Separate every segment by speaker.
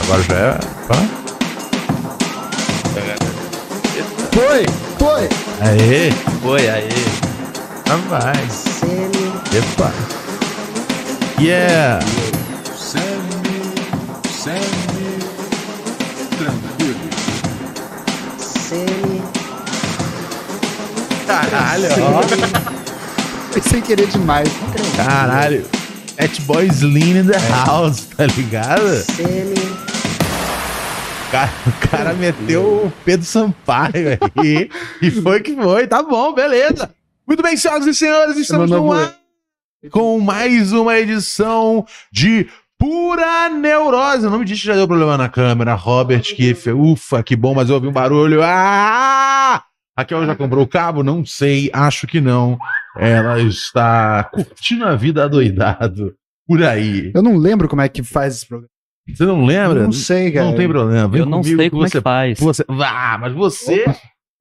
Speaker 1: Agora já é.
Speaker 2: Foi! Foi!
Speaker 1: Aê! Foi, aê! A mais!
Speaker 2: Sêmio,
Speaker 1: Epa! Yeah!
Speaker 3: Semi, semi, tranquilo.
Speaker 2: semi.
Speaker 1: Caralho!
Speaker 2: Foi sem querer demais.
Speaker 1: Caralho! At Boys Lean in the House, tá ligado?
Speaker 2: Semi.
Speaker 1: cara, o cara meteu o Pedro Sampaio aí. e foi que foi. Tá bom, beleza. Muito bem, senhoras e senhores, estamos
Speaker 2: Meu
Speaker 1: no
Speaker 2: novo
Speaker 1: ar com mais uma edição de Pura Neurose. Não me diz que já deu problema na câmera, Robert. Que fe- ufa, que bom, mas eu ouvi um barulho. Ah! Raquel já comprou o cabo? Não sei, acho que não. Ela está curtindo a vida adoidado por aí.
Speaker 2: Eu não lembro como é que faz esse programa.
Speaker 1: Você não lembra?
Speaker 2: Não sei, cara.
Speaker 1: Não tem problema. Vem
Speaker 4: Eu não
Speaker 1: comigo
Speaker 4: sei
Speaker 1: que
Speaker 4: como é
Speaker 1: você
Speaker 4: que faz.
Speaker 1: Você, ah, mas você,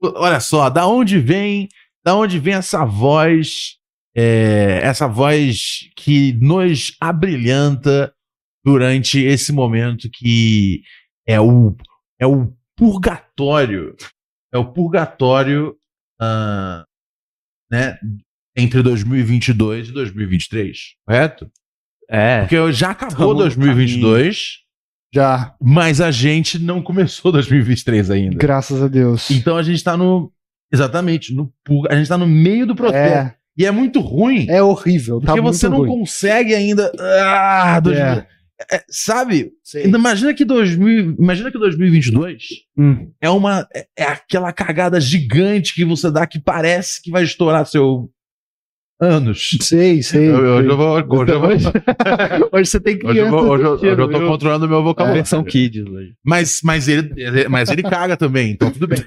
Speaker 1: olha só, da onde vem, da onde vem essa voz, é, essa voz que nos abrilhanta durante esse momento que é o é o purgatório, é o purgatório, ah, né, entre 2022 e 2023, correto?
Speaker 4: É.
Speaker 1: Porque já acabou
Speaker 4: Tamo no
Speaker 1: 2022,
Speaker 2: Já,
Speaker 1: mas a gente não começou 2023 ainda.
Speaker 2: graças a Deus.
Speaker 1: Então a gente tá no. Exatamente, no pu- a gente tá no meio do processo.
Speaker 2: É,
Speaker 1: E é muito ruim.
Speaker 2: é horrível. Tá
Speaker 1: porque você não
Speaker 2: muito ruim.
Speaker 1: consegue ainda. Ah, dois
Speaker 2: É.
Speaker 1: mil- é, sabe?
Speaker 2: Sei.
Speaker 1: Imagina que, 2000, imagina que 2022
Speaker 2: Hum.
Speaker 1: é uma. É, é aquela cagada gigante que você dá que parece que vai estourar seu. anos.
Speaker 2: Sei, sei.
Speaker 1: vou,
Speaker 2: Hoje você tem criança. assistindo, viu?
Speaker 1: controlando meu
Speaker 4: É. Versão Kids hoje.
Speaker 1: Mas, mas, ele, mas ele caga também, então tudo bem.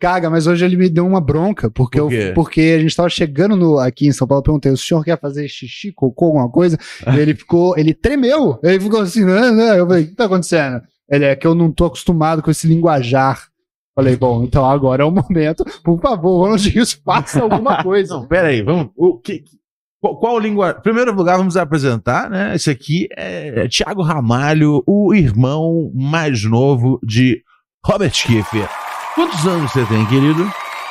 Speaker 2: Caga, mas hoje ele me deu uma bronca, porque,
Speaker 1: Por
Speaker 2: eu-
Speaker 1: quê?
Speaker 2: porque a gente tava chegando no- aqui em São Paulo, eu perguntei, o senhor quer fazer xixi, cocô, alguma coisa? E ele ficou, ele tremeu, ele ficou assim, né, né? eu falei, o que tá acontecendo? Ele, é que eu não tô acostumado com esse linguajar. Falei, bom, então agora é o momento, por favor, Ronald Rios, faça alguma coisa.
Speaker 1: Não, pera aí, vamos. O que, que- qual, qual língua? Em primeiro lugar, vamos apresentar, né? Esse aqui é Tiago Ramalho, o irmão mais novo de Robert Kiefer. Quantos anos você tem, querido?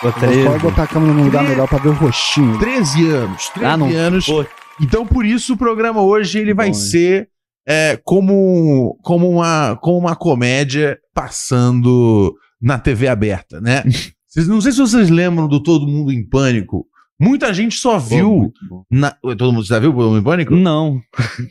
Speaker 2: Você pode botar a câmera num lugar melhor pra ver o roxinho.
Speaker 1: 13 anos. 13
Speaker 4: Ah, não.
Speaker 1: anos.
Speaker 4: Pô.
Speaker 1: Então, por isso, o programa hoje ele vai
Speaker 4: Bom, hein?
Speaker 1: ser é, como, como, uma, como uma comédia passando na TV aberta, né? Vocês- não sei se vocês lembram do Todo Mundo em Pânico. Muita gente só viu. na- Todo mundo já viu o Todo Mundo em Pânico?
Speaker 4: Não,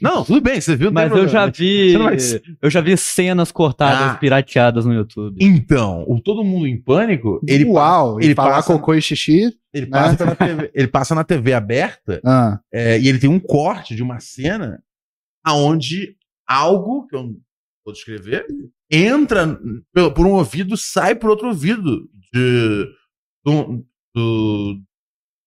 Speaker 1: Não, tudo bem, você viu. né, não tem
Speaker 4: Hum. mas eu
Speaker 1: problema.
Speaker 4: já vi.
Speaker 1: Você não vai-
Speaker 4: Eu já vi cenas cortadas,
Speaker 1: Ah.
Speaker 4: pirateadas no YouTube.
Speaker 1: Então, o Todo Mundo em Pânico, ele,
Speaker 2: Uau,
Speaker 1: ele
Speaker 2: ele falar
Speaker 1: passa-
Speaker 2: cocô e xixi.
Speaker 1: ele, passa na TV, ele passa na TV aberta
Speaker 2: Ah,
Speaker 1: É, e ele tem um corte de uma cena aonde algo, que eu não vou descrever, entra n- pe- por um ouvido, sai por outro ouvido de, do, do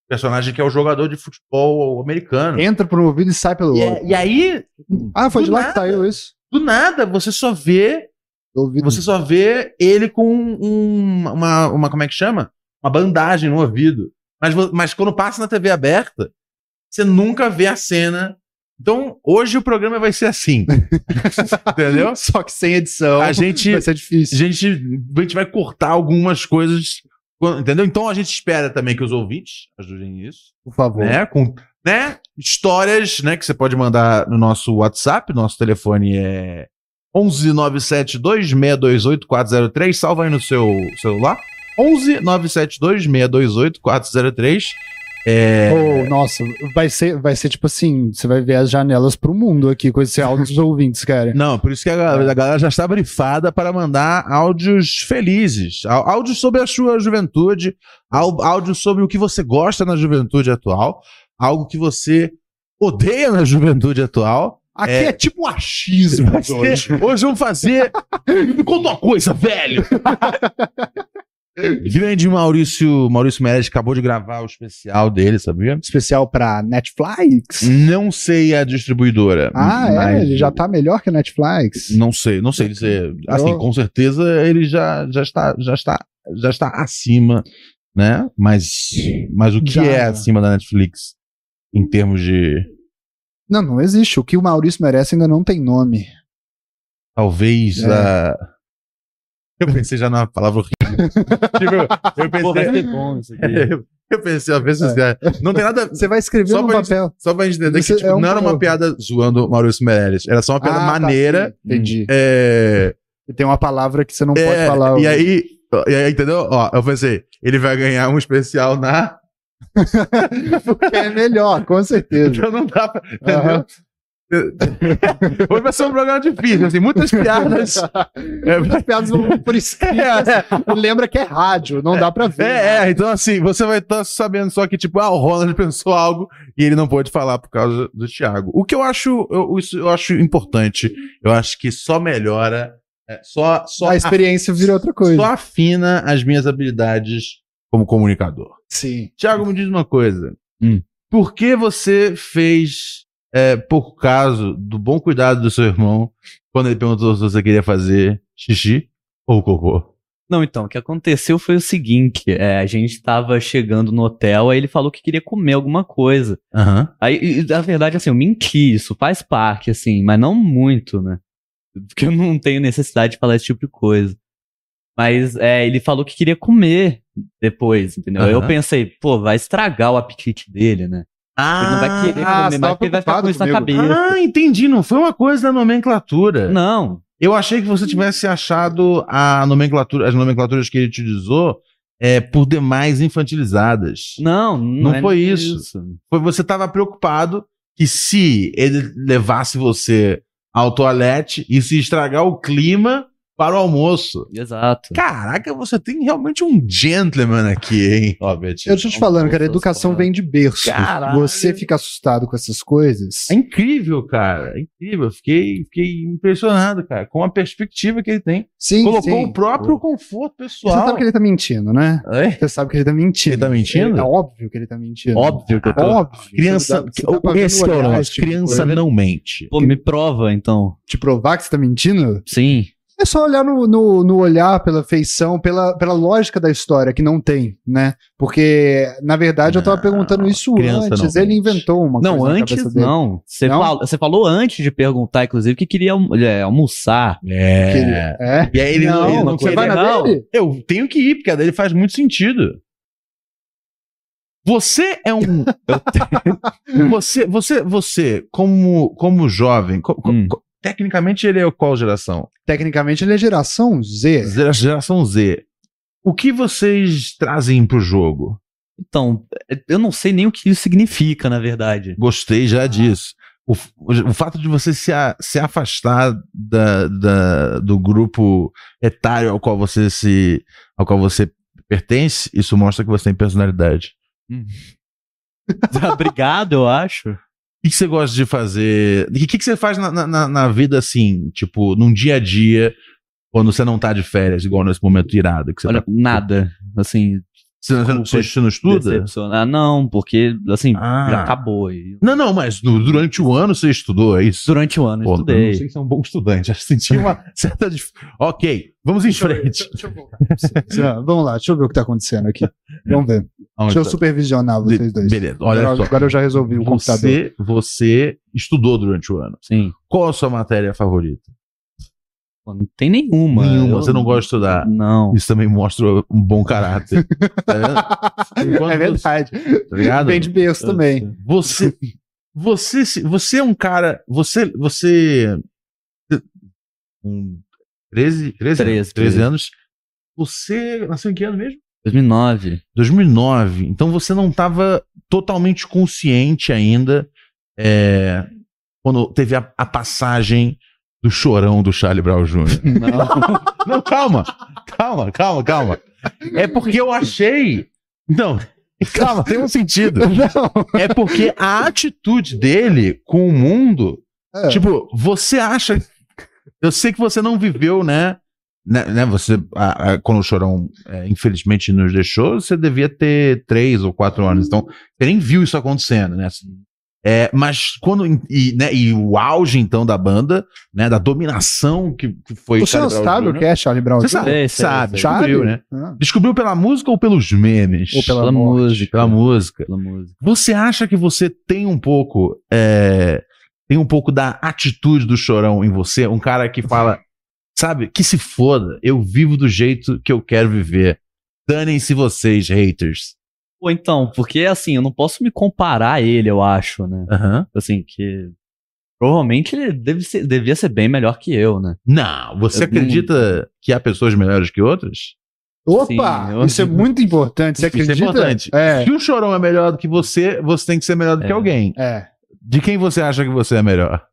Speaker 1: personagem que é o jogador de futebol americano.
Speaker 2: entra por um ouvido e sai pelo
Speaker 1: É, E,
Speaker 2: outro.
Speaker 1: é- e aí,
Speaker 2: Ah, foi de
Speaker 1: do
Speaker 2: lá que saiu isso.
Speaker 1: do nada, você só vê
Speaker 2: Do ouvido.
Speaker 1: você só vê ele com um- uma, uma, como é que chama? Uma bandagem no ouvido. Mas, vo- mas quando passa na TV aberta, você nunca vê a cena. Então, hoje o programa vai ser assim. Entendeu?
Speaker 2: Só que sem edição.
Speaker 1: A gente,
Speaker 2: Então, Vai ser
Speaker 1: a
Speaker 2: difícil.
Speaker 1: gente, a gente vai cortar algumas coisas, quando- entendeu? Então, a gente espera também que os ouvintes ajudem isso
Speaker 2: Por favor.
Speaker 1: né? Com, né? Histórias, né? Que você pode mandar no nosso WhatsApp. Nosso telefone é 11972628403. Salva aí no seu celular. 11972628403. É,
Speaker 2: Ou, nossa, vai ser, vai ser tipo assim: você vai ver as janelas pro mundo aqui com esses altos ouvintes, cara.
Speaker 1: Não, por isso que a, ga- a galera já está brifada para mandar áudios felizes. á- Áudios sobre a sua juventude, á- áudios sobre o que você gosta na juventude atual, algo que você odeia na juventude atual.
Speaker 2: Aqui
Speaker 1: É.
Speaker 2: é, tipo um achismo.
Speaker 1: Vai ser-
Speaker 2: hoje.
Speaker 1: hoje. vamos fazer. Me conta uma coisa, velho! Grande Maurício. Maurício Meirelles acabou de gravar o especial dele, sabia?
Speaker 2: Especial pra Netflix?
Speaker 1: Não sei a distribuidora.
Speaker 2: Ah,
Speaker 1: mas-
Speaker 2: é? Ele já tá melhor que a Netflix?
Speaker 1: Não sei, não sei dizer. Assim,
Speaker 2: Eu-
Speaker 1: com certeza ele já, já, está, já, está, já está acima, né? Mas, mas o que
Speaker 2: Já,
Speaker 1: é
Speaker 2: né?
Speaker 1: acima da Netflix em termos de.
Speaker 2: Não, não existe. O que o Maurício merece ainda não tem nome.
Speaker 1: Talvez
Speaker 2: É.
Speaker 1: a. Eu pensei já na palavra horrível. tipo, eu
Speaker 4: Pô, vai
Speaker 1: pensei.
Speaker 4: ser bom isso aqui.
Speaker 1: Eu, eu pensei, ó,
Speaker 2: É.
Speaker 1: vez Não tem nada.
Speaker 2: Você vai escrever
Speaker 1: Só
Speaker 2: no
Speaker 1: pra
Speaker 2: papel.
Speaker 1: Só pra gente entender
Speaker 2: Isso
Speaker 1: que tipo,
Speaker 2: é um
Speaker 1: não era uma
Speaker 2: valor.
Speaker 1: piada zoando o Maurício Meirelles. Era só uma piada
Speaker 2: Ah, tá,
Speaker 1: maneira.
Speaker 2: sim, entendi.
Speaker 1: é,
Speaker 2: E Tem uma palavra que você não
Speaker 1: é,
Speaker 2: pode falar.
Speaker 1: E aí, e aí, entendeu? Ó, eu pensei, ele vai ganhar um especial na.
Speaker 2: que é melhor, com certeza.
Speaker 1: Então não dá pra. Entendeu?
Speaker 2: Aham.
Speaker 1: Hoje vai ser um programa difícil, assim, muitas piadas.
Speaker 2: As piadas vão por escritas. Lembra que é rádio, não dá pra ver.
Speaker 1: É, é, então assim, você vai estar sabendo só que, tipo, ah, o Ronald pensou algo e ele não pôde falar por causa do Thiago. O que eu acho, eu, isso eu acho importante. Eu acho que só melhora, é, só, só,
Speaker 2: A experiência vira outra coisa.
Speaker 1: só afina as minhas habilidades como comunicador.
Speaker 2: Sim.
Speaker 1: Thiago, me diz uma coisa.
Speaker 4: Hum.
Speaker 1: Por que você fez é, pouco caso do bom cuidado do seu irmão quando ele perguntou se você queria fazer xixi ou cocô?
Speaker 4: Não, então, o que aconteceu foi o seguinte: é, a gente tava chegando no hotel, aí ele falou que queria comer alguma coisa.
Speaker 1: Aham.
Speaker 4: Aí, e, na verdade, assim, eu menti, isso faz parte, assim, mas não muito, né? Porque eu não tenho necessidade de falar esse tipo de coisa. Mas é, ele falou que queria comer depois, entendeu? Aí Eu
Speaker 1: Aham.
Speaker 4: pensei, pô, vai estragar o apetite dele, né? Ele não vai
Speaker 2: Ah, você
Speaker 4: querer comer mais
Speaker 2: tava
Speaker 4: porque ele vai ficar com isso na
Speaker 2: preocupado
Speaker 4: cabeça.
Speaker 1: Ah, entendi. Não foi uma coisa da nomenclatura.
Speaker 4: Não,
Speaker 1: Eu achei que você tivesse achado a nomenclatura, as nomenclaturas que ele utilizou é, por demais infantilizadas.
Speaker 4: não, não,
Speaker 1: Não
Speaker 4: é
Speaker 1: foi isso. Foi você estava preocupado que se ele levasse você ao toalete, isso ia estragar o clima para o almoço.
Speaker 4: Exato.
Speaker 1: Caraca, você tem realmente um gentleman aqui, hein, Robert?
Speaker 2: Eu tô te falando, cara, a educação vem de berço.
Speaker 1: Caralho.
Speaker 2: Você fica assustado com essas coisas.
Speaker 1: É incrível, cara. É incrível. Eu Fiquei, fiquei impressionado, cara, com a perspectiva que ele tem.
Speaker 2: Sim,
Speaker 1: Colocou
Speaker 2: sim.
Speaker 1: o próprio conforto
Speaker 2: Você sabe
Speaker 1: pessoal.
Speaker 2: que ele tá mentindo, né?
Speaker 1: É?
Speaker 2: Você sabe que ele tá mentindo.
Speaker 1: Ele tá mentindo?
Speaker 2: É óbvio que ele tá mentindo.
Speaker 4: Óbvio que eu
Speaker 2: É
Speaker 4: tô.
Speaker 2: Óbvio.
Speaker 1: Criança,
Speaker 2: Você dá- você dá pra ver
Speaker 1: esse
Speaker 2: no
Speaker 1: é o
Speaker 2: olhar,
Speaker 1: lance,
Speaker 2: esse tipo de
Speaker 1: criança
Speaker 2: coisa.
Speaker 1: não mente.
Speaker 4: Pô, me prova, então.
Speaker 2: Te provar que você tá mentindo?
Speaker 4: Sim.
Speaker 2: É só olhar no, no, no olhar, pela feição, pela, pela lógica da história, que não tem, né? Porque, na verdade, eu tava
Speaker 1: Não,
Speaker 2: perguntando isso
Speaker 1: criança
Speaker 2: antes.
Speaker 1: não
Speaker 2: Ele
Speaker 1: mente.
Speaker 2: inventou uma
Speaker 4: Não,
Speaker 2: coisa. na
Speaker 4: antes
Speaker 2: cabeça dele.
Speaker 4: não. Você
Speaker 2: Não?
Speaker 4: falou, você falou antes de perguntar, inclusive, que queria almo- é, almoçar.
Speaker 1: É.
Speaker 2: Que ele- É.
Speaker 1: E aí ele
Speaker 2: não,
Speaker 1: não, ele não
Speaker 2: você
Speaker 1: queria-
Speaker 2: vai na
Speaker 4: não.
Speaker 2: dele?
Speaker 1: Eu tenho que ir, porque a dele faz muito sentido. Você é um. você, você, você, como, como jovem, co- co-
Speaker 4: Hum.
Speaker 1: co- tecnicamente ele é qual geração?
Speaker 2: Tecnicamente, ele é geração Z.
Speaker 1: Gera- Geração Z. O que vocês trazem pro jogo?
Speaker 4: Então, eu não sei nem o que isso significa, na verdade.
Speaker 1: Gostei já disso. O, f- o fato de você se, a- se afastar da, da- do grupo etário ao qual você se ao qual você pertence, isso mostra que você tem personalidade.
Speaker 4: Obrigado, eu acho.
Speaker 1: O que que você gosta de fazer? O que, que que você faz na, na- na, na vida assim, tipo, num dia a dia, quando você não tá de férias, igual nesse momento irado que você
Speaker 4: Olha,
Speaker 1: tá.
Speaker 4: nada. Assim,
Speaker 1: Você, você, não- você- você não estuda?
Speaker 4: decepcionar. Não, porque, assim,
Speaker 1: Ah.
Speaker 4: já acabou. E
Speaker 1: Não, não, mas no- durante o ano você estudou, é isso?
Speaker 4: Durante o ano eu
Speaker 1: Pô, eu não
Speaker 4: estudei.
Speaker 1: sei se é um bom estudante, já senti uma certa. dif- Ok, vamos em frente.
Speaker 2: Ah, Vamos lá, deixa eu ver o que tá acontecendo aqui. Vamos ver. Deixa eu supervisionar vocês dois.
Speaker 1: tá? Beleza, olha
Speaker 2: agora,
Speaker 1: só.
Speaker 2: agora eu já resolvi o computador.
Speaker 1: Você, você estudou durante o ano.
Speaker 4: Sim.
Speaker 1: Qual a sua matéria favorita?
Speaker 4: Pô, não tem nenhuma.
Speaker 1: Nenhuma,
Speaker 4: Eu-
Speaker 1: você não gosta de estudar.
Speaker 4: Não.
Speaker 1: Isso também mostra um bom caráter. Tá vendo? Enquanto
Speaker 2: é verdade.
Speaker 1: você- Tá ligado?
Speaker 2: Vem de berço também.
Speaker 1: Você, você, se- você é um cara. Você. você um, 13, 13,
Speaker 4: Treze,
Speaker 1: 13
Speaker 4: treze.
Speaker 1: anos. Você nasceu em que ano mesmo?
Speaker 4: 2009.
Speaker 1: 2009. Então você não estava totalmente consciente ainda é, quando teve a, a passagem do chorão do Charlie Brown Jr.
Speaker 4: Não.
Speaker 1: Não, calma. Calma, calma, calma. É porque eu achei. Então, calma, tem um sentido.
Speaker 2: Não.
Speaker 1: É porque a atitude dele com o mundo.
Speaker 2: É.
Speaker 1: Tipo, você acha. Eu sei que você não viveu, né? Né, né, você, a- a- quando o Chorão, é, infelizmente, nos deixou, você devia ter três ou quatro anos.
Speaker 2: Uhum.
Speaker 1: Então, você nem viu isso acontecendo, né? É, mas quando. E, né, e o auge, então, da banda, né? Da dominação que, que foi
Speaker 2: O senhor
Speaker 1: Charlie Brown
Speaker 2: sabe
Speaker 1: Jr.
Speaker 2: o que é Charlie Brown?
Speaker 1: Você
Speaker 2: Jr.?
Speaker 1: sabe,
Speaker 4: Sei, sei,
Speaker 1: sabe,
Speaker 4: sei.
Speaker 1: descobriu,
Speaker 2: Sabe?
Speaker 1: né?
Speaker 2: Ah.
Speaker 1: Descobriu pela música ou pelos memes?
Speaker 2: Ou pela
Speaker 4: Pela
Speaker 2: morte.
Speaker 4: música.
Speaker 1: Pela música.
Speaker 4: Pela música.
Speaker 1: Você acha que você tem um pouco é, tem um pouco da atitude do chorão em você? Um cara que fala Sabe? Que se foda. Eu vivo do jeito que eu quero viver. Danem-se vocês, haters.
Speaker 4: Pô, então, porque assim, eu não posso me comparar a ele, eu acho, né?
Speaker 1: Aham.
Speaker 4: Assim, que provavelmente ele deve ser- devia ser bem melhor que eu, né?
Speaker 1: Não, você
Speaker 4: Eu-
Speaker 1: acredita que há pessoas melhores que outras?
Speaker 2: Opa!
Speaker 4: Sim, eu-
Speaker 2: Isso é muito importante. Você
Speaker 1: Isso é
Speaker 2: acredita?
Speaker 1: importante.
Speaker 2: É,
Speaker 1: Se o Chorão é melhor do que você, você tem que ser melhor do que
Speaker 4: É.
Speaker 1: alguém.
Speaker 2: é.
Speaker 1: De quem você acha que você é melhor?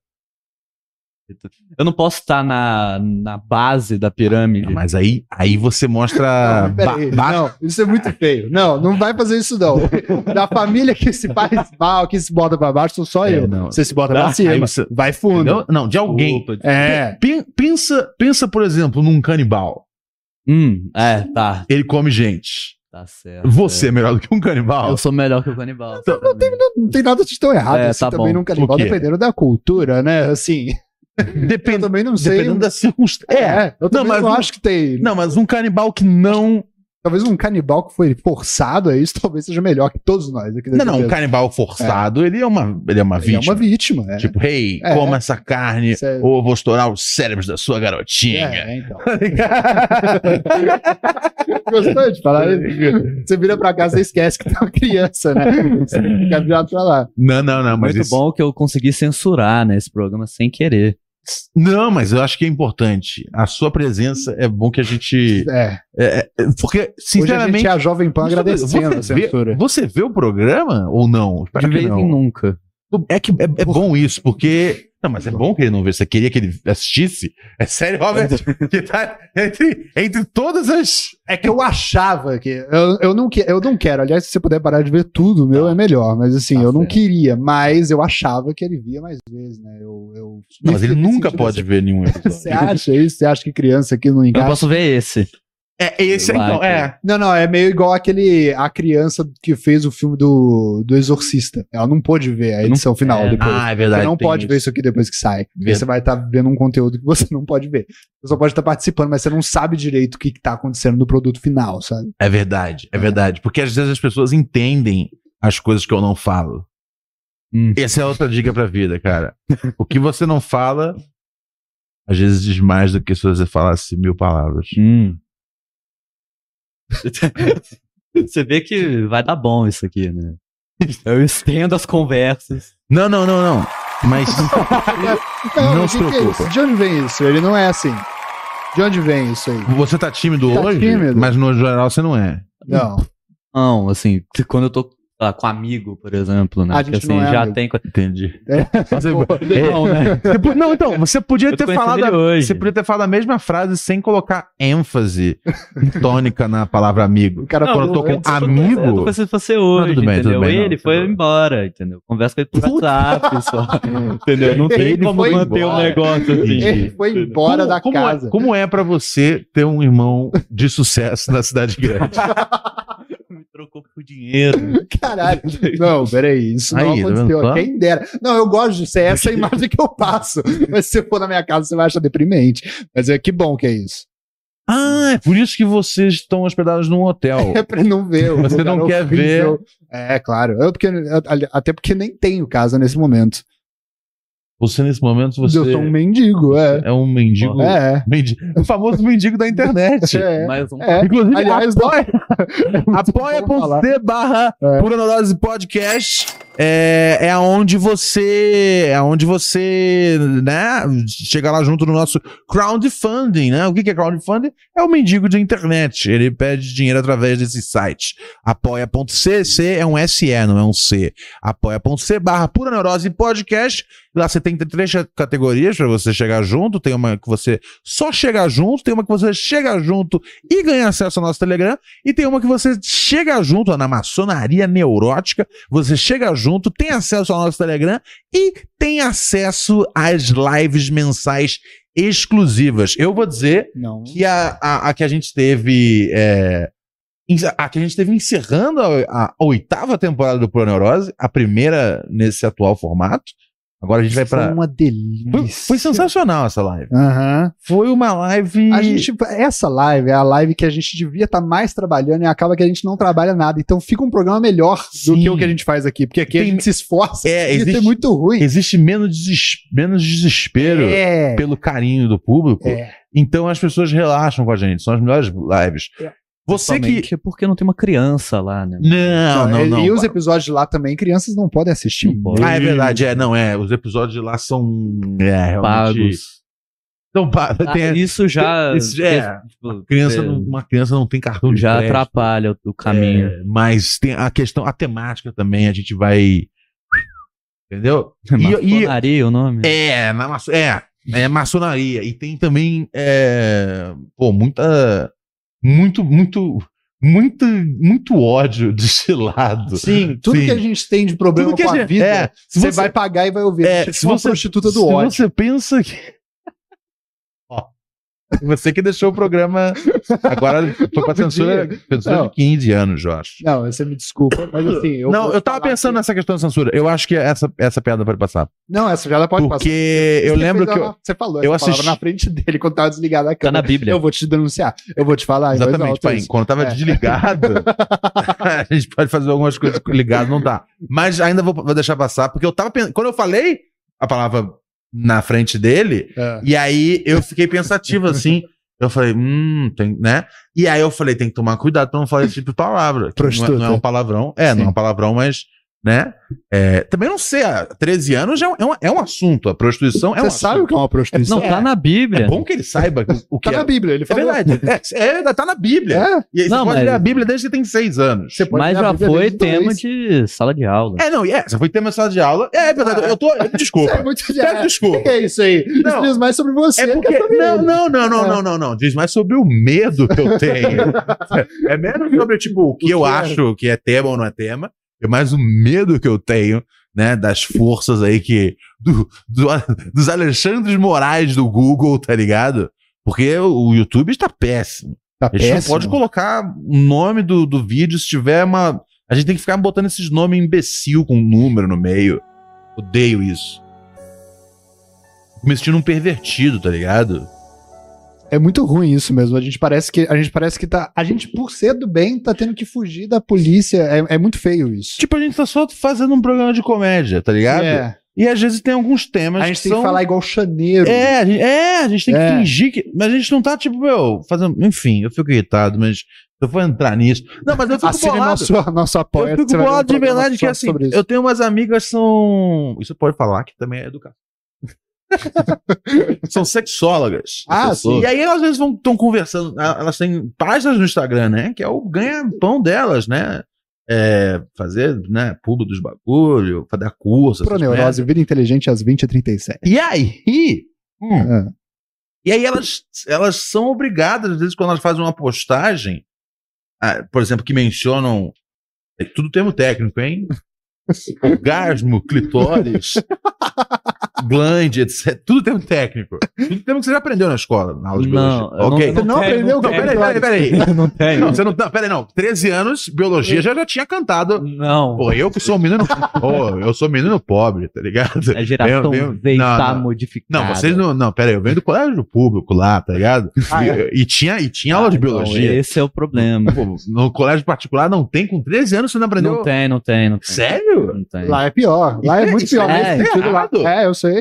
Speaker 4: Eu não posso estar na, na base da
Speaker 1: Ah,
Speaker 4: pirâmide.
Speaker 1: Mas aí, aí você mostra.
Speaker 2: Não, peraí.
Speaker 1: Ah, ba- ba-
Speaker 2: Não, isso é muito feio. Não, não vai fazer isso, não. Da família que se faz mal, que se bota pra baixo, sou só
Speaker 1: É,
Speaker 2: eu.
Speaker 1: não.
Speaker 2: Você se bota
Speaker 1: Ah,
Speaker 2: pra
Speaker 1: aí
Speaker 2: cima.
Speaker 1: você-
Speaker 2: Vai fundo.
Speaker 1: entendeu? Não, de alguém.
Speaker 4: Opa,
Speaker 2: É.
Speaker 1: Pen- Pensa, pensa, por exemplo, num canibal.
Speaker 4: Hum, é, tá,
Speaker 1: Ele come gente.
Speaker 4: tá certo.
Speaker 1: Você Então, é melhor do que um canibal.
Speaker 4: Eu sou melhor que o canibal. Não
Speaker 2: Não tem nada de tão errado.
Speaker 4: É,
Speaker 2: assim,
Speaker 4: tá
Speaker 2: também
Speaker 4: bom.
Speaker 2: nunca ligou,
Speaker 1: O quê?
Speaker 2: dependendo da cultura, né? Assim, eu
Speaker 1: Depend-
Speaker 2: também não sei.
Speaker 1: Dependendo da circunstância. É.
Speaker 2: É, eu também não,
Speaker 1: mas não-
Speaker 2: acho que tem.
Speaker 1: Não, mas um canibal que não.
Speaker 2: Talvez um canibal que foi forçado a isso, talvez seja melhor que todos nós aqui
Speaker 1: Não, não, um
Speaker 2: mesa.
Speaker 1: canibal forçado, ele é uma, ele é uma
Speaker 2: Ele
Speaker 1: vítima.
Speaker 2: é uma vítima. É.
Speaker 1: Tipo, um hey,
Speaker 2: É.
Speaker 1: coma essa carne,
Speaker 2: Isso é-
Speaker 1: ou eu vou estourar os cérebros da sua garotinha.
Speaker 2: é, então.
Speaker 1: Tá ligado?
Speaker 2: Gostou de falar isso? Você vira pra casa e esquece que tem uma criança, né? Você fica virado pra lá.
Speaker 1: não, não, não, mas
Speaker 4: Muito
Speaker 1: isso-
Speaker 4: bom que eu consegui censurar, né, esse programa sem querer.
Speaker 1: Não, mas eu acho que é importante. A sua presença é bom que a gente.
Speaker 2: É.
Speaker 1: é, é, porque,
Speaker 2: Hoje a gente
Speaker 1: sinceramente.
Speaker 2: é a Jovem Pan
Speaker 1: você-
Speaker 2: agradecendo a
Speaker 1: você, vê,
Speaker 2: censura.
Speaker 1: você vê o programa ou não? Espero
Speaker 4: De
Speaker 1: que
Speaker 4: vez
Speaker 1: não.
Speaker 4: em nunca.
Speaker 1: É que é, é bom isso, porque. Não, mas é bom que ele não vê. Você queria que ele assistisse? É sério, Robert? que tá entre, entre todas as.
Speaker 2: É que eu achava que. Eu, eu, não, que- eu não quero. Aliás, se você puder parar de ver tudo, meu é melhor. Mas assim,
Speaker 4: Tá
Speaker 2: eu não
Speaker 4: certo.
Speaker 2: queria. Mas eu achava que ele via mais vezes, né? Eu, eu,
Speaker 1: Não, mas ele
Speaker 2: me
Speaker 1: nunca
Speaker 2: senti
Speaker 1: pode ver nenhum
Speaker 2: Você
Speaker 1: episódio.
Speaker 2: acha isso? Você acha que criança aqui não
Speaker 4: Eu
Speaker 2: encaixa?
Speaker 4: posso ver esse.
Speaker 1: É, esse
Speaker 4: Vai,
Speaker 1: então, é.
Speaker 2: Não, não, é meio igual aquele a criança que fez o filme do, do Exorcista. Ela não pôde ver a
Speaker 4: não-
Speaker 2: edição final
Speaker 4: é,
Speaker 2: depois.
Speaker 1: Ah, é
Speaker 2: Você
Speaker 1: verdade.
Speaker 2: não
Speaker 1: tem
Speaker 2: pode ver isso aqui depois que sai. Porque
Speaker 1: Verdade.
Speaker 2: Você vai estar vendo um conteúdo que você não pode ver. Você só pode estar participando, mas você não sabe direito o que está acontecendo no produto final, sabe?
Speaker 1: É verdade, é verdade. Porque às vezes as pessoas entendem as coisas que eu não falo.
Speaker 4: Hum.
Speaker 1: Essa é outra dica pra vida, cara. O que você não fala, às vezes diz mais do que se você falasse mil palavras.
Speaker 4: Hum. Você vê que vai dar bom isso aqui, né? Eu estendo as conversas.
Speaker 1: Não, não, não, não. Mas. Não
Speaker 2: mas
Speaker 1: se
Speaker 2: o que que é
Speaker 1: preocupa.
Speaker 2: isso? De onde vem isso? Ele não é assim. De onde vem isso aí?
Speaker 1: Você tá tímido
Speaker 2: Tá
Speaker 1: hoje,
Speaker 2: tímido.
Speaker 1: mas no geral você não é.
Speaker 2: Não.
Speaker 4: Não, assim, quando eu tô sei lá, com amigo, por exemplo, né?
Speaker 2: A gente
Speaker 4: Porque, assim,
Speaker 2: não é
Speaker 4: já
Speaker 2: amigo.
Speaker 4: tem. co-
Speaker 1: Entendi.
Speaker 2: é
Speaker 4: Não, né?
Speaker 1: Depois- não, então, você podia
Speaker 4: Eu tô
Speaker 1: ter
Speaker 4: conhecendo
Speaker 1: falado.
Speaker 4: ele
Speaker 1: a-
Speaker 4: hoje.
Speaker 1: Você podia ter falado a mesma frase sem colocar ênfase tônica na palavra amigo.
Speaker 2: O cara
Speaker 4: Não,
Speaker 1: Quando eu
Speaker 2: falou.
Speaker 1: tô com
Speaker 4: Eu tô
Speaker 1: amigo.
Speaker 4: pensando em você hoje,
Speaker 1: tudo bem, tudo
Speaker 4: entendeu?
Speaker 1: bem, não,
Speaker 4: ele
Speaker 1: tudo
Speaker 4: foi
Speaker 1: bem.
Speaker 4: embora, entendeu? Conversa com ele por
Speaker 1: Puta.
Speaker 4: WhatsApp, só. entendeu? Não tem
Speaker 1: Ele
Speaker 4: como
Speaker 1: foi
Speaker 4: manter um
Speaker 1: embora.
Speaker 4: negócio assim.
Speaker 2: Ele é, foi embora
Speaker 1: Como-
Speaker 2: da
Speaker 1: como
Speaker 2: casa.
Speaker 1: É, como é pra você ter um irmão de sucesso na cidade grande?
Speaker 4: Me trocou por dinheiro.
Speaker 1: é?
Speaker 2: Caralho. Não, peraí, isso não
Speaker 1: Aí, tá vendo
Speaker 2: aconteceu.
Speaker 1: só?
Speaker 2: Quem dera. Não, eu gosto disso, é essa a imagem que eu passo. Mas se eu for na minha casa, você vai achar deprimente. Mas é que bom que é isso.
Speaker 1: ah, é por isso que vocês estão hospedados num hotel.
Speaker 2: É pra não ver. o
Speaker 1: Você
Speaker 2: lugar
Speaker 1: não quer
Speaker 2: horrível. É, claro. Eu porque, eu- ali- até porque nem tenho casa nesse momento.
Speaker 1: Você, nesse momento, você
Speaker 2: Eu sou um mendigo, é.
Speaker 1: é um mendigo.
Speaker 2: É.
Speaker 1: mendi- o famoso mendigo da internet.
Speaker 2: É.
Speaker 4: Mais um.
Speaker 2: É.
Speaker 1: Inclusive,
Speaker 2: Aliás,
Speaker 1: apoia-
Speaker 2: muito bom falar.
Speaker 1: apoia.c barra
Speaker 2: É.
Speaker 1: Pura Neurose Podcast é, é onde você é onde você né, chega lá junto no nosso crowdfunding, né? O que que é crowdfunding? É o mendigo de internet. Ele pede dinheiro através desse site. Apoia.c, C é um SE, não é um C. Apoia.c barra Pura Neurose Podcast. Lá você tem três categorias para você chegar junto. Tem uma que você só chega junto, tem uma que você chega junto e ganha acesso ao nosso Telegram. E tem uma que você chega junto ó, na maçonaria neurótica, você chega junto, tem acesso ao nosso Telegram e tem acesso às lives mensais exclusivas. Eu vou dizer
Speaker 2: Não.
Speaker 1: que a, a, a que a gente teve. é, em- a que a gente teve encerrando a, a oitava temporada do Pro Neurose, a primeira nesse atual formato, Agora a gente vai
Speaker 2: Foi
Speaker 1: pra.
Speaker 2: uma
Speaker 1: Foi,
Speaker 2: delícia.
Speaker 1: foi sensacional essa live.
Speaker 2: Aham.
Speaker 1: Foi uma live.
Speaker 2: A gente, essa live é a live que a gente devia estar mais trabalhando e acaba que a gente não trabalha nada. Então fica um programa melhor do
Speaker 1: Sim.
Speaker 2: que o que a gente faz aqui. Porque aqui a
Speaker 1: Tem-
Speaker 2: gente se esforça
Speaker 1: É,
Speaker 2: e isso é
Speaker 1: existe-
Speaker 2: muito ruim.
Speaker 1: Existe menos, deses- menos desespero
Speaker 2: É,
Speaker 1: pelo carinho do público.
Speaker 2: é.
Speaker 1: Então as pessoas relaxam com a gente. São as melhores lives.
Speaker 2: É.
Speaker 1: Você que.
Speaker 4: Principalmente Porque não tem uma criança lá, né?
Speaker 1: Não, não, não.
Speaker 2: é, E os episódios lá também, crianças não podem assistir.
Speaker 4: Não pode.
Speaker 1: Ah, é verdade, é, não, é. Os episódios de lá são. É, realmente.
Speaker 4: Pagos.
Speaker 1: Então, pa-
Speaker 4: Ah,
Speaker 1: tem,
Speaker 4: isso já.
Speaker 1: Isso já é.
Speaker 4: tipo,
Speaker 1: criança
Speaker 4: é,
Speaker 1: não- uma criança não tem cartão de
Speaker 4: já
Speaker 1: crédito.
Speaker 4: atrapalha o, o caminho.
Speaker 1: É, mas tem a questão, a temática também, a gente vai. Entendeu? E, e-
Speaker 4: Maçonaria o nome?
Speaker 1: é, na maço- é, é maçonaria. E tem também, é, pô, muita. Muito, muito. Muito, muito ódio destilado.
Speaker 2: Sim, tudo
Speaker 1: Sim.
Speaker 2: que a gente tem de problema
Speaker 1: Tudo que
Speaker 2: com a,
Speaker 1: gente-
Speaker 2: vida,
Speaker 1: é, se
Speaker 2: você vai pagar e vai ouvir.
Speaker 1: É,
Speaker 2: É, tipo
Speaker 1: se
Speaker 2: uma
Speaker 1: você-
Speaker 2: prostituta
Speaker 1: se
Speaker 2: do ódio.
Speaker 1: você pensa que. Ó, você que deixou o programa. Agora foi pra
Speaker 2: Não
Speaker 1: censura, censura
Speaker 2: Não.
Speaker 1: de 15 anos, Jorge.
Speaker 2: Não, você me desculpa, mas assim... Eu
Speaker 1: Não,
Speaker 2: vou
Speaker 1: eu tava
Speaker 2: falar
Speaker 1: pensando
Speaker 2: que-
Speaker 1: nessa questão de censura. Eu acho que essa, essa piada pode passar.
Speaker 2: Não, essa já ela pode passar.
Speaker 1: porque eu
Speaker 2: Você
Speaker 1: lembro
Speaker 2: fez
Speaker 1: que.
Speaker 2: ela-
Speaker 1: Eu,
Speaker 2: Você falou
Speaker 1: eu
Speaker 2: essa palavra
Speaker 1: assisti-
Speaker 2: na frente dele quando tava desligado a
Speaker 4: Tá na
Speaker 2: câmera.
Speaker 4: Bíblia.
Speaker 2: Eu vou te denunciar, eu vou te falar. em voz
Speaker 1: exatamente,
Speaker 2: alta
Speaker 1: pai.
Speaker 2: Ah, então isso.
Speaker 1: Quando tava
Speaker 2: É.
Speaker 1: desligado, a gente pode fazer algumas coisas com ligado, não dá. Mas ainda vou, vou deixar passar, porque eu tava pensando. Quando eu falei a palavra na frente dele,
Speaker 2: É.
Speaker 1: E aí eu fiquei pensativo assim. Eu falei, hum, tem, né? E aí eu falei, tem que tomar cuidado pra não falar esse tipo de palavra. que Não é,
Speaker 2: Prostituta.
Speaker 1: não é um palavrão. É, não é um
Speaker 2: Sim.
Speaker 1: palavrão, mas, né? É, também não sei, há 13 anos é um, é um, é um assunto. A prostituição é
Speaker 2: Você
Speaker 1: um
Speaker 2: sabe o
Speaker 1: assunto.
Speaker 2: que é uma prostituição?
Speaker 4: Não, tá na Bíblia.
Speaker 1: É bom que ele saiba o que
Speaker 2: Tá na
Speaker 1: é.
Speaker 2: Bíblia, ele
Speaker 1: É
Speaker 2: falou.
Speaker 1: verdade. É, é, tá na Bíblia.
Speaker 2: É,
Speaker 1: E aí você
Speaker 4: Não,
Speaker 1: pode
Speaker 4: mas-
Speaker 1: ler a Bíblia desde que tem 6 anos.
Speaker 2: você pode
Speaker 4: mas
Speaker 2: ler a
Speaker 4: já
Speaker 2: Bíblia
Speaker 4: foi
Speaker 2: desde
Speaker 4: tema
Speaker 2: dois.
Speaker 4: de sala de aula.
Speaker 1: É, não, e é, você foi ter uma sala de aula. É, é verdade, eu tô.
Speaker 2: Isso é
Speaker 1: Desculpa.
Speaker 2: muito
Speaker 1: Peço
Speaker 2: é,
Speaker 1: desculpa.
Speaker 2: que é isso aí?
Speaker 1: Não.
Speaker 2: Isso diz mais sobre você.
Speaker 1: É porque.
Speaker 2: que sobre
Speaker 1: Não,
Speaker 2: ele.
Speaker 1: não, não, não,
Speaker 2: É.
Speaker 1: não, não, não. Diz mais sobre o medo que eu tenho. é menos sobre, tipo, o que
Speaker 2: O
Speaker 1: eu
Speaker 2: que é.
Speaker 1: acho que é tema ou não é tema. É mais o medo que eu tenho, né? Das forças aí que. do- do- dos Alexandres Moraes do Google, tá ligado? Porque o YouTube está péssimo.
Speaker 2: Tá
Speaker 1: A gente não
Speaker 2: péssimo.
Speaker 1: pode colocar o nome do, do vídeo se tiver uma. A gente tem que ficar botando esses nomes imbecil com um número no meio. Odeio isso. Fico Me sentindo um pervertido, tá ligado?
Speaker 2: É muito ruim isso mesmo. A gente parece que a gente parece que tá, a gente por ser do bem tá tendo que fugir da polícia. É, é muito feio isso.
Speaker 1: Tipo, a gente tá só fazendo um programa de comédia, tá ligado?
Speaker 2: É.
Speaker 1: E às vezes tem alguns temas
Speaker 2: A gente
Speaker 1: que
Speaker 2: tem
Speaker 1: são...
Speaker 2: que falar igual chaneiro.
Speaker 1: É, a gente, é, a gente tem que
Speaker 2: É.
Speaker 1: fingir que... Mas a gente não tá, tipo, meu, fazendo... Enfim, eu fico irritado, mas se eu for entrar nisso... Não, mas eu fico
Speaker 2: Assine
Speaker 1: bolado.
Speaker 2: é nosso, nosso apoio.
Speaker 1: Eu fico bolado de verdade que, assim, eu tenho umas amigas que são... Isso pode falar que também é educação. são sexólogas.
Speaker 2: Ah,
Speaker 1: Essas
Speaker 2: sim.
Speaker 1: pessoas. E aí elas às vezes estão conversando, ah, elas têm páginas no Instagram, né? Que é o ganha-pão delas, né? É, fazer, né, público dos bagulho, pra dar curso. essas merdas.
Speaker 2: Proneurose, vida inteligente às 20h37.
Speaker 1: E aí... hum,
Speaker 2: Ah.
Speaker 1: e aí elas, elas são obrigadas, às vezes, quando elas fazem uma postagem, ah, por exemplo, que mencionam. É tudo termo técnico, hein? Orgasmo, clitóris, glande, etc. Tudo termo técnico. Tudo termo que você já aprendeu na escola, na aula de
Speaker 4: Não, É,
Speaker 1: biologia. Ok.
Speaker 2: não- Não
Speaker 4: tenho,
Speaker 2: aprendeu
Speaker 1: Não,
Speaker 2: como
Speaker 4: tenho.
Speaker 1: peraí, peraí, peraí.
Speaker 4: Não tenho.
Speaker 1: Não, você não. Não, peraí, não. 13 anos, biologia já, já tinha cantado.
Speaker 4: Não.
Speaker 1: Pô, eu que sou um menino. Pô, eu sou um menino pobre, tá ligado?
Speaker 4: A é geração
Speaker 1: Eu- eu-
Speaker 4: Z está
Speaker 1: não, não.
Speaker 4: modificada.
Speaker 1: Não, vocês não. Não, pera aí, eu venho do colégio público lá, tá ligado?
Speaker 2: Ah, é.
Speaker 1: e, e tinha, e tinha aula de
Speaker 4: Ah, então,
Speaker 1: biologia.
Speaker 4: esse é o problema.
Speaker 1: Pô, no colégio particular não tem, com 13 anos você não aprendeu.
Speaker 4: Não tem, não tem, não tem.
Speaker 1: Sério?
Speaker 4: Não tem.
Speaker 2: Lá é pior. Lá
Speaker 1: Isso
Speaker 2: é
Speaker 1: é-
Speaker 2: muito
Speaker 1: isso
Speaker 2: pior.
Speaker 4: é-
Speaker 2: nesse
Speaker 1: isso é
Speaker 2: sentido lá.
Speaker 1: errado.
Speaker 2: É, eu sei.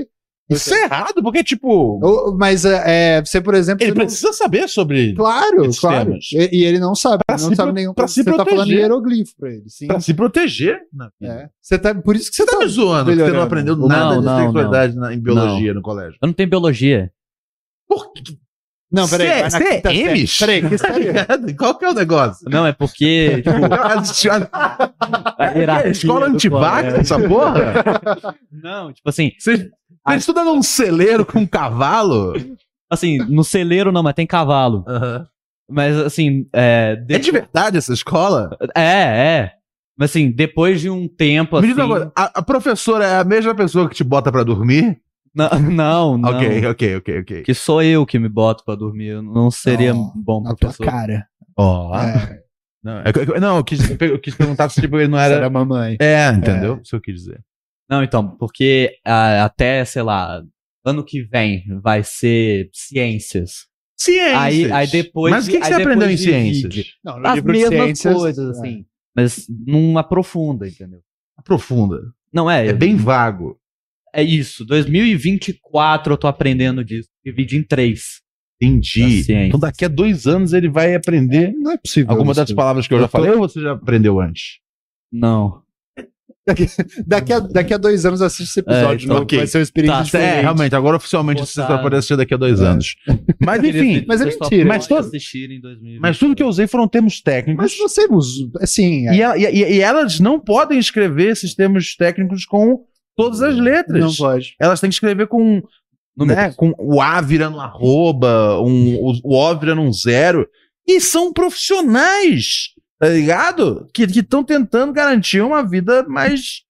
Speaker 1: Isso é errado, porque, tipo,
Speaker 2: Eu- mas é, é, você, por exemplo.
Speaker 1: ele
Speaker 2: você não-
Speaker 1: precisa saber sobre.
Speaker 2: Claro,
Speaker 1: esses
Speaker 2: claro.
Speaker 1: temas.
Speaker 2: E, e ele não sabe.
Speaker 1: Pra
Speaker 2: ele não
Speaker 1: se
Speaker 2: sabe
Speaker 1: pro-
Speaker 2: nenhum.
Speaker 1: pra se
Speaker 2: você tá falando
Speaker 1: proteger.
Speaker 2: hieroglifo pra ele. Sim.
Speaker 1: Pra se proteger. na vida.
Speaker 2: É. Você tá, por isso que
Speaker 1: Você tá me zoando, que você não
Speaker 2: melhorando.
Speaker 1: aprendeu
Speaker 4: Não,
Speaker 1: nada de
Speaker 4: não,
Speaker 1: sexualidade na- em biologia no colégio.
Speaker 4: Eu não tenho biologia.
Speaker 1: Por que?
Speaker 2: Não, peraí.
Speaker 1: Cê-
Speaker 2: vai na
Speaker 1: cê é
Speaker 2: quinta série.
Speaker 1: Amish?
Speaker 2: Peraí, que
Speaker 1: Tá
Speaker 2: série é?
Speaker 1: ligado? Qual que é o negócio?
Speaker 4: Não, é porque, tipo, a
Speaker 1: É
Speaker 4: hierarquia
Speaker 1: escola
Speaker 4: do
Speaker 1: antivaca,
Speaker 4: colégio-
Speaker 1: essa porra?
Speaker 4: Não, tipo assim,
Speaker 1: Você você estuda num celeiro com um cavalo?
Speaker 4: assim, no celeiro não, mas tem cavalo. Mas assim, é. de-
Speaker 1: É de verdade essa escola?
Speaker 4: É, é. Mas assim, depois de um
Speaker 1: Me
Speaker 4: tempo assim.
Speaker 1: diz uma coisa, a, a professora é a mesma pessoa que te bota pra dormir?
Speaker 4: Não, não, não.
Speaker 1: Ok, ok, ok, ok.
Speaker 4: Que sou eu que me boto pra dormir. Eu não seria
Speaker 2: Não,
Speaker 4: bom
Speaker 2: Na tua
Speaker 4: professor.
Speaker 2: cara.
Speaker 1: Ó.
Speaker 2: É,
Speaker 1: Não, é que- É. não, eu quis, eu quis perguntar se tipo, ele não
Speaker 2: essa
Speaker 1: era.
Speaker 2: era a mamãe.
Speaker 1: É, entendeu? Isso eu quis dizer.
Speaker 4: Não, então, porque ah, até, sei lá, ano que vem vai ser ciências.
Speaker 1: Ciências.
Speaker 4: Aí- aí depois
Speaker 1: Mas o que, que
Speaker 4: de-
Speaker 1: você
Speaker 4: aí
Speaker 1: aprendeu em
Speaker 4: depois de
Speaker 1: ciências?
Speaker 4: vídeo.
Speaker 2: Não, no
Speaker 4: As
Speaker 2: livro de
Speaker 4: mesmas
Speaker 2: ciências,
Speaker 4: coisas,
Speaker 2: é.
Speaker 4: assim. Mas não aprofunda, entendeu?
Speaker 1: Aprofunda.
Speaker 4: Não é.
Speaker 1: É bem vago.
Speaker 4: É isso. 2024 eu tô aprendendo disso. Divide em três.
Speaker 1: Entendi.
Speaker 4: Da ciência.
Speaker 1: Então daqui a dois anos ele vai aprender
Speaker 2: Não é possível.
Speaker 1: alguma
Speaker 2: isso.
Speaker 1: das palavras que eu,
Speaker 2: Eu
Speaker 1: já
Speaker 2: tô-
Speaker 1: falei ou você já aprendeu antes?
Speaker 4: Não.
Speaker 2: Daqui a, daqui a dois anos assiste esse
Speaker 4: É,
Speaker 2: episódio.
Speaker 4: então,
Speaker 2: de novo,
Speaker 1: ok.
Speaker 2: Vai ser uma experiência
Speaker 4: Tá,
Speaker 2: diferente.
Speaker 1: É, realmente, agora oficialmente você
Speaker 4: Botaram.
Speaker 1: só pode assistir daqui a dois
Speaker 2: É.
Speaker 1: anos. Mas enfim,
Speaker 2: mas é
Speaker 4: Vocês só
Speaker 2: mentira.
Speaker 4: podem
Speaker 1: Mas todo-
Speaker 4: assistir em 2024.
Speaker 1: mas tudo que eu usei foram termos técnicos.
Speaker 2: Mas você usa. Assim, é,
Speaker 1: E, ela- e- e elas não podem escrever esses termos técnicos com todas as letras.
Speaker 2: não pode.
Speaker 1: Elas têm que escrever com, né, com o A virando um arroba, um, o, o O virando um zero. E são profissionais, tá ligado? Que estão tentando garantir uma vida mais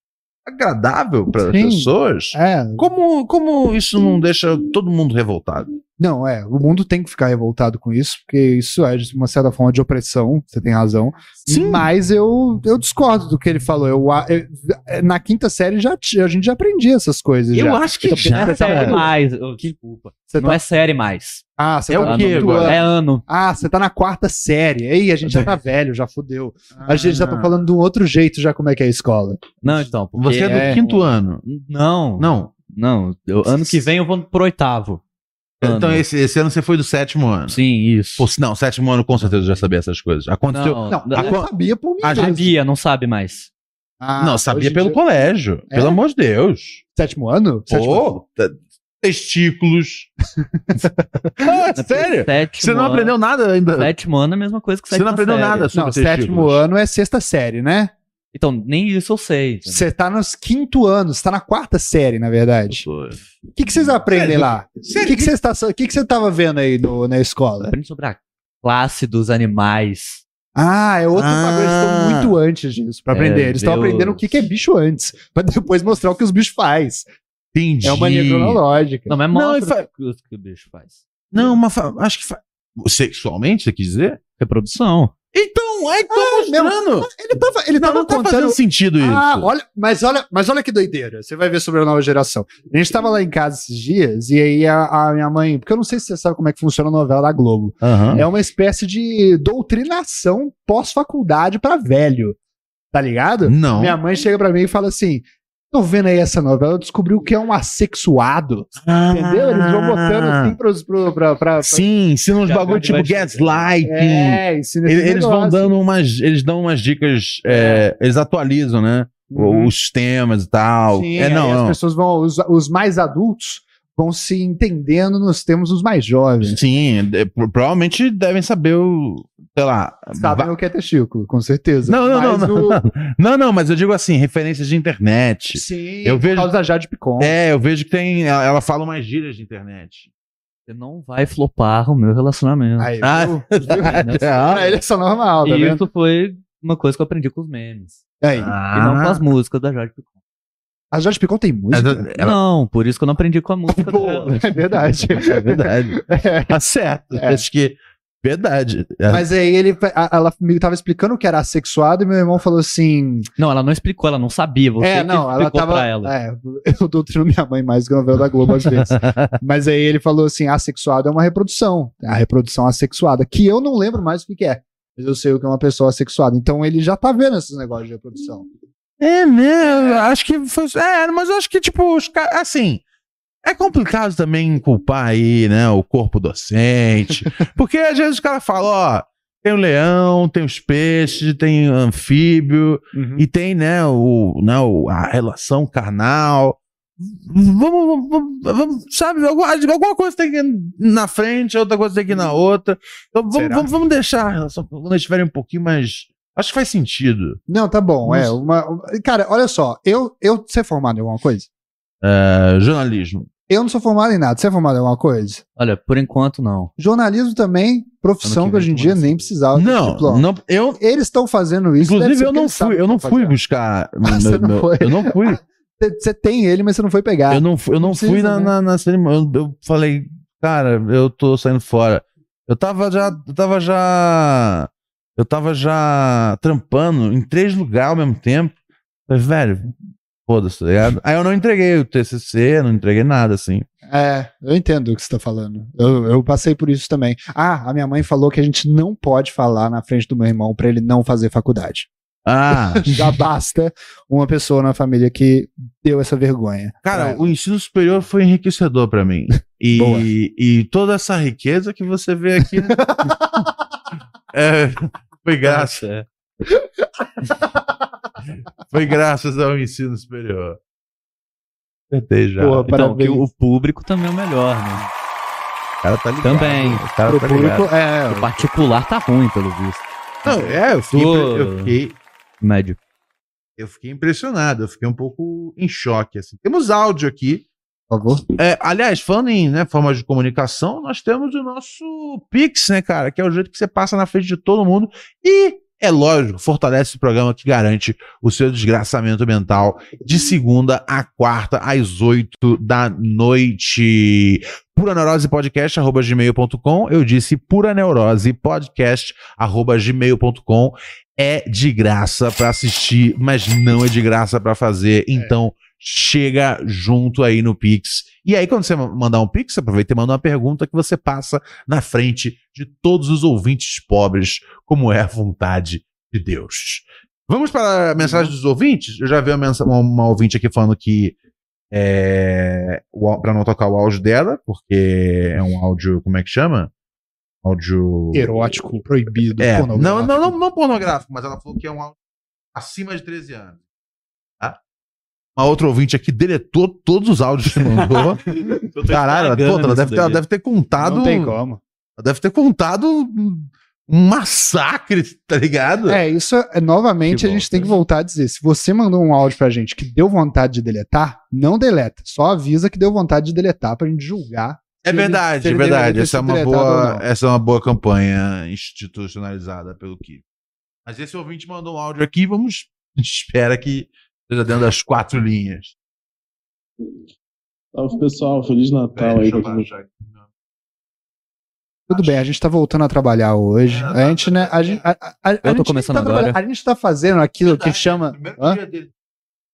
Speaker 1: agradável para as
Speaker 2: Sim.
Speaker 1: pessoas.
Speaker 2: É,
Speaker 1: Como, como isso não deixa todo mundo revoltado?
Speaker 2: Não, é. O mundo tem que ficar revoltado com isso, porque isso é de uma certa forma de opressão, você tem razão. Mas eu, eu discordo do que ele falou. Eu, a- eu- é, na quinta série já, ti- a gente já aprendia essas coisas. já.
Speaker 1: acho que
Speaker 4: Não é série mais. Oh, desculpa.
Speaker 2: Você
Speaker 4: Não
Speaker 2: tá-
Speaker 4: é série mais.
Speaker 2: Ah, você
Speaker 1: É
Speaker 2: tá
Speaker 1: o
Speaker 2: na
Speaker 1: quê
Speaker 2: tua-
Speaker 1: agora?
Speaker 4: É ano.
Speaker 2: Ah, você tá na quarta série. Ei, a gente já tá velho, já fodeu. A gente já tá
Speaker 1: Ah.
Speaker 2: falando de um outro jeito já como é que é a escola.
Speaker 4: Não, então. porque-
Speaker 1: Você é do
Speaker 2: É.
Speaker 1: quinto ano.
Speaker 4: Não.
Speaker 1: Não.
Speaker 4: Não. Eu- ano que vem eu vou pro oitavo. Ano.
Speaker 1: Então esse, esse ano você foi do sétimo ano.
Speaker 4: Sim, isso.
Speaker 1: Pô, se- não, sétimo ano com certeza eu já sabia essas coisas. Aconteceu. Não,
Speaker 2: Não,
Speaker 4: não,
Speaker 2: eu sabia por mim
Speaker 1: a
Speaker 2: mesmo.
Speaker 4: sabia, não sabe mais.
Speaker 2: Ah, hoje
Speaker 1: sabia
Speaker 2: em
Speaker 1: pelo
Speaker 2: dia-
Speaker 1: colégio.
Speaker 2: É?
Speaker 1: Pelo amor de Deus.
Speaker 2: Sétimo ano? Sétimo ano.
Speaker 1: Pô, t- tá testículos. não, é sério.
Speaker 4: Sétimo
Speaker 1: Você não
Speaker 4: ano-
Speaker 1: aprendeu nada ainda.
Speaker 4: Sétimo ano é a mesma coisa que
Speaker 1: Você
Speaker 4: sétimo
Speaker 1: não aprendeu nada sobre
Speaker 2: Não,
Speaker 1: testículos.
Speaker 2: sétimo ano é sexta série, né?
Speaker 4: Então, nem isso eu sei. entendeu?
Speaker 2: Você tá nos quinto anos, você tá na quarta série, na verdade. O que, que vocês aprendem
Speaker 1: Sério?
Speaker 2: lá? O
Speaker 1: Sério?
Speaker 2: que, que, vocês tá- que que você tava vendo aí no- na
Speaker 4: Eu
Speaker 2: escola?
Speaker 4: Aprende sobre a classe dos animais.
Speaker 2: Ah, é outro
Speaker 1: Ah.
Speaker 2: bagulho, eles estão muito antes disso pra
Speaker 4: É,
Speaker 2: aprender. Eles estão
Speaker 4: Deus.
Speaker 2: aprendendo o que, que é bicho antes, pra depois mostrar o que os bichos faz.
Speaker 1: Entendi.
Speaker 2: É uma linha cronológica.
Speaker 4: Não, mas
Speaker 1: Não,
Speaker 4: mostra
Speaker 1: e fa-
Speaker 4: o que o que o bicho faz.
Speaker 1: Não, mas fa- acho que. fa- Sexualmente, você quis dizer?
Speaker 4: Reprodução.
Speaker 1: Então, aí tô mostrando.
Speaker 2: Ele tava,
Speaker 1: Não,
Speaker 2: ele tava
Speaker 1: não tá
Speaker 2: contando.
Speaker 1: fazendo sentido isso.
Speaker 2: Ah, olha, mas olha, mas olha que doideira. Você vai ver sobre a nova geração. A gente tava lá em casa esses dias, e aí a, a minha mãe, porque eu não sei se você sabe como é que funciona a novela da Globo.
Speaker 1: Aham.
Speaker 2: É uma espécie de doutrinação pós-faculdade pra velho. Tá ligado?
Speaker 1: Não.
Speaker 2: Minha mãe chega pra mim e fala assim: tô vendo aí essa novela, eu descobri o que é um assexuado. Entendeu? Eles vão botando assim pros, pro, pra, pra, pra-
Speaker 1: Ah. Sim, se uns
Speaker 4: Já
Speaker 1: bagulho
Speaker 4: grande
Speaker 1: tipo
Speaker 4: vai chegar.
Speaker 1: gaslighting.
Speaker 2: É, esse nesse
Speaker 1: Eles, eles vão
Speaker 2: negócio.
Speaker 1: dando umas. Eles dão umas dicas. é, eles atualizam, né?
Speaker 2: Uhum.
Speaker 1: Os temas e tal.
Speaker 2: Sim,
Speaker 1: é,
Speaker 2: aí
Speaker 1: não,
Speaker 2: as
Speaker 1: não.
Speaker 2: pessoas vão, os, os mais adultos vão se entendendo nos termos dos mais jovens.
Speaker 1: Sim, é, pro- provavelmente devem saber o. Sei lá.
Speaker 2: Sabem
Speaker 1: va-
Speaker 2: o que é testículo, com certeza.
Speaker 1: Não, não,
Speaker 2: Mas
Speaker 1: não,
Speaker 2: o-
Speaker 1: Não, não, mas eu digo assim, referências de internet.
Speaker 2: Sim,
Speaker 1: Eu vejo-
Speaker 2: por causa da Jade Picon.
Speaker 1: É, eu vejo que tem. Ela ela fala umas gírias de internet.
Speaker 4: Você não vai flopar o meu relacionamento.
Speaker 2: Aí,
Speaker 1: Ah,
Speaker 2: viu? Pra
Speaker 1: Ah,
Speaker 2: ele é só normal, tá
Speaker 4: e
Speaker 2: vendo?
Speaker 4: isso foi uma coisa que eu aprendi com os memes.
Speaker 2: Aí.
Speaker 1: Ah,
Speaker 4: E não com as músicas da Jorge Picon.
Speaker 2: A Jade Picon tem música?
Speaker 1: Ela-
Speaker 4: Não, por isso que eu não aprendi com a música dela.
Speaker 2: é verdade.
Speaker 1: É verdade. Tá certo.
Speaker 2: É.
Speaker 1: Acho que. Verdade. É.
Speaker 2: Mas aí ele, a- ela me tava explicando que era assexuado e meu irmão falou assim...
Speaker 4: Não, ela não explicou, ela não sabia. Você
Speaker 2: é,
Speaker 4: que
Speaker 2: não, ela
Speaker 4: explicou
Speaker 2: tava...
Speaker 4: pra ela.
Speaker 2: É, eu doutrino minha mãe mais que novela da Globo às vezes. Mas aí ele falou assim, assexuado é uma reprodução. A reprodução assexuada, que eu não lembro mais o que que é. Mas eu sei o que é uma pessoa assexuada. Então ele já tá vendo esses negócios de reprodução.
Speaker 1: É, né? Eu Acho que foi. É, mas eu acho que, tipo, os caras. Assim. É complicado também culpar aí, né? O corpo docente. Porque às vezes o cara fala, ó. Tem o leão, tem os peixes, tem o anfíbio
Speaker 2: Uhum.
Speaker 1: e tem, né, o, né, o- a relação carnal. Vamos, vamos, vamos- sabe, alguma, alguma coisa tem que ir na frente, outra coisa tem que ir na outra. Então vamos,
Speaker 2: Será?
Speaker 1: vamos, vamos deixar a relação quando eles estiverem um pouquinho mais. Acho que faz sentido.
Speaker 2: Não, tá bom. É,
Speaker 1: Nossa.
Speaker 2: uma, uma- cara, olha só. Eu, eu, você é formado em alguma coisa?
Speaker 1: É, jornalismo.
Speaker 2: Eu não sou formado em nada. Você é formado em alguma coisa?
Speaker 4: Olha, por enquanto não.
Speaker 2: Jornalismo também, profissão que,
Speaker 4: Ano que
Speaker 2: hoje em
Speaker 4: vem
Speaker 2: dia
Speaker 4: começa.
Speaker 2: nem precisava de
Speaker 1: Não,
Speaker 2: diploma.
Speaker 1: não, eu,
Speaker 2: Eles estão fazendo isso. deve
Speaker 1: inclusive
Speaker 2: ser
Speaker 1: eu
Speaker 2: porque
Speaker 1: não
Speaker 2: eles
Speaker 1: fui,
Speaker 2: sabem
Speaker 1: eu não
Speaker 2: fazer. Ah,
Speaker 1: fui buscar.
Speaker 2: Você não foi.
Speaker 1: Eu não fui.
Speaker 2: Você- Você tem ele, mas você não foi pegar.
Speaker 1: Eu não, fu- eu não
Speaker 2: Ah, precisa,
Speaker 1: fui na,
Speaker 2: né?
Speaker 1: na, na cerimônia. Eu, eu falei, cara, eu tô saindo fora. Eu tava já. Eu tava já. Eu tava já trampando em três lugares ao mesmo tempo. Falei, velho, Foda-se, tá ligado? Aí eu não entreguei o TCC, não entreguei nada, assim.
Speaker 2: É, eu entendo o que você tá falando. Eu, eu passei por isso também. Ah, a minha mãe falou que a gente não pode falar na frente do meu irmão pra ele não fazer faculdade.
Speaker 1: Ah,
Speaker 2: Já basta uma pessoa na família que deu essa vergonha.
Speaker 1: cara,
Speaker 2: É.
Speaker 1: o ensino superior foi enriquecedor pra mim. E,
Speaker 2: Boa.
Speaker 1: e toda essa riqueza que você vê aqui. é, foi graça.
Speaker 4: Nossa.
Speaker 1: Foi graças ao ensino superior. Acertei já.
Speaker 2: Porra,
Speaker 4: Então, que
Speaker 2: parabéns.
Speaker 4: o público também é o melhor, né?
Speaker 1: o cara tá ligado.
Speaker 4: Também.
Speaker 1: O cara
Speaker 2: Pro
Speaker 1: tá
Speaker 2: público,
Speaker 1: ligado.
Speaker 2: é,
Speaker 4: O particular tá ruim, pelo visto.
Speaker 1: Não, é, eu fiquei,
Speaker 4: Tô-
Speaker 1: eu, fiquei,
Speaker 4: Médio.
Speaker 1: eu fiquei impressionado, eu fiquei um pouco em choque. Assim. Temos áudio aqui.
Speaker 2: por favor.
Speaker 1: É, aliás, falando em né, formas de comunicação, nós temos o nosso Pix, né, cara? Que é o jeito que você passa na frente de todo mundo. E, é lógico, fortalece o programa que garante o seu desgraçamento mental de segunda a quarta, às oito da noite. Pura Neurose Podcast, arroba gmail.com. Eu disse Pura Neurose Podcast, arroba gmail.com. É de graça pra assistir, mas não é de graça pra fazer. Então, chega junto aí no Pix. E aí, quando você mandar um Pix, você aproveita e manda uma pergunta que você passa na frente de todos os ouvintes pobres, como é a vontade de Deus. Vamos para a
Speaker 2: Uhum.
Speaker 1: mensagem dos ouvintes? Eu já vi uma, mensa- uma- uma ouvinte aqui falando que é, para não tocar o áudio dela, porque é um áudio, como é que chama? Áudio.
Speaker 2: Erótico, proibido,
Speaker 1: É, não,
Speaker 2: pornográfico.
Speaker 1: não, não, não pornográfico, mas ela falou que é um áudio acima de 13 anos. Tá? Uma outra ouvinte aqui deletou todos os áudios que mandou. Caralho, ela, puta, ela deve, ter, ela deve ter contado.
Speaker 2: Não tem como.
Speaker 1: Ela deve ter contado um um massacre, tá ligado?
Speaker 2: É, isso é, novamente
Speaker 4: Que
Speaker 2: a gente
Speaker 4: volta.
Speaker 2: tem que voltar a dizer. Se você mandou um áudio pra gente que deu vontade de deletar, não deleta. Só avisa que deu vontade de deletar pra gente julgar.
Speaker 1: É
Speaker 2: se
Speaker 1: verdade,
Speaker 2: ele-
Speaker 1: é
Speaker 2: se ele
Speaker 1: verdade.
Speaker 2: deveria ter
Speaker 1: Essa é,
Speaker 2: sido
Speaker 1: uma
Speaker 2: deletado
Speaker 1: boa,
Speaker 2: ou não.
Speaker 1: essa é uma boa campanha institucionalizada pelo Ki. Mas esse ouvinte mandou um áudio aqui, vamos. Espera que seja dentro das quatro linhas.
Speaker 3: Salve pessoal, Feliz Natal aí
Speaker 1: Deixa eu
Speaker 3: pra quem
Speaker 1: baixar aqui.
Speaker 2: Tudo bem, a gente tá voltando a trabalhar hoje.
Speaker 1: É,
Speaker 2: A gente, né? A gente, a, a- a- a
Speaker 4: tô
Speaker 2: gente
Speaker 4: começando
Speaker 2: tá trabalhando-
Speaker 4: agora.
Speaker 2: A gente tá fazendo aquilo que
Speaker 1: Verdade,
Speaker 2: chama.
Speaker 1: Primeiro
Speaker 2: Hã?
Speaker 1: dia dele.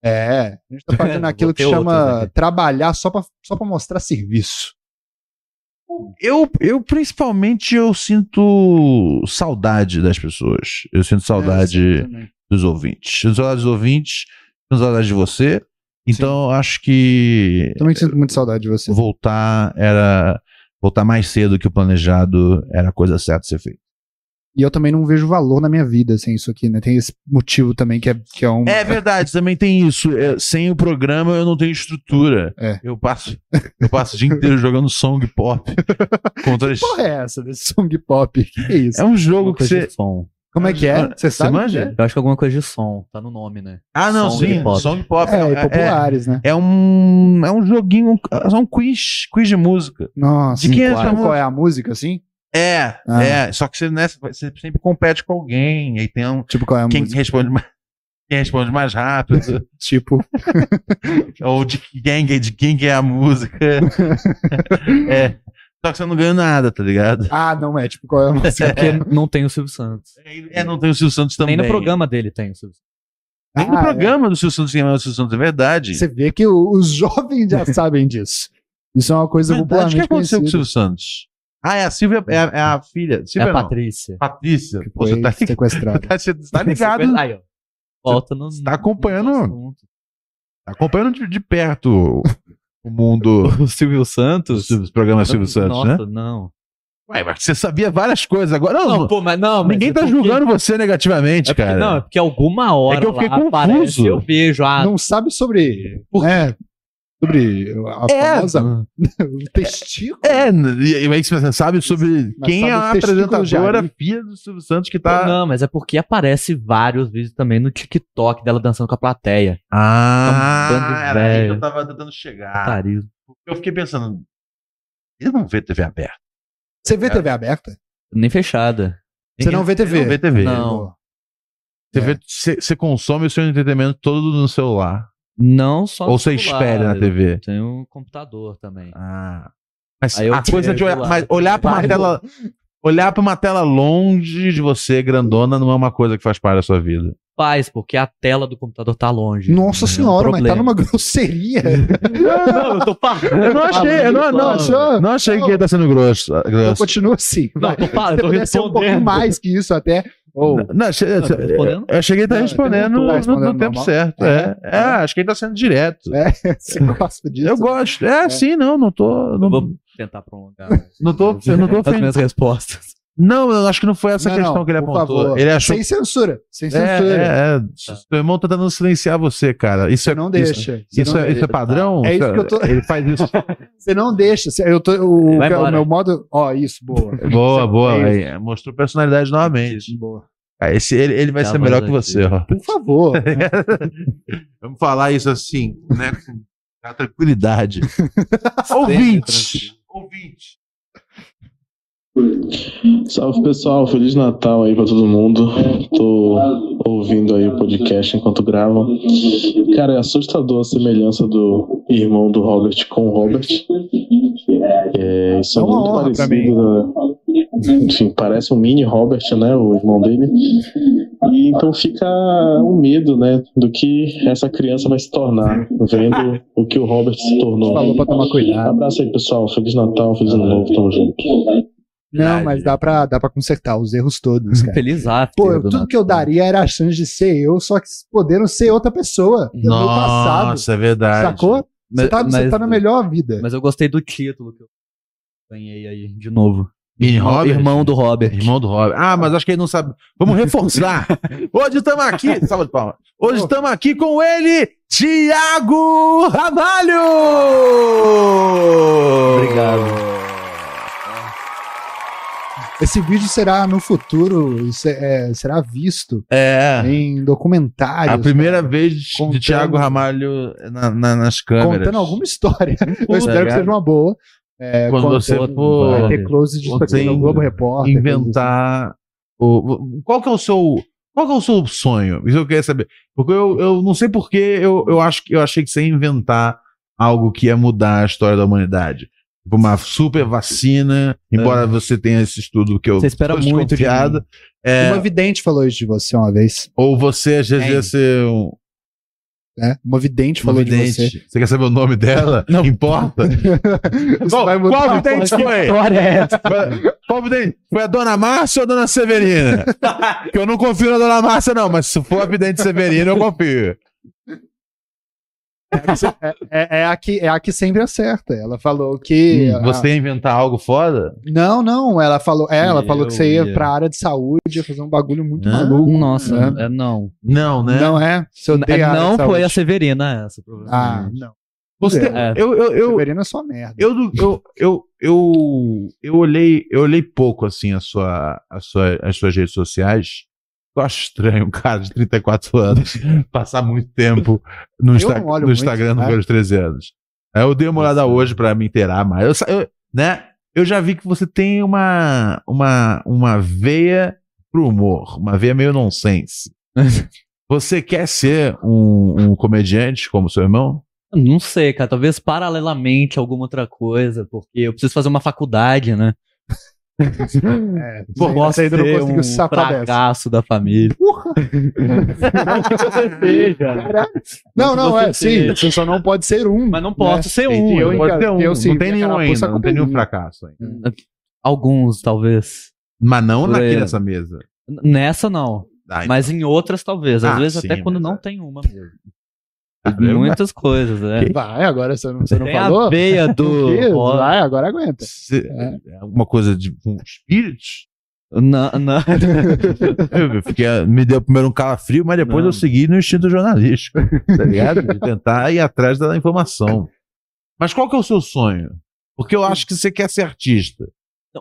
Speaker 2: É, a gente tá fazendo
Speaker 4: Vou
Speaker 2: aquilo que
Speaker 4: ter outros
Speaker 2: chama
Speaker 4: aqui.
Speaker 2: trabalhar só pra, só pra mostrar serviço.
Speaker 1: Eu, eu principalmente eu sinto saudade das pessoas. Eu
Speaker 2: É,
Speaker 1: sinto saudade dos ouvintes. Sinto saudade dos ouvintes, sinto saudade de você. Então acho que
Speaker 2: Eu também sinto muito saudade de você.
Speaker 1: voltar era voltar mais cedo que o planejado era a coisa certa de ser feita.
Speaker 2: E eu também não vejo valor na minha vida sem isso aqui, né? Tem esse motivo também que é, que é um.
Speaker 1: É verdade, também tem isso. É, sem o programa eu não tenho estrutura.
Speaker 2: É.
Speaker 1: Eu passo eu passo o dia inteiro jogando song pop contra
Speaker 2: Porra, é essa desse song pop? Que isso?
Speaker 1: É um jogo que
Speaker 4: coisa
Speaker 1: você
Speaker 4: de som.
Speaker 2: Como é que é? Você
Speaker 1: você
Speaker 2: sabe?
Speaker 1: manja?
Speaker 4: Eu acho que alguma coisa de som. Tá no nome, né?
Speaker 1: Ah, não,
Speaker 4: Song
Speaker 1: sim,
Speaker 4: pop.
Speaker 1: song pop.
Speaker 2: É, e populares, né?
Speaker 1: É um, é um joguinho, é um quiz, quiz de música.
Speaker 2: Nossa.
Speaker 1: De quem é
Speaker 2: Sabe
Speaker 1: essa
Speaker 2: qual
Speaker 1: música?
Speaker 2: é a música, assim?
Speaker 1: É,
Speaker 2: Ah.
Speaker 1: é. Só que você, nessa, você sempre compete com alguém. Aí tem um,
Speaker 2: Tipo, qual é a
Speaker 1: quem
Speaker 2: música?
Speaker 1: responde mais, quem responde mais rápido,
Speaker 2: Tipo,
Speaker 1: ou de quem, de quem que é a música. é. Só que você não ganha nada, tá ligado?
Speaker 2: ah, não é. Tipo, qual é a música?
Speaker 4: É porque não tem o Silvio Santos.
Speaker 1: É, não tem o Silvio Santos também.
Speaker 4: Nem no programa dele tem o Silvio Santos.
Speaker 1: Nem no
Speaker 2: Ah, é.
Speaker 1: programa do Silvio Santos, quem é o Silvio Santos, é verdade.
Speaker 2: Você vê que o- os jovens já sabem disso. Isso é uma coisa
Speaker 1: verdade. O que
Speaker 2: popularmente
Speaker 1: aconteceu com o
Speaker 2: conhecida.
Speaker 1: Silvio Santos? Ah, é a Silvia, é a, é a filha.
Speaker 4: É
Speaker 1: Silvia
Speaker 4: a
Speaker 1: não.
Speaker 4: Patrícia.
Speaker 1: Patrícia. Pô, você
Speaker 2: Foi
Speaker 1: tá,
Speaker 2: sequestrado.
Speaker 1: tá- você
Speaker 4: é
Speaker 1: tá ligado
Speaker 4: Aí, ó. Volta no.
Speaker 1: tá acompanhando?
Speaker 4: no assunto.
Speaker 1: acompanhando de, de perto o- o mundo
Speaker 4: O Silvio
Speaker 1: dos
Speaker 4: Santos?
Speaker 1: Silvio- programas Silvio Santos, né?
Speaker 4: Nossa, não.
Speaker 1: Ué, mas você sabia várias coisas agora. Não,
Speaker 4: Não, pô, mas não. mas
Speaker 1: ninguém
Speaker 4: é
Speaker 1: tá
Speaker 4: porque-
Speaker 1: julgando você negativamente,
Speaker 4: É porque,
Speaker 1: cara.
Speaker 4: não, é porque alguma hora
Speaker 1: É que eu fiquei
Speaker 4: lá
Speaker 1: confuso.
Speaker 4: aparece, eu vejo. Ah,
Speaker 2: Não sabe sobre.
Speaker 1: Por-
Speaker 2: É, sobre a
Speaker 1: É.
Speaker 2: famosa. O testículo.
Speaker 1: É, e, e aí você sabe sobre
Speaker 2: Mas
Speaker 1: quem
Speaker 2: sabe
Speaker 1: é a
Speaker 2: os testículos de
Speaker 1: apresentadora
Speaker 2: Ari.
Speaker 1: filha do Silvio Santos que tá.
Speaker 4: Não, mas é porque aparece vários vídeos também no TikTok dela dançando com a plateia.
Speaker 1: Ah,
Speaker 4: Tá um bando de velho. Tá.
Speaker 1: tava tentando chegar.
Speaker 4: Pariu.
Speaker 1: Eu fiquei pensando. Ele não vê TV aberta.
Speaker 2: Você vê TV aberta?
Speaker 4: Nem fechada.
Speaker 2: Você não vê TV?
Speaker 1: É. Não vê TV.
Speaker 4: Não.
Speaker 1: Você, vê- você- você consome o seu entretenimento todo no celular.
Speaker 4: Não só no
Speaker 1: ou você
Speaker 4: celular,
Speaker 1: espera na
Speaker 4: eu
Speaker 1: TV.
Speaker 4: Tenho um computador também.
Speaker 1: Ah. Mas
Speaker 4: Aí eu
Speaker 1: a coisa de
Speaker 4: pego
Speaker 1: olhar,
Speaker 4: lá.
Speaker 1: mas olhar pra uma
Speaker 4: Vai,
Speaker 1: tela. Olhar pra uma tela longe de você, grandona, não é uma coisa que faz parte da sua vida.
Speaker 4: pais, porque a tela do computador tá longe.
Speaker 2: Nossa
Speaker 4: É um
Speaker 2: senhora, mas tá
Speaker 4: problema.
Speaker 2: numa grosseria.
Speaker 4: Não, eu tô falando.
Speaker 1: Eu não achei, eu não, não,
Speaker 4: Não,
Speaker 2: Achou?
Speaker 1: não achei que ele tá sendo grosso.
Speaker 2: Então
Speaker 1: grosso.
Speaker 2: continua assim.
Speaker 4: não
Speaker 2: vai.
Speaker 4: tô falando,
Speaker 2: Se
Speaker 4: eu tô
Speaker 2: pudesse ser um pouco
Speaker 4: respondendo.
Speaker 2: mais que isso até. Ou,
Speaker 1: Não, che-
Speaker 4: tá respondendo?
Speaker 1: eu cheguei a tá
Speaker 2: Não,
Speaker 1: respondendo
Speaker 2: perguntou.
Speaker 1: no,
Speaker 2: Tá respondendo
Speaker 1: no tempo
Speaker 2: normal.
Speaker 1: certo. É, É, acho que ele tá sendo direto.
Speaker 2: É, se eu passo disso.
Speaker 1: Eu gosto. É, sim, não, não tô.
Speaker 4: Eu
Speaker 1: Não,
Speaker 4: vou tentar prolongar. né?
Speaker 1: não tô, eu não tô
Speaker 4: as
Speaker 1: ofendendo.
Speaker 4: minhas respostas.
Speaker 1: Não, eu acho que não foi essa
Speaker 2: Não,
Speaker 1: questão
Speaker 2: não,
Speaker 1: que ele
Speaker 2: por
Speaker 1: apontou.
Speaker 2: favor.
Speaker 1: Ele achou.
Speaker 2: Sem censura. Sem
Speaker 1: É,
Speaker 2: censura.
Speaker 1: é, é. Seu irmão tá tentando silenciar você, cara. Isso é.
Speaker 2: Não
Speaker 1: Isso,
Speaker 2: deixa. Você
Speaker 1: isso
Speaker 2: não
Speaker 1: é,
Speaker 2: deixa.
Speaker 1: isso é padrão?
Speaker 2: É isso que eu tô-
Speaker 1: Ele faz isso.
Speaker 2: Você não deixa. Você- Eu tô, o,
Speaker 4: Vai
Speaker 2: o
Speaker 4: embora.
Speaker 2: meu modo. Ó, isso, boa.
Speaker 1: boa, boa.
Speaker 2: É
Speaker 1: aí, é, mostrou personalidade novamente.
Speaker 2: boa.
Speaker 1: Ah, esse, ele, ele vai
Speaker 4: Tá
Speaker 1: ser melhor
Speaker 4: bom,
Speaker 1: que você, ó.
Speaker 2: Por favor.
Speaker 1: Vamos falar isso assim, né? Com a tranquilidade. ouvinte! Ouvinte!
Speaker 3: Salve pessoal, Feliz Natal aí pra todo mundo. Tô ouvindo aí o podcast enquanto gravo. Cara, é assustador a semelhança do irmão do Robert com o Robert. É, isso é,
Speaker 2: É uma
Speaker 3: muito
Speaker 2: honra pra
Speaker 3: parecido. né? Enfim, parece um mini Robert, né? O irmão dele. E então fica o medo, né? Do que essa criança vai se tornar, vendo o que o Robert se tornou.
Speaker 2: Falou pra tomar cuidado.
Speaker 3: Abraço aí, pessoal. Feliz Natal, feliz ano novo, tamo junto.
Speaker 2: Não, mas dá pra, dá pra consertar os erros todos, cara.
Speaker 4: Feliz ah, after.
Speaker 2: Pô, eu-
Speaker 4: do
Speaker 2: tudo que eu
Speaker 4: Natal.
Speaker 2: daria era a chance de ser eu, só que poderam ser outra pessoa do meu passado.
Speaker 1: Nossa, é verdade.
Speaker 2: Sacou? Você tá, você tá na melhor vida.
Speaker 4: Mas eu gostei do título que eu ganhei aí, de novo.
Speaker 1: Mini Robert?
Speaker 4: Irmão do Robert.
Speaker 1: Irmão do Robert. Ah, mas acho que ele não sabe. Vamos reforçar. Hoje estamos aqui. Salva de palmas. Hoje estamos aqui com ele, Tiago Ramalho!
Speaker 2: Esse vídeo será no futuro, se- é, será visto
Speaker 1: É.
Speaker 2: em documentários. né?
Speaker 1: A primeira
Speaker 2: cara,
Speaker 1: vez de
Speaker 2: Contando-
Speaker 1: Tiago Ramalho na- na- nas câmeras.
Speaker 2: Contando alguma história. Eu
Speaker 1: Puta,
Speaker 2: espero que
Speaker 1: cara.
Speaker 2: seja uma boa. É,
Speaker 1: Quando
Speaker 2: conta-
Speaker 1: você
Speaker 2: Vai
Speaker 1: for
Speaker 2: ter close de
Speaker 1: Você
Speaker 2: espectador no Globo
Speaker 4: é assim.
Speaker 2: Repórter.
Speaker 1: inventar. O, qual que é o seu. Qual que é o seu sonho? Isso eu queria saber. Porque eu, eu não sei porque eu, eu, acho, que- eu achei que você ia inventar algo que ia mudar a história da humanidade. Tipo, uma super vacina, embora você tenha esse estudo que eu
Speaker 4: É. Você espera
Speaker 1: tô
Speaker 4: muito de
Speaker 1: desconfiado.
Speaker 4: mim.
Speaker 1: É,
Speaker 2: Uma vidente falou isso de você uma vez.
Speaker 1: ou você às vezes
Speaker 4: Quem?
Speaker 1: ia ser um
Speaker 2: Né? Uma vidente falou de você.
Speaker 1: vidente. Você quer saber o nome dela? Não importa.
Speaker 2: Isso
Speaker 1: Qual-
Speaker 2: vai mudar
Speaker 1: qual
Speaker 2: a
Speaker 1: vidente
Speaker 2: porra
Speaker 1: foi?
Speaker 2: que história é essa?
Speaker 1: Foi- Qual vidente? Foi a dona Márcia ou a dona Severina? que eu não confio na dona Márcia, não, mas se for a vidente Severina, eu confio.
Speaker 2: É, é a que, é a que sempre acerta. Ela falou que.
Speaker 1: Hum, Você ia inventar algo foda?
Speaker 2: Não, não. Ela falou, é, ela
Speaker 4: Eu
Speaker 2: falou que você ia
Speaker 4: ia.
Speaker 2: pra área de saúde, ia fazer um bagulho muito
Speaker 1: Hã?
Speaker 2: maluco.
Speaker 4: Nossa,
Speaker 2: né?
Speaker 4: é não.
Speaker 1: Não, né?
Speaker 2: Não é? Se eu dei
Speaker 4: É,
Speaker 2: a área
Speaker 4: não
Speaker 2: de
Speaker 4: foi a
Speaker 2: saúde.
Speaker 4: Severina essa,
Speaker 2: Ah,
Speaker 4: provavelmente.
Speaker 2: não.
Speaker 1: Você,
Speaker 4: É.
Speaker 1: eu, eu, eu,
Speaker 2: Severino é só merda.
Speaker 1: eu, eu, eu, eu, eu, eu olhei, eu olhei pouco assim a sua, a sua, as suas redes sociais. Eu acho estranho um cara de 34 anos passar muito tempo no, Insta-
Speaker 2: não olho
Speaker 1: no
Speaker 2: muito,
Speaker 1: Instagram nos
Speaker 2: né?
Speaker 1: meus 13 anos. Aí eu dei uma olhada hoje pra me inteirar mais. Eu, sa- eu, né, eu já vi que você tem uma, uma, uma veia pro humor, uma veia meio nonsense. Você quer ser um, um comediante como seu irmão?
Speaker 4: Não sei, cara. Talvez paralelamente a alguma outra coisa, porque eu preciso fazer uma faculdade, né?
Speaker 2: É,
Speaker 4: Pô,
Speaker 2: essa
Speaker 4: posso
Speaker 2: ainda não
Speaker 4: ser
Speaker 2: conseguiu
Speaker 4: um
Speaker 2: safar dessa.
Speaker 4: fracasso da família.
Speaker 2: Porra! Não, não, é, sim. Você só não pode ser um.
Speaker 4: Mas não posso ser um.
Speaker 2: Entendi, eu
Speaker 4: né?
Speaker 1: Pode
Speaker 2: enca-
Speaker 1: ter um,
Speaker 2: eu sim,
Speaker 1: não tem
Speaker 2: minha
Speaker 1: nenhum
Speaker 2: carapuça
Speaker 1: ainda, não
Speaker 2: com
Speaker 1: tem nenhum
Speaker 2: menino.
Speaker 1: fracasso ainda.
Speaker 4: Alguns, talvez.
Speaker 1: Mas não
Speaker 4: Por
Speaker 1: aqui
Speaker 4: aí.
Speaker 1: nessa mesa.
Speaker 4: N- Nessa não.
Speaker 1: Ah,
Speaker 4: Mas em outras, talvez. Às
Speaker 1: Ah,
Speaker 4: vezes
Speaker 1: sim,
Speaker 4: até quando
Speaker 1: mas
Speaker 4: não
Speaker 1: é.
Speaker 4: tem uma.
Speaker 1: então,
Speaker 4: Muitas coisas, né?
Speaker 2: Vai, agora você não, você não
Speaker 4: Tem
Speaker 2: falou?
Speaker 4: a veia
Speaker 2: O
Speaker 4: do.
Speaker 2: quê?
Speaker 4: Ó,
Speaker 2: Vai, agora aguenta.
Speaker 1: se- é alguma coisa de um espírito?
Speaker 4: na- na-
Speaker 1: Eu eu fiquei, me deu primeiro um calafrio, mas depois
Speaker 4: Não.
Speaker 1: eu segui no instinto jornalístico, tá ligado? De tentar ir atrás da informação. Mas qual que é o seu sonho? Porque eu acho que você quer ser artista.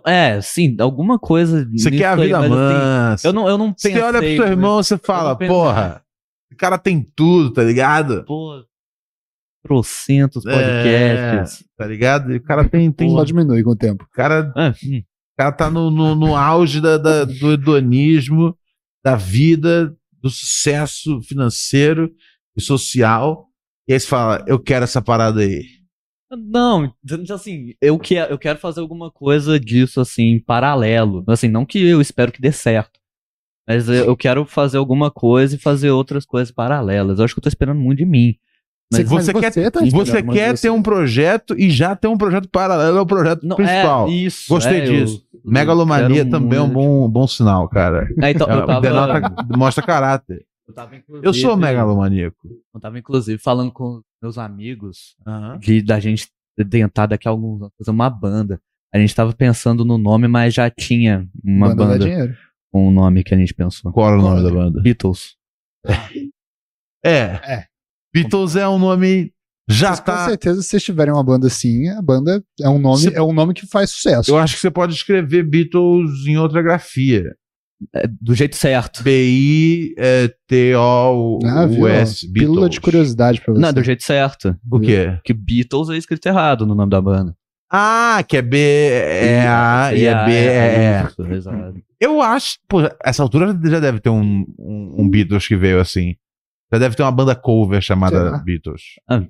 Speaker 4: É, sim, alguma coisa.
Speaker 1: Você
Speaker 4: nisso
Speaker 1: quer a
Speaker 4: aí,
Speaker 1: vida
Speaker 4: mas, assim,
Speaker 1: mansa.
Speaker 4: eu não, eu não
Speaker 1: você
Speaker 4: pensei.
Speaker 1: olha pro seu
Speaker 4: né?
Speaker 1: irmão e você fala,
Speaker 4: pensei.
Speaker 1: porra, o cara tem tudo, tá ligado?
Speaker 4: Pô, trocentos
Speaker 1: É.
Speaker 4: podcasts.
Speaker 1: Tá ligado? E o cara tem, tem
Speaker 2: Só diminui com o tempo.
Speaker 1: O cara,
Speaker 4: Ah, hum.
Speaker 1: o cara tá no, no, no auge da, da- do hedonismo, da vida, do sucesso financeiro e social. E aí você fala, eu quero essa parada aí.
Speaker 4: Não, então, assim, eu quero, eu quero fazer alguma coisa disso, assim, em paralelo. Assim, não que eu espero que dê certo. Mas eu, eu quero fazer alguma coisa e fazer outras coisas paralelas. Eu acho que eu tô esperando muito de mim. Mas
Speaker 1: Você
Speaker 2: mas
Speaker 1: quer-
Speaker 2: tá
Speaker 1: E
Speaker 2: esperando,
Speaker 1: Você
Speaker 2: mas
Speaker 1: quer
Speaker 2: você-
Speaker 1: ter um projeto e já ter um projeto paralelo ao projeto
Speaker 4: Não,
Speaker 1: principal.
Speaker 4: É, isso.
Speaker 1: Gostei
Speaker 4: é, eu-
Speaker 1: disso.
Speaker 4: eu
Speaker 1: Megalomania
Speaker 4: quero
Speaker 1: também é um
Speaker 4: muito.
Speaker 1: bom, bom sinal, cara.
Speaker 4: É, então, eu tava,
Speaker 1: Denota- tá, mostra caráter.
Speaker 4: eu tava,
Speaker 1: Eu sou
Speaker 4: inclusive-
Speaker 1: megalomaníaco.
Speaker 4: Eu tava, inclusive, falando com meus amigos de, da gente tentar daqui a alguns anos fazer uma banda. A gente tava pensando no nome, mas já tinha uma
Speaker 2: Banda dá
Speaker 4: banda
Speaker 2: dinheiro.
Speaker 4: com o nome que a gente pensou.
Speaker 1: Qual era o nome da banda?
Speaker 4: Beatles.
Speaker 1: É.
Speaker 2: É.
Speaker 1: Beatles é um nome. Já
Speaker 2: Mas Com
Speaker 1: tá.
Speaker 2: certeza, se vocês tiverem uma banda assim, a banda é um nome,
Speaker 1: Se-
Speaker 2: é um nome que faz sucesso.
Speaker 1: Eu acho que você pode escrever Beatles em outra grafia.
Speaker 4: É, do jeito
Speaker 1: Tá.
Speaker 4: certo.
Speaker 2: Ah, viu?
Speaker 1: B-I-T-O-U-S.
Speaker 2: Pílula de
Speaker 1: Beatles.
Speaker 2: curiosidade pra você.
Speaker 4: Não, do jeito certo.
Speaker 1: O quê?
Speaker 4: Porque Beatles é escrito errado no nome da banda.
Speaker 1: Ah, que é B, é A e é B, é E.
Speaker 4: isso, exato.
Speaker 1: Eu acho, pô, essa altura já deve ter um, um, um Beatles que veio assim. Já deve ter uma banda cover chamada
Speaker 2: Será?
Speaker 1: Beatles.
Speaker 4: Ah,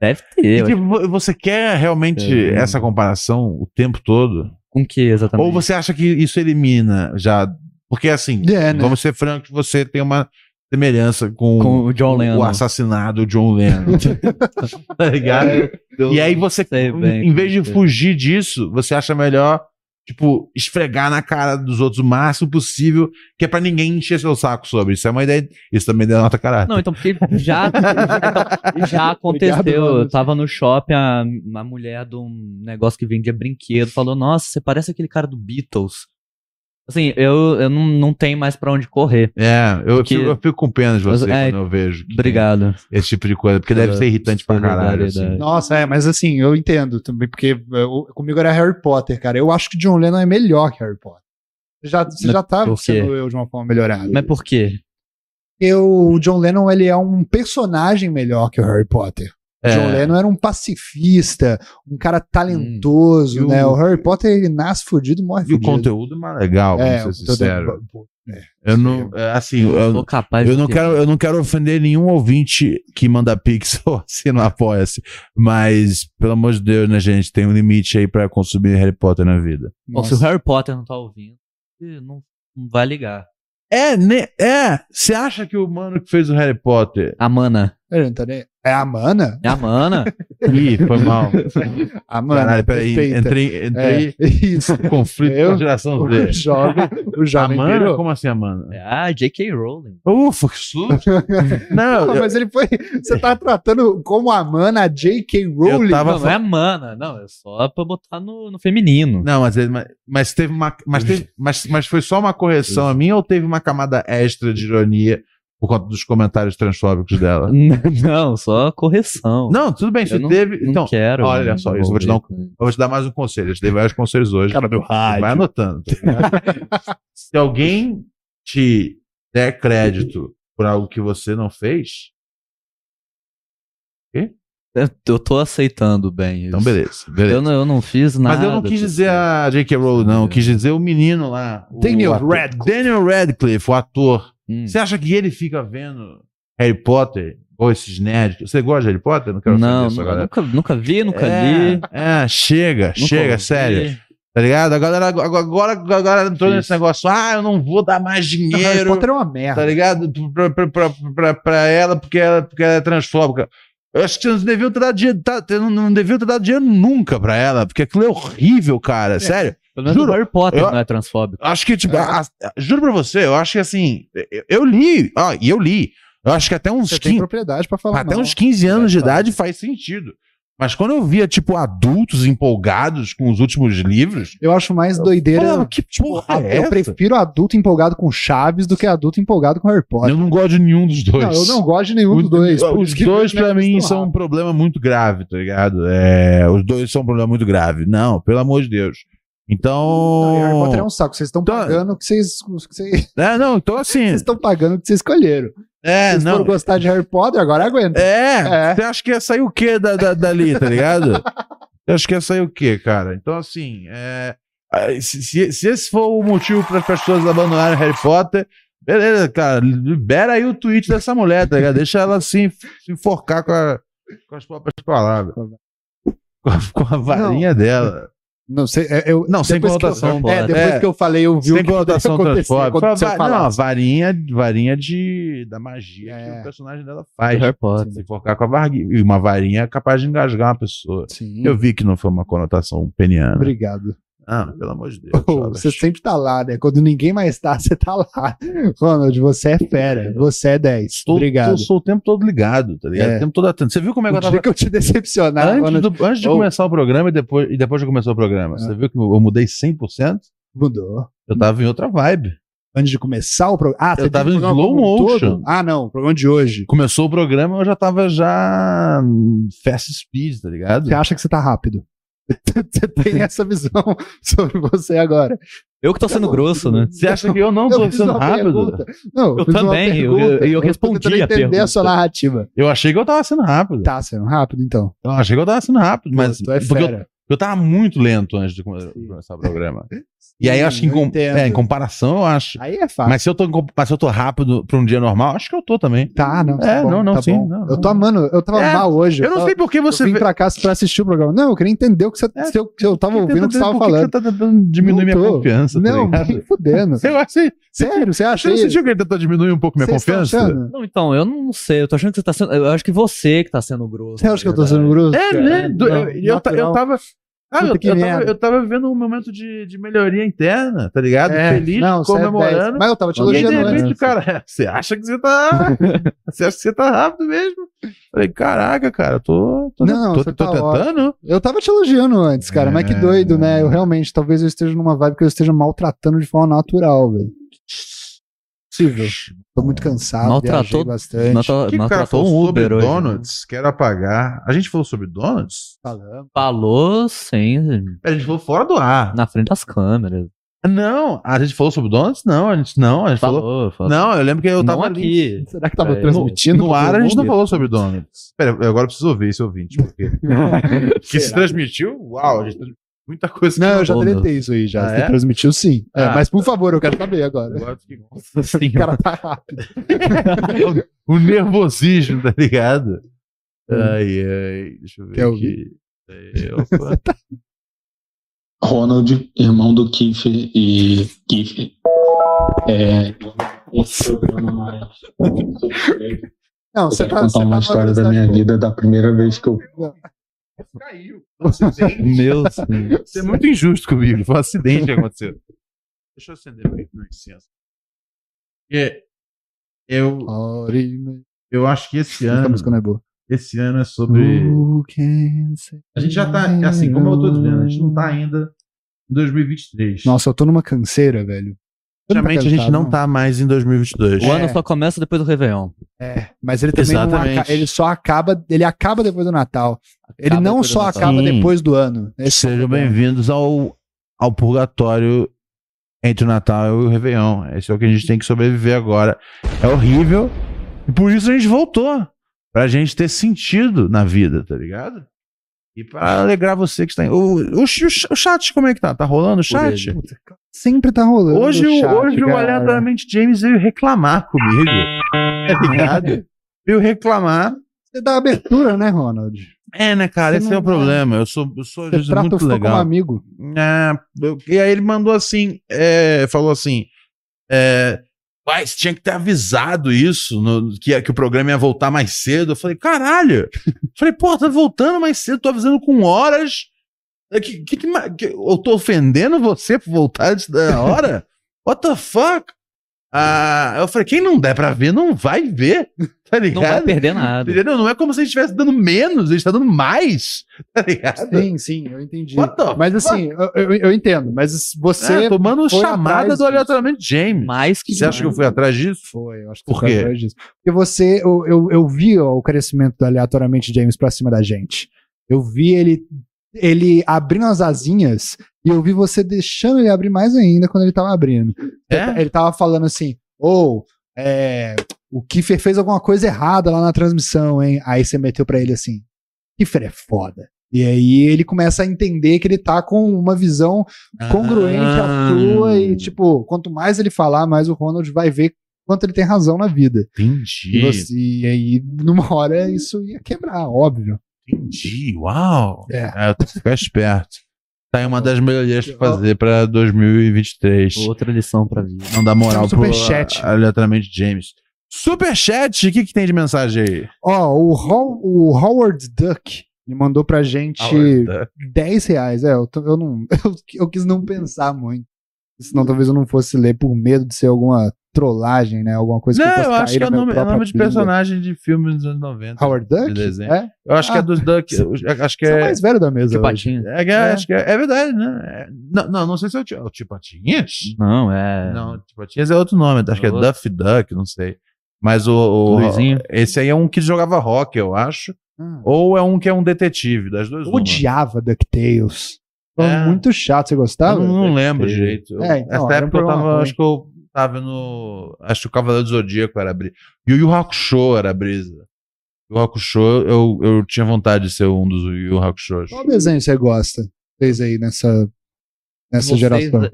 Speaker 4: Deve ter.
Speaker 1: E,
Speaker 4: eu acho.
Speaker 1: tipo, vo- você quer realmente
Speaker 4: É.
Speaker 1: essa comparação o tempo todo?
Speaker 4: Com que exatamente?
Speaker 1: Ou você acha que isso elimina já? Porque assim,
Speaker 2: É, né?
Speaker 1: vamos ser francos, você tem uma semelhança com,
Speaker 4: Com o John Lennon.
Speaker 1: o assassinado John Lennon. tá ligado? E aí você,
Speaker 4: sei bem
Speaker 1: em vez de
Speaker 4: como é.
Speaker 1: fugir disso, você acha melhor, tipo, esfregar na cara dos outros o máximo possível, que é pra ninguém encher seu saco sobre. Isso é uma ideia. Isso também denota caráter.
Speaker 4: Não, então, porque já, então, já aconteceu.
Speaker 2: Obrigado,
Speaker 4: eu
Speaker 2: mano.
Speaker 4: tava no shopping, a, a mulher de um negócio que vendia brinquedo falou: Nossa, você parece aquele cara do Beatles. Assim, eu, eu não, não tenho mais pra onde correr.
Speaker 1: É, eu,
Speaker 4: Porque-
Speaker 1: fico, eu fico com pena de você
Speaker 4: É,
Speaker 1: quando eu vejo. que
Speaker 4: Obrigado. é
Speaker 1: tem Esse tipo de coisa, porque deve
Speaker 2: É,
Speaker 4: Pela
Speaker 1: ser irritante pra caralho.
Speaker 4: solidariedade.
Speaker 1: assim.
Speaker 2: Nossa, é, mas assim, eu entendo também, porque eu- comigo era Harry Potter, cara. Eu acho que John Lennon é melhor que Harry Potter. Você já, você
Speaker 4: Mas
Speaker 2: já tá
Speaker 4: por quê?
Speaker 2: sendo eu de uma forma melhorada.
Speaker 4: Mas por quê?
Speaker 2: Eu, o John Lennon, ele é um personagem melhor que o Harry Potter. O John
Speaker 1: É,
Speaker 2: Lennon era um pacifista, um cara talentoso,
Speaker 1: Hum. E o-
Speaker 2: né? O Harry Potter, ele nasce fudido e morre
Speaker 1: e o
Speaker 2: fudido.
Speaker 1: conteúdo é mais legal, pra
Speaker 2: é,
Speaker 1: ser
Speaker 2: o conteúdo-
Speaker 1: sincero.
Speaker 2: pô,
Speaker 1: Eu não. é, Assim, eu,
Speaker 4: Sou capaz
Speaker 1: Eu
Speaker 4: de
Speaker 1: não,
Speaker 4: quê?
Speaker 1: quero, eu não quero ofender nenhum ouvinte que manda pix ou assina o apoia-se. Mas, pelo amor de Deus, né, gente? Tem um limite aí pra consumir Harry Potter na vida.
Speaker 4: Bom, se
Speaker 2: nossa.
Speaker 4: o Harry Potter não tá ouvindo, ele não, não vai ligar.
Speaker 1: É, né? É. Você acha que o mano que fez o Harry Potter.
Speaker 4: É A Mana.
Speaker 2: Ele não tá nem- É a Mana?
Speaker 4: É a Mana?
Speaker 1: Ih, foi mal.
Speaker 2: A Mana.
Speaker 1: Caralho, peraí.
Speaker 2: perfeita.
Speaker 1: Entrei, entrei
Speaker 2: É, isso.
Speaker 1: em conflito com a
Speaker 2: Eu?
Speaker 1: geração
Speaker 2: O
Speaker 1: Z.
Speaker 2: jovem, o
Speaker 1: A
Speaker 2: jovem
Speaker 1: mana?
Speaker 2: pirou.
Speaker 1: Como assim, a mana?
Speaker 4: é a J.K. Rowling.
Speaker 1: Ufa, que susto. Não,
Speaker 2: Pô,
Speaker 1: eu,
Speaker 2: mas ele foi. Você tá tratando como a mana a J.K. Rowling?
Speaker 1: tava-
Speaker 4: Não, não é a Mana. Não, é só pra botar no, no feminino.
Speaker 1: não mas, ele- mas- mas teve uma. Mas, teve- mas, mas foi só uma correção a mim ou teve uma camada extra de ironia por conta dos comentários transfóbicos dela?
Speaker 4: Não, só correção.
Speaker 1: Não, tudo bem,
Speaker 4: Eu
Speaker 1: você teve.
Speaker 4: Não
Speaker 1: Então,
Speaker 4: quero.
Speaker 1: olha
Speaker 4: me
Speaker 1: só, isso eu vou te
Speaker 4: envolver com
Speaker 1: eu vou te dar mais um conselho. Eu te dei vários conselhos hoje.
Speaker 4: Cara do rádio.
Speaker 1: Vai anotando. tá ligado? Se alguém te der crédito por algo que você não fez,
Speaker 4: É, Eu tô aceitando bem isso.
Speaker 1: então beleza. beleza.
Speaker 4: Eu não, eu não fiz nada.
Speaker 1: Mas
Speaker 4: né?
Speaker 1: eu não quis
Speaker 4: tô
Speaker 1: dizer
Speaker 4: certo.
Speaker 1: a J.K. Rowling, não. Eu quis dizer o menino lá. o
Speaker 2: Daniel
Speaker 1: ator-
Speaker 2: Radcliffe.
Speaker 1: Daniel Radcliffe, o ator.
Speaker 4: Hum.
Speaker 1: Você acha que ele fica vendo Harry Potter ou esses nerds? Você gosta de Harry Potter? Não quero
Speaker 4: Não,
Speaker 1: saber isso
Speaker 4: nu-
Speaker 1: agora.
Speaker 4: nunca, nunca vi, nunca
Speaker 1: é,
Speaker 4: li.
Speaker 1: É, chega,
Speaker 4: nunca
Speaker 1: chega,
Speaker 4: ouvi.
Speaker 1: sério. Tá ligado? A galera agora, agora, agora entrou
Speaker 4: Isso.
Speaker 1: nesse negócio. Ah, eu não vou dar mais
Speaker 2: Harry
Speaker 1: dinheiro.
Speaker 2: Potter é uma
Speaker 1: Tá
Speaker 2: merda.
Speaker 1: ligado? Pra, pra, pra, pra, pra ela, porque ela, porque ela é transfóbica. Eu acho que você não devia ter dado dinheiro. tá? Você não, não devia ter dado dinheiro nunca pra ela, porque aquilo é horrível, cara. Sério.
Speaker 4: Pelo menos
Speaker 1: Juro,
Speaker 4: o Harry Potter
Speaker 1: eu-
Speaker 4: não é transfóbico.
Speaker 1: Acho que, tipo,
Speaker 2: É.
Speaker 1: a- a- juro pra você, eu acho que assim, eu, eu li, ó, e eu li. Eu acho que até uns
Speaker 2: Você
Speaker 1: 15
Speaker 2: tem propriedade pra falar.
Speaker 1: até
Speaker 2: mal.
Speaker 1: uns 15 anos de
Speaker 2: É, claro.
Speaker 1: idade faz sentido. Mas quando eu via, tipo, adultos empolgados com os últimos livros,
Speaker 2: Eu acho mais
Speaker 1: eu
Speaker 2: doideira.
Speaker 1: falava, que porra é
Speaker 2: tipo, ah, eu
Speaker 1: essa?
Speaker 2: prefiro adulto empolgado com Chaves do que adulto empolgado com Harry Potter.
Speaker 1: Eu não gosto de nenhum dos dois.
Speaker 2: Não, eu não gosto de nenhum
Speaker 1: Os-
Speaker 2: dos dois. por
Speaker 1: Os
Speaker 2: isso que
Speaker 1: dois,
Speaker 2: minha
Speaker 1: pra mim,
Speaker 2: questão
Speaker 1: são um problema muito grave, tá ligado? É, os dois são um problema muito grave. Não, pelo amor de Deus.
Speaker 2: Não, e Harry Potter é
Speaker 1: Então.
Speaker 2: um saco. Vocês estão
Speaker 1: Então-
Speaker 2: pagando o que vocês. o que Vocês
Speaker 1: É, não, então assim.
Speaker 2: vocês estão pagando o que vocês escolheram.
Speaker 1: É,
Speaker 2: vocês
Speaker 1: não.
Speaker 2: foram gostar de Harry Potter, agora aguenta.
Speaker 1: É,
Speaker 2: É.
Speaker 1: você acha que ia sair o quê da, da- dali, tá ligado? Você acha que ia sair o quê, cara? Então, assim, é, ah, se, se- se esse for o motivo para as pessoas abandonarem Harry Potter, beleza, cara, libera aí o tweet dessa mulher, tá ligado? Deixa ela assim, se enforcar com, a- com as próprias palavras. Com a, com a varinha dela.
Speaker 2: Não sei, é, eu.
Speaker 1: Não, sem
Speaker 2: depois que eu-
Speaker 1: conotação
Speaker 2: É,
Speaker 1: fora.
Speaker 2: depois
Speaker 1: É,
Speaker 2: que eu falei, eu vi o
Speaker 1: Sem
Speaker 2: que aconteceu
Speaker 1: conotação transfóbica.
Speaker 2: quando você
Speaker 1: Foi a va- Não,
Speaker 2: falar.
Speaker 1: a varinha, varinha de, da magia que
Speaker 2: É.
Speaker 1: o personagem dela faz.
Speaker 4: Harry Potter.
Speaker 1: Se enforcar com a varinha. E uma varinha é capaz de engasgar uma pessoa.
Speaker 2: Sim.
Speaker 1: Eu vi né? que não foi uma conotação peniana.
Speaker 2: Obrigado.
Speaker 1: Ah, pelo amor de Deus.
Speaker 2: Pô,
Speaker 1: Jonas.
Speaker 2: você sempre tá lá, né? Quando ninguém mais tá, você tá lá. Ronald, você é fera. Você é 10.
Speaker 1: Tô-
Speaker 2: Obrigado.
Speaker 1: tô- sou o tempo todo ligado, tá ligado?
Speaker 2: É.
Speaker 1: O tempo todo atento. Você viu como é que
Speaker 2: O
Speaker 1: eu
Speaker 2: dia
Speaker 1: tava.
Speaker 2: que eu te decepcionar,
Speaker 1: Antes,
Speaker 2: Ronald,
Speaker 1: do- antes de
Speaker 2: Oh.
Speaker 1: começar o programa e depois, e depois de começar o programa,
Speaker 2: Ah.
Speaker 1: você viu que eu mudei 100%?
Speaker 2: mudou.
Speaker 1: Eu tava em outra vibe.
Speaker 2: Antes de começar o programa. Ah,
Speaker 1: Eu
Speaker 2: você
Speaker 1: tava
Speaker 2: teve o
Speaker 1: em
Speaker 2: programa
Speaker 1: slow
Speaker 2: como um
Speaker 1: motion.
Speaker 2: todo? Ah, não. O programa de hoje.
Speaker 1: Começou o programa, eu já tava já hum, fast speed, tá ligado?
Speaker 2: Você acha que você tá rápido. Você tem essa visão sobre você agora.
Speaker 4: Eu que tô sendo grosso, né?
Speaker 1: Você acha que eu não tô
Speaker 2: fiz uma
Speaker 1: sendo rápido?
Speaker 2: pergunta. Não,
Speaker 4: Eu
Speaker 2: fiz uma
Speaker 4: também, eu-
Speaker 2: pergunta.
Speaker 4: eu- eu respondi
Speaker 2: tô tentando
Speaker 4: a
Speaker 2: entender a
Speaker 4: pergunta.
Speaker 2: sua narrativa.
Speaker 1: Eu achei que eu tava sendo rápido.
Speaker 2: Tá sendo rápido, então.
Speaker 1: Eu achei que eu tava sendo rápido, mas
Speaker 2: tu é
Speaker 1: porque eu,
Speaker 2: fera.
Speaker 1: eu tava muito lento antes de come-
Speaker 2: Sim.
Speaker 1: começar o programa. E aí eu acho que em, com-
Speaker 2: entendo.
Speaker 1: é, em comparação, eu acho.
Speaker 2: Aí é fácil.
Speaker 1: Mas se, eu tô, em com- mas se eu tô rápido pra um dia normal, acho que eu tô também.
Speaker 2: Tá, não. tá
Speaker 1: É,
Speaker 2: bom,
Speaker 1: não, não,
Speaker 2: tá
Speaker 1: sim,
Speaker 2: bom.
Speaker 1: não,
Speaker 2: eu tô amando, eu tava
Speaker 1: É,
Speaker 2: mal hoje.
Speaker 1: Eu não
Speaker 2: tava-
Speaker 1: sei por que você.
Speaker 2: Eu vim
Speaker 1: vê-
Speaker 2: pra cá pra assistir o programa. Não, eu queria entender o que você.
Speaker 1: É.
Speaker 2: se, eu, se eu tava ouvindo o que você tava
Speaker 1: Por que
Speaker 2: falando.
Speaker 1: Você tá tentando diminuir
Speaker 2: Não
Speaker 1: minha
Speaker 2: tô.
Speaker 1: confiança, tá
Speaker 2: não,
Speaker 1: ligado?
Speaker 2: nem fudendo.
Speaker 1: Você, você,
Speaker 2: Sério, você acha
Speaker 1: você não
Speaker 2: isso?
Speaker 1: sentiu que ele tentou diminuir um pouco minha
Speaker 2: Vocês estão
Speaker 1: confiança?
Speaker 2: achando?
Speaker 4: Não, então, eu não sei. Eu tô achando que você tá sendo. Eu acho que você que tá sendo grosso.
Speaker 2: Você acha que eu tô
Speaker 4: na
Speaker 2: sendo grosso?
Speaker 1: É, né? Do- eu, eu, ta- eu tava. Ah, eu,
Speaker 2: Puta que
Speaker 1: eu tava,
Speaker 2: merda.
Speaker 1: eu tava vivendo um momento de, de melhoria interna, tá ligado?
Speaker 2: É,
Speaker 1: Feliz, comemorando.
Speaker 2: Mas eu tava te
Speaker 1: E aí, de
Speaker 2: elogiando
Speaker 4: Elogiando,
Speaker 2: antes.
Speaker 1: repente,
Speaker 4: né?
Speaker 1: o cara, você acha que você tá. você acha que você tá rápido mesmo? Falei, caraca, cara, eu tô. tô,
Speaker 2: Não,
Speaker 1: tô,
Speaker 2: você
Speaker 1: tô
Speaker 2: tá
Speaker 1: tentando.
Speaker 2: Eu tava te elogiando antes, cara. Mas que
Speaker 1: É.
Speaker 2: doido, né? Eu realmente, talvez eu esteja numa vibe que eu esteja maltratando de forma natural, velho. Possível. Tô muito cansado, viajei
Speaker 4: Maltratou-
Speaker 2: bastante.
Speaker 4: Nota,
Speaker 1: Ah, Que o cara
Speaker 4: maltratou
Speaker 1: falou
Speaker 4: um
Speaker 1: sobre
Speaker 4: Uber hoje. né?
Speaker 1: donuts, quero apagar. A gente falou sobre donuts?
Speaker 2: Falando.
Speaker 4: Falou sem.
Speaker 1: A gente falou fora do ar.
Speaker 4: Na frente das câmeras.
Speaker 1: Não, a gente falou sobre donuts? Não, a gente não, a gente falou.
Speaker 4: Falou, falou.
Speaker 1: Não, eu lembro que eu
Speaker 4: Não
Speaker 1: tava ali.
Speaker 4: aqui.
Speaker 2: Será que tava
Speaker 4: É,
Speaker 2: transmitindo?
Speaker 1: No
Speaker 2: pra
Speaker 1: ar
Speaker 2: todo
Speaker 1: a gente não
Speaker 2: mundo?
Speaker 1: falou sobre donuts. Pera, eu agora preciso ouvir esse ouvinte, porque que se transmitiu, uau, a gente transmitiu muita coisa.
Speaker 2: Não, eu já
Speaker 4: Ô, meu.
Speaker 2: deletei isso aí já.
Speaker 1: Ah,
Speaker 2: Você
Speaker 1: é?
Speaker 2: transmitiu sim. É,
Speaker 1: Ah.
Speaker 2: mas por favor, eu quero saber agora.
Speaker 1: Agora eu fiquei com-
Speaker 4: Nossa
Speaker 2: O
Speaker 4: senhora.
Speaker 2: cara tá rápido.
Speaker 1: o nervosismo, tá ligado?
Speaker 2: Hum.
Speaker 1: Ai, ai, deixa eu ver
Speaker 2: Quer
Speaker 1: aqui.
Speaker 2: ouvir?
Speaker 1: É, opa.
Speaker 3: Ronald, irmão do Kiefer e Kiefer. É, esse programa mais. Eu
Speaker 2: Não, você
Speaker 3: quero
Speaker 2: tá.
Speaker 3: contar uma história da minha vida da primeira vez que eu.
Speaker 1: Caiu. Foi um acidente.
Speaker 4: Meu Deus.
Speaker 1: Você é muito injusto comigo. Foi um acidente que aconteceu. Deixa eu acender meu meu incenso. É, eu, eu acho que esse
Speaker 2: Essa
Speaker 1: ano.
Speaker 2: música não é boa.
Speaker 1: Esse ano é sobre.
Speaker 2: Uh.
Speaker 1: A gente já tá, é assim, como eu tô dizendo, a gente não tá ainda em 2023.
Speaker 2: Nossa, eu tô numa canseira, velho. Você não tá
Speaker 1: Realmente a gente
Speaker 2: cansado,
Speaker 1: não tá mais em 2022.
Speaker 4: O
Speaker 2: É.
Speaker 4: ano só começa depois do Réveillon.
Speaker 2: É, mas ele também
Speaker 1: Exatamente.
Speaker 2: não aca- ele só acaba, ele acaba depois do Natal. Ele
Speaker 4: Acaba
Speaker 2: não
Speaker 4: depois do
Speaker 2: só
Speaker 4: Natal.
Speaker 2: acaba
Speaker 1: Sim.
Speaker 2: depois do ano. Esse é o
Speaker 1: Sejam
Speaker 2: problema.
Speaker 1: bem-vindos ao, ao purgatório entre o Natal e o Réveillon. Esse é o que a gente tem que sobreviver agora. É horrível. E por isso a gente voltou. Pra gente ter sentido na vida, tá ligado? E
Speaker 2: Ah.
Speaker 1: pra alegrar você que está em. O, o, o chat, como é que tá? Tá rolando o chat?
Speaker 4: exemplo.
Speaker 2: Puta, Sempre tá rolando.
Speaker 1: Hoje, o-
Speaker 2: chat,
Speaker 1: hoje o
Speaker 2: cara.
Speaker 1: aleatoriamente James veio reclamar comigo. Tá ligado? Veio reclamar.
Speaker 2: Você dá abertura, né, Ronald?
Speaker 1: É, né, cara?
Speaker 2: Você
Speaker 1: esse
Speaker 2: não
Speaker 1: é o
Speaker 2: dá.
Speaker 1: problema. Eu sou, eu sou às
Speaker 2: Você
Speaker 1: vezes,
Speaker 2: trata o
Speaker 1: muito
Speaker 2: fã como
Speaker 1: legal.
Speaker 2: amigo.
Speaker 1: Ah, eu- e aí ele mandou assim: é, falou assim. É, Uai, você tinha que ter avisado isso, no- que, que o programa ia voltar mais cedo. Eu falei, caralho! falei, pô, tá voltando mais cedo, tô avisando com horas. É, Que, que, que ma- que- eu tô ofendendo você por voltar antes da hora? What the fuck? Ah, eu falei, quem não der pra ver, não vai ver. Tá ligado?
Speaker 4: Não vai perder nada.
Speaker 1: Entendeu? Não é como se a gente estivesse dando menos, a gente tá dando mais. Tá ligado?
Speaker 2: Sim, sim, eu entendi.
Speaker 1: What the
Speaker 2: Mas assim, eu, eu- eu entendo, mas você
Speaker 1: É, tomando
Speaker 2: foi
Speaker 1: chamada
Speaker 2: atrás
Speaker 1: do
Speaker 2: disso.
Speaker 1: aleatoriamente James.
Speaker 4: Mais que
Speaker 1: Você acha que eu
Speaker 4: mais.
Speaker 1: fui atrás disso?
Speaker 2: foi, eu acho que
Speaker 1: Por
Speaker 2: foi
Speaker 1: quê?
Speaker 2: atrás disso. Porque você, eu, eu, eu vi ó, o crescimento do aleatoriamente James pra cima da gente. Eu vi ele ele abrindo as asinhas e eu vi você deixando ele abrir mais ainda quando ele tava abrindo.
Speaker 1: É?
Speaker 2: Ele tava falando assim, ou é, o Kiffer fez alguma coisa errada lá na transmissão, hein? Aí você meteu pra ele assim, Kiffer é foda. E aí ele começa a entender que ele tá com uma visão
Speaker 1: É?
Speaker 2: congruente
Speaker 1: Ah.
Speaker 2: à sua e, tipo, quanto mais ele falar, mais o Ronald vai ver quanto ele tem razão na vida. E,
Speaker 1: Entendi.
Speaker 2: você- e aí, numa hora, isso ia quebrar, óbvio.
Speaker 1: Entendi. Uau.
Speaker 2: É.
Speaker 1: É, eu tenho que ficar esperto. Tá aí uma das melhorias pra fazer pra 2023.
Speaker 4: Outra lição pra vida.
Speaker 1: Não dá moral
Speaker 2: Temos superchat.
Speaker 1: pro aleatoriamente James. Superchat, o que, que tem de mensagem aí?
Speaker 2: Ó, o, Ho- o Howard Duck ele mandou pra gente
Speaker 1: Alerta.
Speaker 2: 10 reais. É, eu, tô- eu não, eu, eu quis não pensar muito. Senão talvez eu não fosse ler por medo de ser alguma trollagem, né? Alguma coisa que
Speaker 1: Não,
Speaker 2: eu
Speaker 1: eu
Speaker 2: posso
Speaker 1: acho
Speaker 2: cair
Speaker 1: que é
Speaker 2: na
Speaker 1: o
Speaker 2: minha
Speaker 1: nome, é
Speaker 2: própria
Speaker 1: nome de
Speaker 2: pinga.
Speaker 1: personagem de filmes dos anos 90.
Speaker 2: Howard Duck?
Speaker 1: De desenho.
Speaker 2: É?
Speaker 1: Eu acho que é
Speaker 2: Ah.
Speaker 1: dos Duck. eu Acho que
Speaker 2: Você é o
Speaker 1: é.
Speaker 2: mais velho da mesa.
Speaker 4: Que
Speaker 2: hoje.
Speaker 4: patinho.
Speaker 1: É, que é-
Speaker 2: É.
Speaker 1: Acho que é, é verdade, né? É- Não, não, não sei se é o, Ti- é o Tipatinhas.
Speaker 4: Não, é.
Speaker 1: Não, Tipatinhas é outro nome, acho que é
Speaker 4: Outro.
Speaker 1: Duff Duck, não sei. Mas o, o-
Speaker 4: Luizinho.
Speaker 1: esse aí é um que jogava rock, eu acho.
Speaker 2: Ah,
Speaker 1: Ou é um que é um detetive, das duas.
Speaker 2: eu
Speaker 1: uma.
Speaker 2: odiava DuckTales. Foi
Speaker 1: É.
Speaker 2: muito chato, você
Speaker 1: Eu
Speaker 2: gostava?
Speaker 1: não, não lembro
Speaker 4: Deve ter.
Speaker 1: direito. Eu,
Speaker 2: É, então,
Speaker 1: nessa
Speaker 2: era
Speaker 1: época
Speaker 2: um
Speaker 1: eu
Speaker 2: programa
Speaker 1: tava,
Speaker 2: ruim.
Speaker 1: acho que eu tava no. Acho que o Cavaleiro do Zodíaco era a brisa. Yu Yu Hakusho era a brisa. Yu Yu Hakusho, eu, eu tinha vontade de ser um dos Yu Yu Hakushos.
Speaker 2: Qual desenho você gosta? Fez aí nessa, nessa
Speaker 4: Vocês- é,
Speaker 2: geração.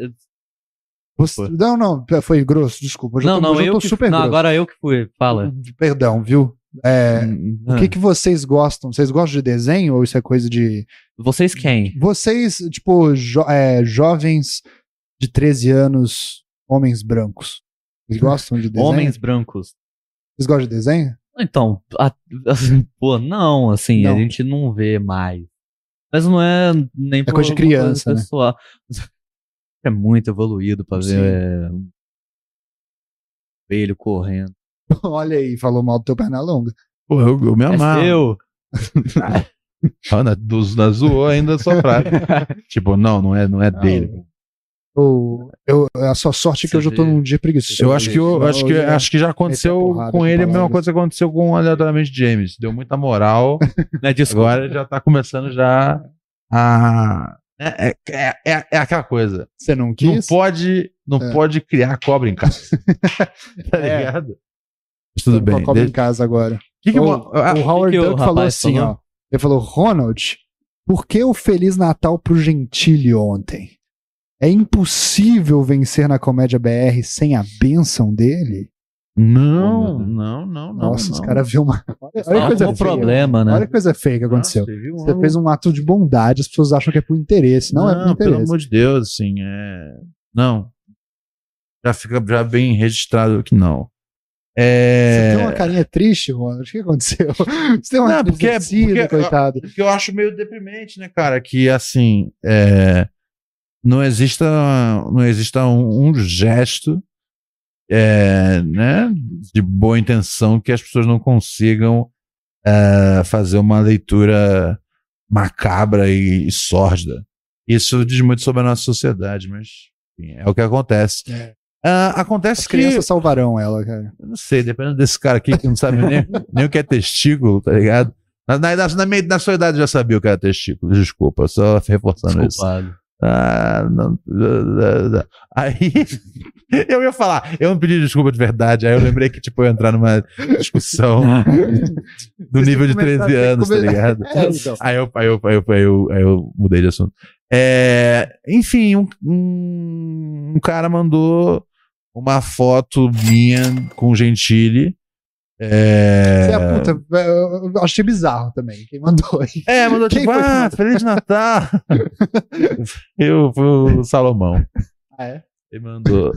Speaker 2: Você- não, não, foi grosso, desculpa. Hoje
Speaker 4: Não,
Speaker 2: eu tô,
Speaker 4: não,
Speaker 2: hoje eu
Speaker 4: eu
Speaker 2: tô
Speaker 4: que,
Speaker 2: super
Speaker 4: Não,
Speaker 2: grosso. Hum,
Speaker 4: agora eu que fui. Fala.
Speaker 2: Perdão, viu? É,
Speaker 4: Hum,
Speaker 2: O que, que vocês gostam? Vocês gostam de desenho ou isso é coisa de.
Speaker 4: Vocês quem?
Speaker 2: Vocês, tipo, jo- é, jovens de 13 anos, homens brancos. Vocês gostam de desenho?
Speaker 4: Homens brancos.
Speaker 2: Vocês gostam de desenho?
Speaker 4: Então, a- assim, pô, não, assim, a
Speaker 2: Não.
Speaker 4: gente não vê mais. Mas não é nem por
Speaker 2: coisa de
Speaker 4: alguma
Speaker 2: criança, né?
Speaker 4: pessoal. É muito evoluído pra
Speaker 2: Sim.
Speaker 4: ver é, um coelho correndo.
Speaker 2: Olha aí, falou mal do teu perna longa.
Speaker 1: Pô, eu, eu me
Speaker 4: É
Speaker 1: amarro.
Speaker 4: seu.
Speaker 1: Ana, dos, na zoou ainda soprar. tipo, não, não é, não é dele.
Speaker 2: Eu, eu- a sua sorte é que hoje eu tô num dia preguiçoso. né?
Speaker 1: Eu acho que, eu,
Speaker 2: Senão
Speaker 1: acho, que,
Speaker 2: eu ia-
Speaker 1: acho que já aconteceu
Speaker 2: porrada
Speaker 1: com
Speaker 2: com
Speaker 1: ele a mesma
Speaker 2: palavras.
Speaker 1: coisa que aconteceu com aleatoriamente James. Deu muita moral.
Speaker 4: Né, desculpa.
Speaker 1: Agora já tá começando já a. É, é- é- é- é aquela coisa.
Speaker 2: Você não
Speaker 1: Não
Speaker 2: quis?
Speaker 1: pode, não
Speaker 2: É.
Speaker 1: pode criar cobra em casa. tá
Speaker 2: É.
Speaker 1: ligado? Mas tudo
Speaker 2: Tem
Speaker 1: bem.
Speaker 2: uma cobra
Speaker 1: De-
Speaker 2: em casa agora.
Speaker 1: que que eu-
Speaker 2: o,
Speaker 1: ah,
Speaker 2: o Howard
Speaker 4: que que o
Speaker 2: Duck falou
Speaker 4: rapaz
Speaker 2: assim,
Speaker 4: falou?
Speaker 2: ó. Ele falou, Ronald, por que o Feliz Natal pro Gentili ontem? É impossível vencer na comédia BR sem a bênção dele?
Speaker 1: Não, não, não, não.
Speaker 2: Nossa,
Speaker 1: não. Ah,
Speaker 2: os caras viram uma... Olha, olha que coisa
Speaker 4: Algum
Speaker 2: feia.
Speaker 4: problema, né?
Speaker 2: Olha que coisa feia que aconteceu.
Speaker 1: Nossa, viu?
Speaker 2: Você fez um ato de bondade, as pessoas acham que é por interesse. Não, é por
Speaker 1: pelo
Speaker 2: interesse.
Speaker 1: amor de Deus, assim, é. Não. Já fica já bem registrado que não.
Speaker 2: Você tem
Speaker 1: É.
Speaker 2: uma carinha triste, Ronald. O que aconteceu? Você tem uma
Speaker 1: Não,
Speaker 2: carinha
Speaker 1: porque-
Speaker 2: triste,
Speaker 1: porque-
Speaker 2: coitado.
Speaker 1: O que eu acho meio deprimente, né, cara? Que assim, é, não exista, não exista um, um gesto é, né, de boa intenção que as pessoas não consigam é, fazer uma leitura macabra e, e sórdida. Isso diz muito sobre a nossa sociedade, mas enfim, é o que acontece.
Speaker 2: É.
Speaker 1: Ah, acontece
Speaker 2: As
Speaker 1: que.
Speaker 2: crianças salvarão ela, cara.
Speaker 1: Eu Não sei, dependendo desse cara aqui que não sabe nem, nem o que é testículo, tá ligado? Na, na, idade- na, minha- na sua idade eu já sabia o que era testículo, desculpa, só reforçando isso.
Speaker 4: Desculpado.
Speaker 1: Ah, não, Aí eu ia falar, eu não pedi desculpa de verdade, aí eu lembrei que tipo, eu ia entrar numa discussão do
Speaker 2: Vocês
Speaker 1: nível de
Speaker 2: têm que
Speaker 1: 13
Speaker 2: começar- tem que
Speaker 1: anos, tá
Speaker 2: começar-
Speaker 1: ligado?
Speaker 2: É, então.
Speaker 1: Aí eu, aí, eu, aí, eu, aí, eu, aí eu mudei de assunto. É, enfim, um, um, um cara mandou uma foto minha com Gentile. É,
Speaker 2: Você é a puta, eu eu achei bizarro também. Quem mandou aí?
Speaker 1: é, mandou
Speaker 2: Quem
Speaker 1: tipo,
Speaker 2: foi que
Speaker 1: ah,
Speaker 2: mandou?"
Speaker 1: Feliz Natal. eu fui o Salomão.
Speaker 2: Ah, é?
Speaker 1: Ele mandou.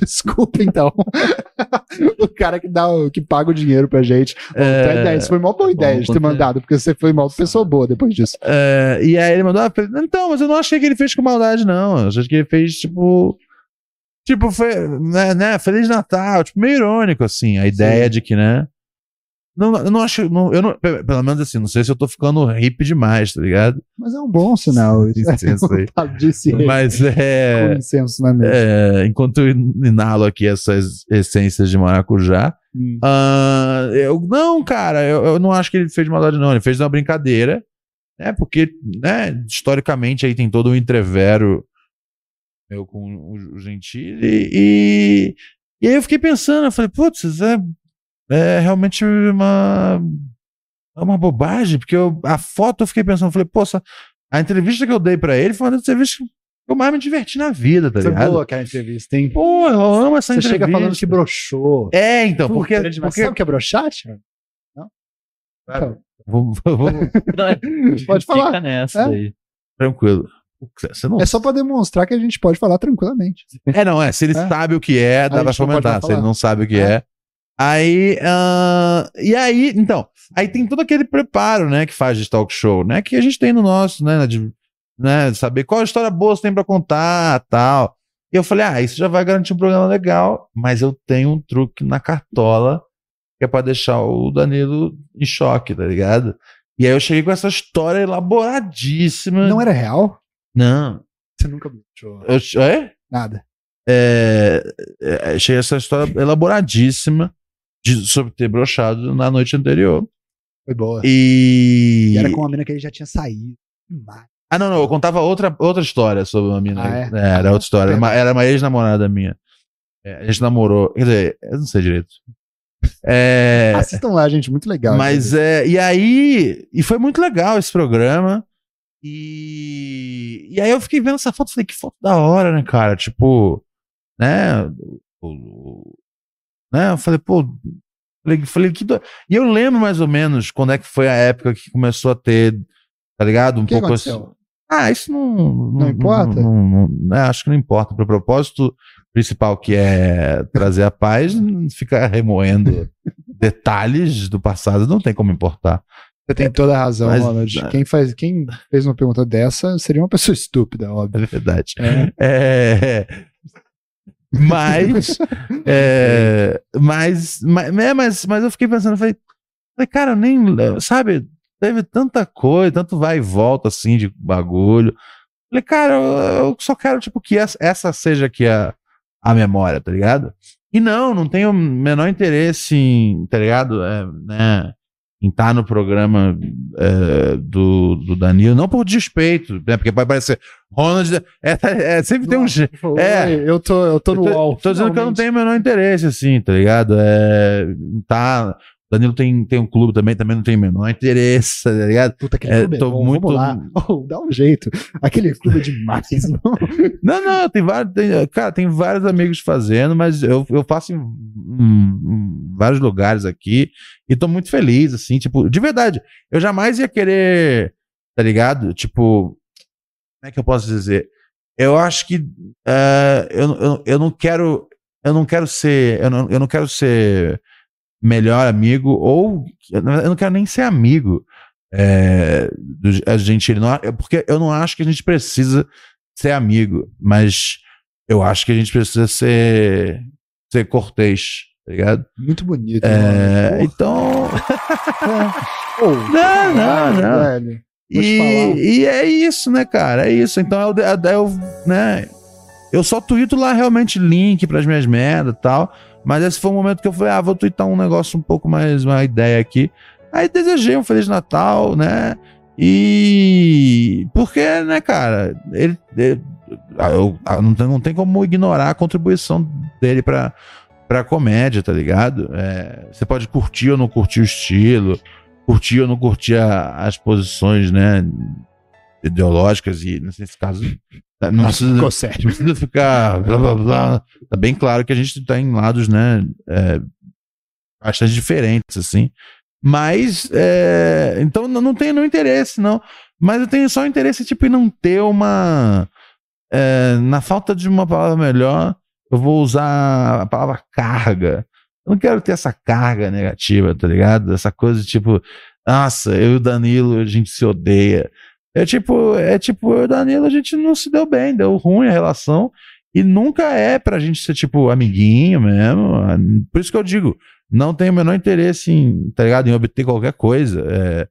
Speaker 2: Desculpa, então. o cara que, dá, o- que paga o dinheiro pra gente.
Speaker 1: É,
Speaker 2: Até 10. Foi uma
Speaker 1: tá
Speaker 2: boa ideia de ter
Speaker 4: conteúdo.
Speaker 2: mandado, porque você foi mal pessoa boa depois disso.
Speaker 1: É, e aí ele mandou, ah, Feliz- então, mas eu não achei que ele fez com maldade, não. Eu achei que ele fez, tipo. Tipo, foi, né, né, Feliz Natal, tipo, meio irônico, assim, a ideia de que, né? Não, eu não acho. não- eu não, pe- pelo menos assim, não sei se eu tô ficando hippie demais, tá ligado?
Speaker 2: Mas é um bom sinal. isso.
Speaker 1: Incenso aí.
Speaker 2: Disse ele,
Speaker 1: Mas é.
Speaker 2: com incenso na mesa.
Speaker 1: é, enquanto eu inalo aqui essas essências de maracujá,
Speaker 2: Hum.
Speaker 1: ah, eu não, cara, eu, eu não acho que ele fez de maldade, não. Ele fez uma brincadeira, né? Porque, né, historicamente aí tem todo um entrevero meu com o, o Gentili e, e aí eu fiquei pensando, eu falei, putz, isso é, é realmente uma é uma bobagem, porque eu- a foto eu fiquei pensando, eu falei, poxa, a entrevista que eu dei pra ele foi uma das entrevistas que eu mais me diverti na vida, tá
Speaker 2: Foi
Speaker 1: ligado?
Speaker 2: boa aquela entrevista, hein?
Speaker 1: Pô, eu amo essa
Speaker 2: Você
Speaker 1: entrevista.
Speaker 2: chega falando que broxou.
Speaker 1: É, então,
Speaker 2: Puta,
Speaker 1: porque.
Speaker 2: era demais.
Speaker 1: porque
Speaker 2: Sabe o que é broxar, Thiago?
Speaker 1: Vamos- vamos- vamos-
Speaker 4: Não,
Speaker 2: Pode falar.
Speaker 4: Fica nessa
Speaker 2: É.
Speaker 4: daí.
Speaker 1: tranquilo. Você não...
Speaker 2: É só pra demonstrar que a gente pode falar tranquilamente.
Speaker 1: É, não, é. Se ele
Speaker 2: É.
Speaker 1: sabe o que é, dá
Speaker 2: Aí
Speaker 1: pra
Speaker 2: só pode
Speaker 1: comentar. Se ele
Speaker 2: falar.
Speaker 1: não sabe o que é.
Speaker 2: É.
Speaker 1: Aí. ah, e aí, então. Aí tem todo aquele preparo, né, que faz de talk show, né? Que a gente tem no nosso, né? De, né, de saber qual história boa você tem pra contar tal. E eu falei, ah, isso já vai garantir um programa legal, mas eu tenho um truque na cartola que é pra deixar o Danilo em choque, tá ligado? E aí eu cheguei com essa história elaboradíssima.
Speaker 2: Não é era real?
Speaker 1: Não.
Speaker 2: Você nunca deixou
Speaker 1: Eu, é?
Speaker 2: nada.
Speaker 1: é, é, achei essa história elaboradíssima de, sobre ter brochado na noite anterior.
Speaker 2: Foi boa.
Speaker 1: E.
Speaker 2: E era com uma mina que ele já tinha saído. Demais.
Speaker 1: Ah, não, não, eu contava outra, outra história sobre uma mina.
Speaker 2: Ah, é?
Speaker 1: É, era outra história. Era uma, era uma ex-namorada minha. É, a gente namorou. Quer dizer, eu não sei direito. É,
Speaker 2: Assistam lá, gente. Muito legal.
Speaker 1: mas é. E aí. E foi muito legal esse programa. E. E aí eu fiquei vendo essa foto e falei, que foto da hora, né, cara? Tipo. Né? o- o- né? Eu falei, pô. Falei, falei que. do- E eu lembro mais ou menos quando é que foi a época que começou a ter. Tá ligado? Um
Speaker 2: O que
Speaker 1: pouco
Speaker 2: aconteceu?
Speaker 1: assim. Ah, isso não.
Speaker 2: importa?
Speaker 1: Não, não- não- é, acho que não importa. Para o propósito principal, que é trazer a paz, ficar remoendo detalhes do passado não tem como importar.
Speaker 2: Você tem toda a razão,
Speaker 1: Mas-
Speaker 2: Ronald. Quem, faz, quem fez uma pergunta dessa seria uma pessoa estúpida, óbvio.
Speaker 1: É verdade.
Speaker 2: É.
Speaker 1: É, mas, é, mas, mas, né, mas, mas eu fiquei pensando, eu falei, falei, cara, eu nem, sabe, teve tanta coisa, tanto vai e volta, assim, de bagulho. Falei, cara, eu, eu só quero, tipo, que essa, essa seja aqui a, a memória, tá ligado? E não, não tenho o menor interesse em, tá ligado, é, né, em estar no programa é, do, do Danilo, não por despeito, né, porque pode parecer, Ronald, é, é, sempre tem um, je- É.
Speaker 2: Oi, Eu tô, eu tô no
Speaker 1: eu tô,
Speaker 2: UOL.
Speaker 1: tô dizendo que eu não
Speaker 2: finalmente.
Speaker 1: tenho o menor interesse, assim, tá ligado? É, tá, Danilo tem, tem um clube também, também não tem o menor interesse, tá ligado?
Speaker 2: Puta, aquele
Speaker 1: É,
Speaker 2: clube é
Speaker 1: tô
Speaker 2: bom,
Speaker 1: muito-
Speaker 2: Vamos lá. Oh, dá um jeito. Aquele clube é demais. não?
Speaker 1: Não, não, tem vários. tem- cara, tem vários amigos fazendo, mas eu, eu faço em, em- em vários lugares aqui e tô muito feliz, assim, tipo, de verdade. Eu jamais ia querer, tá ligado? Tipo, como é que eu posso dizer? Eu acho que eh, eu, eu, eu não quero. Eu não quero ser. Eu não, eu não quero ser melhor amigo ou. Eu não eu não quero nem ser amigo eh, do a gente. ele não- é Porque eu não acho que a gente precisa ser amigo, mas eu acho que a gente precisa ser, ser cortês, tá ligado?
Speaker 2: Muito bonito.
Speaker 1: É,
Speaker 2: mano.
Speaker 1: então.
Speaker 2: Porra. Oh,
Speaker 1: Não, não, não.
Speaker 2: Velho. Vou te
Speaker 1: E,
Speaker 2: falar.
Speaker 1: e é isso, né, cara? É isso. Então eu, eu, eu, né, eu só tuito lá realmente link pras minhas merdas e tal. Mas esse foi o momento que eu falei, ah, vou tuitar um negócio um pouco mais, uma ideia aqui. Aí desejei um Feliz Natal, né? E porque, né, cara, ele. ele- ah, eu, ah, não, tem, não tem como ignorar a contribuição dele pra, pra comédia, tá ligado? É, você pode curtir ou não curtir o estilo, curtir ou não curtir a- as posições, né? Ideológicas, e nesse caso. Não precisa,
Speaker 2: Ficou sério.
Speaker 1: não precisa ficar blá blá blá. Tá bem claro que a gente tá em lados, né? É, bastante diferentes, assim. Mas, é, então não não tenho nenhum interesse, não. Mas eu tenho só interesse, tipo, em não ter uma. é, na falta de uma palavra melhor, eu vou usar a palavra carga. Eu não quero ter essa carga negativa, tá ligado? Essa coisa de tipo, nossa, eu e o Danilo, a gente se odeia. É tipo, é tipo, eu e o Danilo, a gente não se deu bem, deu ruim a relação. E nunca é pra gente ser, tipo, amiguinho mesmo. Por isso que eu digo, não tenho o menor interesse em, tá ligado? Em obter qualquer coisa. É,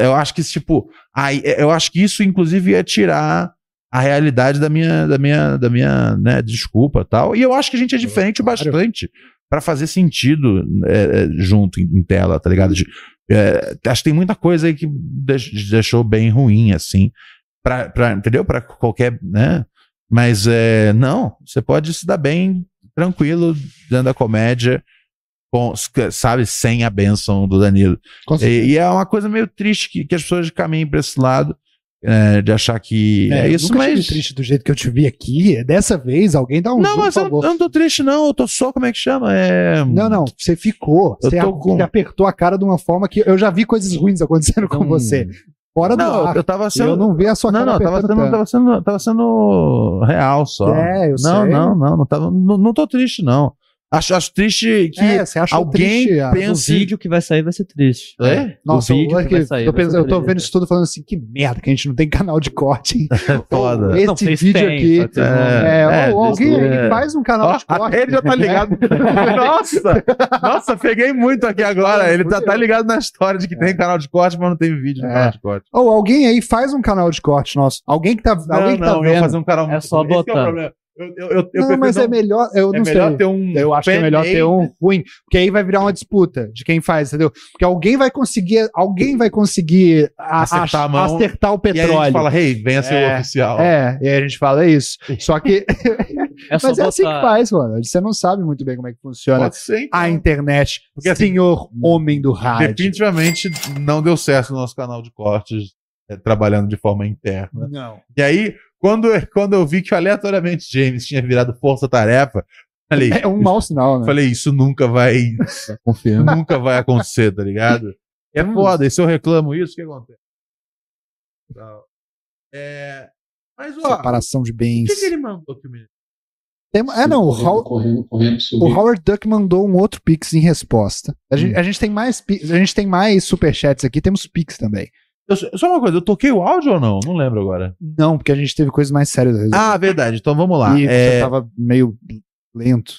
Speaker 1: é, eu acho que, tipo, aí, eu acho que isso, inclusive, é tirar a realidade da minha, da minha, da minha, né, desculpa tal. E eu acho que a gente é diferente o
Speaker 2: Claro.
Speaker 1: bastante pra fazer sentido é, é, junto em, em tela, tá ligado? De- é, acho que tem muita coisa aí que deix- deixou bem ruim, assim, pra, pra, entendeu? Pra qualquer, né? Mas é, não, você pode se dar bem tranquilo dentro da comédia, com, sabe, sem a benção do Danilo.
Speaker 2: Com
Speaker 1: E,
Speaker 2: certeza.
Speaker 1: e é uma coisa meio triste que, que as pessoas caminhem pra esse lado, é, de achar que é,
Speaker 2: eu
Speaker 1: isso,
Speaker 2: nunca
Speaker 1: mas.
Speaker 2: tive triste do jeito que eu te vi aqui. Dessa vez, alguém dá um
Speaker 1: Não,
Speaker 2: zoom,
Speaker 1: mas
Speaker 2: por
Speaker 1: eu, não-
Speaker 2: favor.
Speaker 1: eu não tô triste, não, eu tô só, como é que chama? É...
Speaker 2: Não, não, você ficou.
Speaker 1: Eu
Speaker 2: Você
Speaker 1: tô
Speaker 2: a-
Speaker 1: com-
Speaker 2: apertou a cara de uma forma que eu já vi coisas ruins acontecendo com
Speaker 4: Então,
Speaker 2: você. fora do
Speaker 1: Não,
Speaker 2: ar.
Speaker 1: eu tava
Speaker 2: eu
Speaker 1: sendo.
Speaker 2: não vi a sua
Speaker 1: Não,
Speaker 2: cara
Speaker 1: não, tava
Speaker 2: apertando
Speaker 1: sendo,
Speaker 2: tanto.
Speaker 1: tava sendo, tava sendo real só.
Speaker 2: É, eu
Speaker 1: não,
Speaker 2: sei.
Speaker 1: não, não, não, tava, não, não tô triste, não. Acho, acho triste que.
Speaker 2: É, você achou
Speaker 1: alguém
Speaker 2: triste, ah,
Speaker 1: pensa-
Speaker 4: O vídeo que vai sair vai ser triste.
Speaker 1: É?
Speaker 2: Nossa,
Speaker 4: o vídeo
Speaker 2: eu,
Speaker 4: que vai
Speaker 2: eu-
Speaker 4: sair,
Speaker 2: eu
Speaker 4: vai
Speaker 2: penso-
Speaker 4: ser
Speaker 2: eu tô
Speaker 4: triste.
Speaker 2: vendo isso tudo falando assim, que merda, que a gente não tem canal de corte, hein?
Speaker 1: É Foda.
Speaker 2: Esse
Speaker 4: Não, vocês
Speaker 2: vídeo
Speaker 4: têm,
Speaker 2: aqui.
Speaker 4: só que vocês não-
Speaker 2: É,
Speaker 1: É,
Speaker 2: ou alguém
Speaker 1: é.
Speaker 2: aí que faz um canal de
Speaker 1: Ó,
Speaker 2: corte.
Speaker 1: ele já tá ligado. nossa! Nossa, peguei muito É. aqui agora. Ele tá, tá ligado na história de que tem canal de corte, mas não tem vídeo no
Speaker 2: É.
Speaker 1: canal de corte.
Speaker 2: Ou alguém aí faz um canal de corte nosso. Alguém que tá, alguém que tá
Speaker 1: eu vou
Speaker 2: vendo.
Speaker 1: fazer um canal.
Speaker 4: É só
Speaker 1: Esse que o
Speaker 4: botar.
Speaker 1: problema. Eu, eu, eu, eu
Speaker 2: não, mas é
Speaker 1: prefiro
Speaker 2: melhor, eu
Speaker 1: é
Speaker 2: não
Speaker 1: melhor
Speaker 2: sei.
Speaker 1: ter um.
Speaker 2: Eu acho que é melhor ter um ruim, porque aí vai virar uma disputa de quem faz, entendeu? Porque alguém vai conseguir, alguém vai conseguir a-
Speaker 1: Acertar a
Speaker 2: ach-
Speaker 1: mão.
Speaker 2: acertar o
Speaker 1: E aí a gente
Speaker 2: petróleo.
Speaker 1: fala, hey, venha ser o
Speaker 2: É,
Speaker 1: oficial.
Speaker 2: É, e aí a gente fala isso. Só que,
Speaker 4: É só
Speaker 2: mas é assim que
Speaker 4: botar-
Speaker 2: faz, mano. Você não sabe muito bem como é que funciona
Speaker 1: Pode ser, então.
Speaker 2: a internet,
Speaker 1: Porque, assim,
Speaker 2: senhor homem do rádio.
Speaker 1: Definitivamente não deu certo no nosso canal de cortes, é, trabalhando de forma interna.
Speaker 2: Não.
Speaker 1: E aí, quando, quando eu vi que aleatoriamente James tinha virado força-tarefa, falei,
Speaker 2: É um mau sinal, né?
Speaker 1: falei, isso nunca vai,
Speaker 2: Confiando.
Speaker 1: nunca vai acontecer, tá ligado? Tá É foda, e se eu reclamo isso, o que acontece? Tá. É, mas, ó, o
Speaker 2: Separação de bens.
Speaker 1: que, que ele mandou aqui mesmo?
Speaker 2: Tem- é, não, o, Howard.
Speaker 3: Correndo, correndo,
Speaker 2: O
Speaker 3: subindo.
Speaker 2: Howard Duck mandou um outro Pix em resposta. A gente,
Speaker 1: Hum.
Speaker 2: a gente tem mais pix- a gente tem mais superchats aqui, temos Pix também.
Speaker 1: Eu, só uma coisa, eu toquei o áudio ou não? Não lembro agora.
Speaker 2: Não, porque a gente teve coisas mais sérias a resolver.
Speaker 1: Ah, verdade, então vamos lá.
Speaker 2: e
Speaker 1: É,
Speaker 2: você tava meio lento.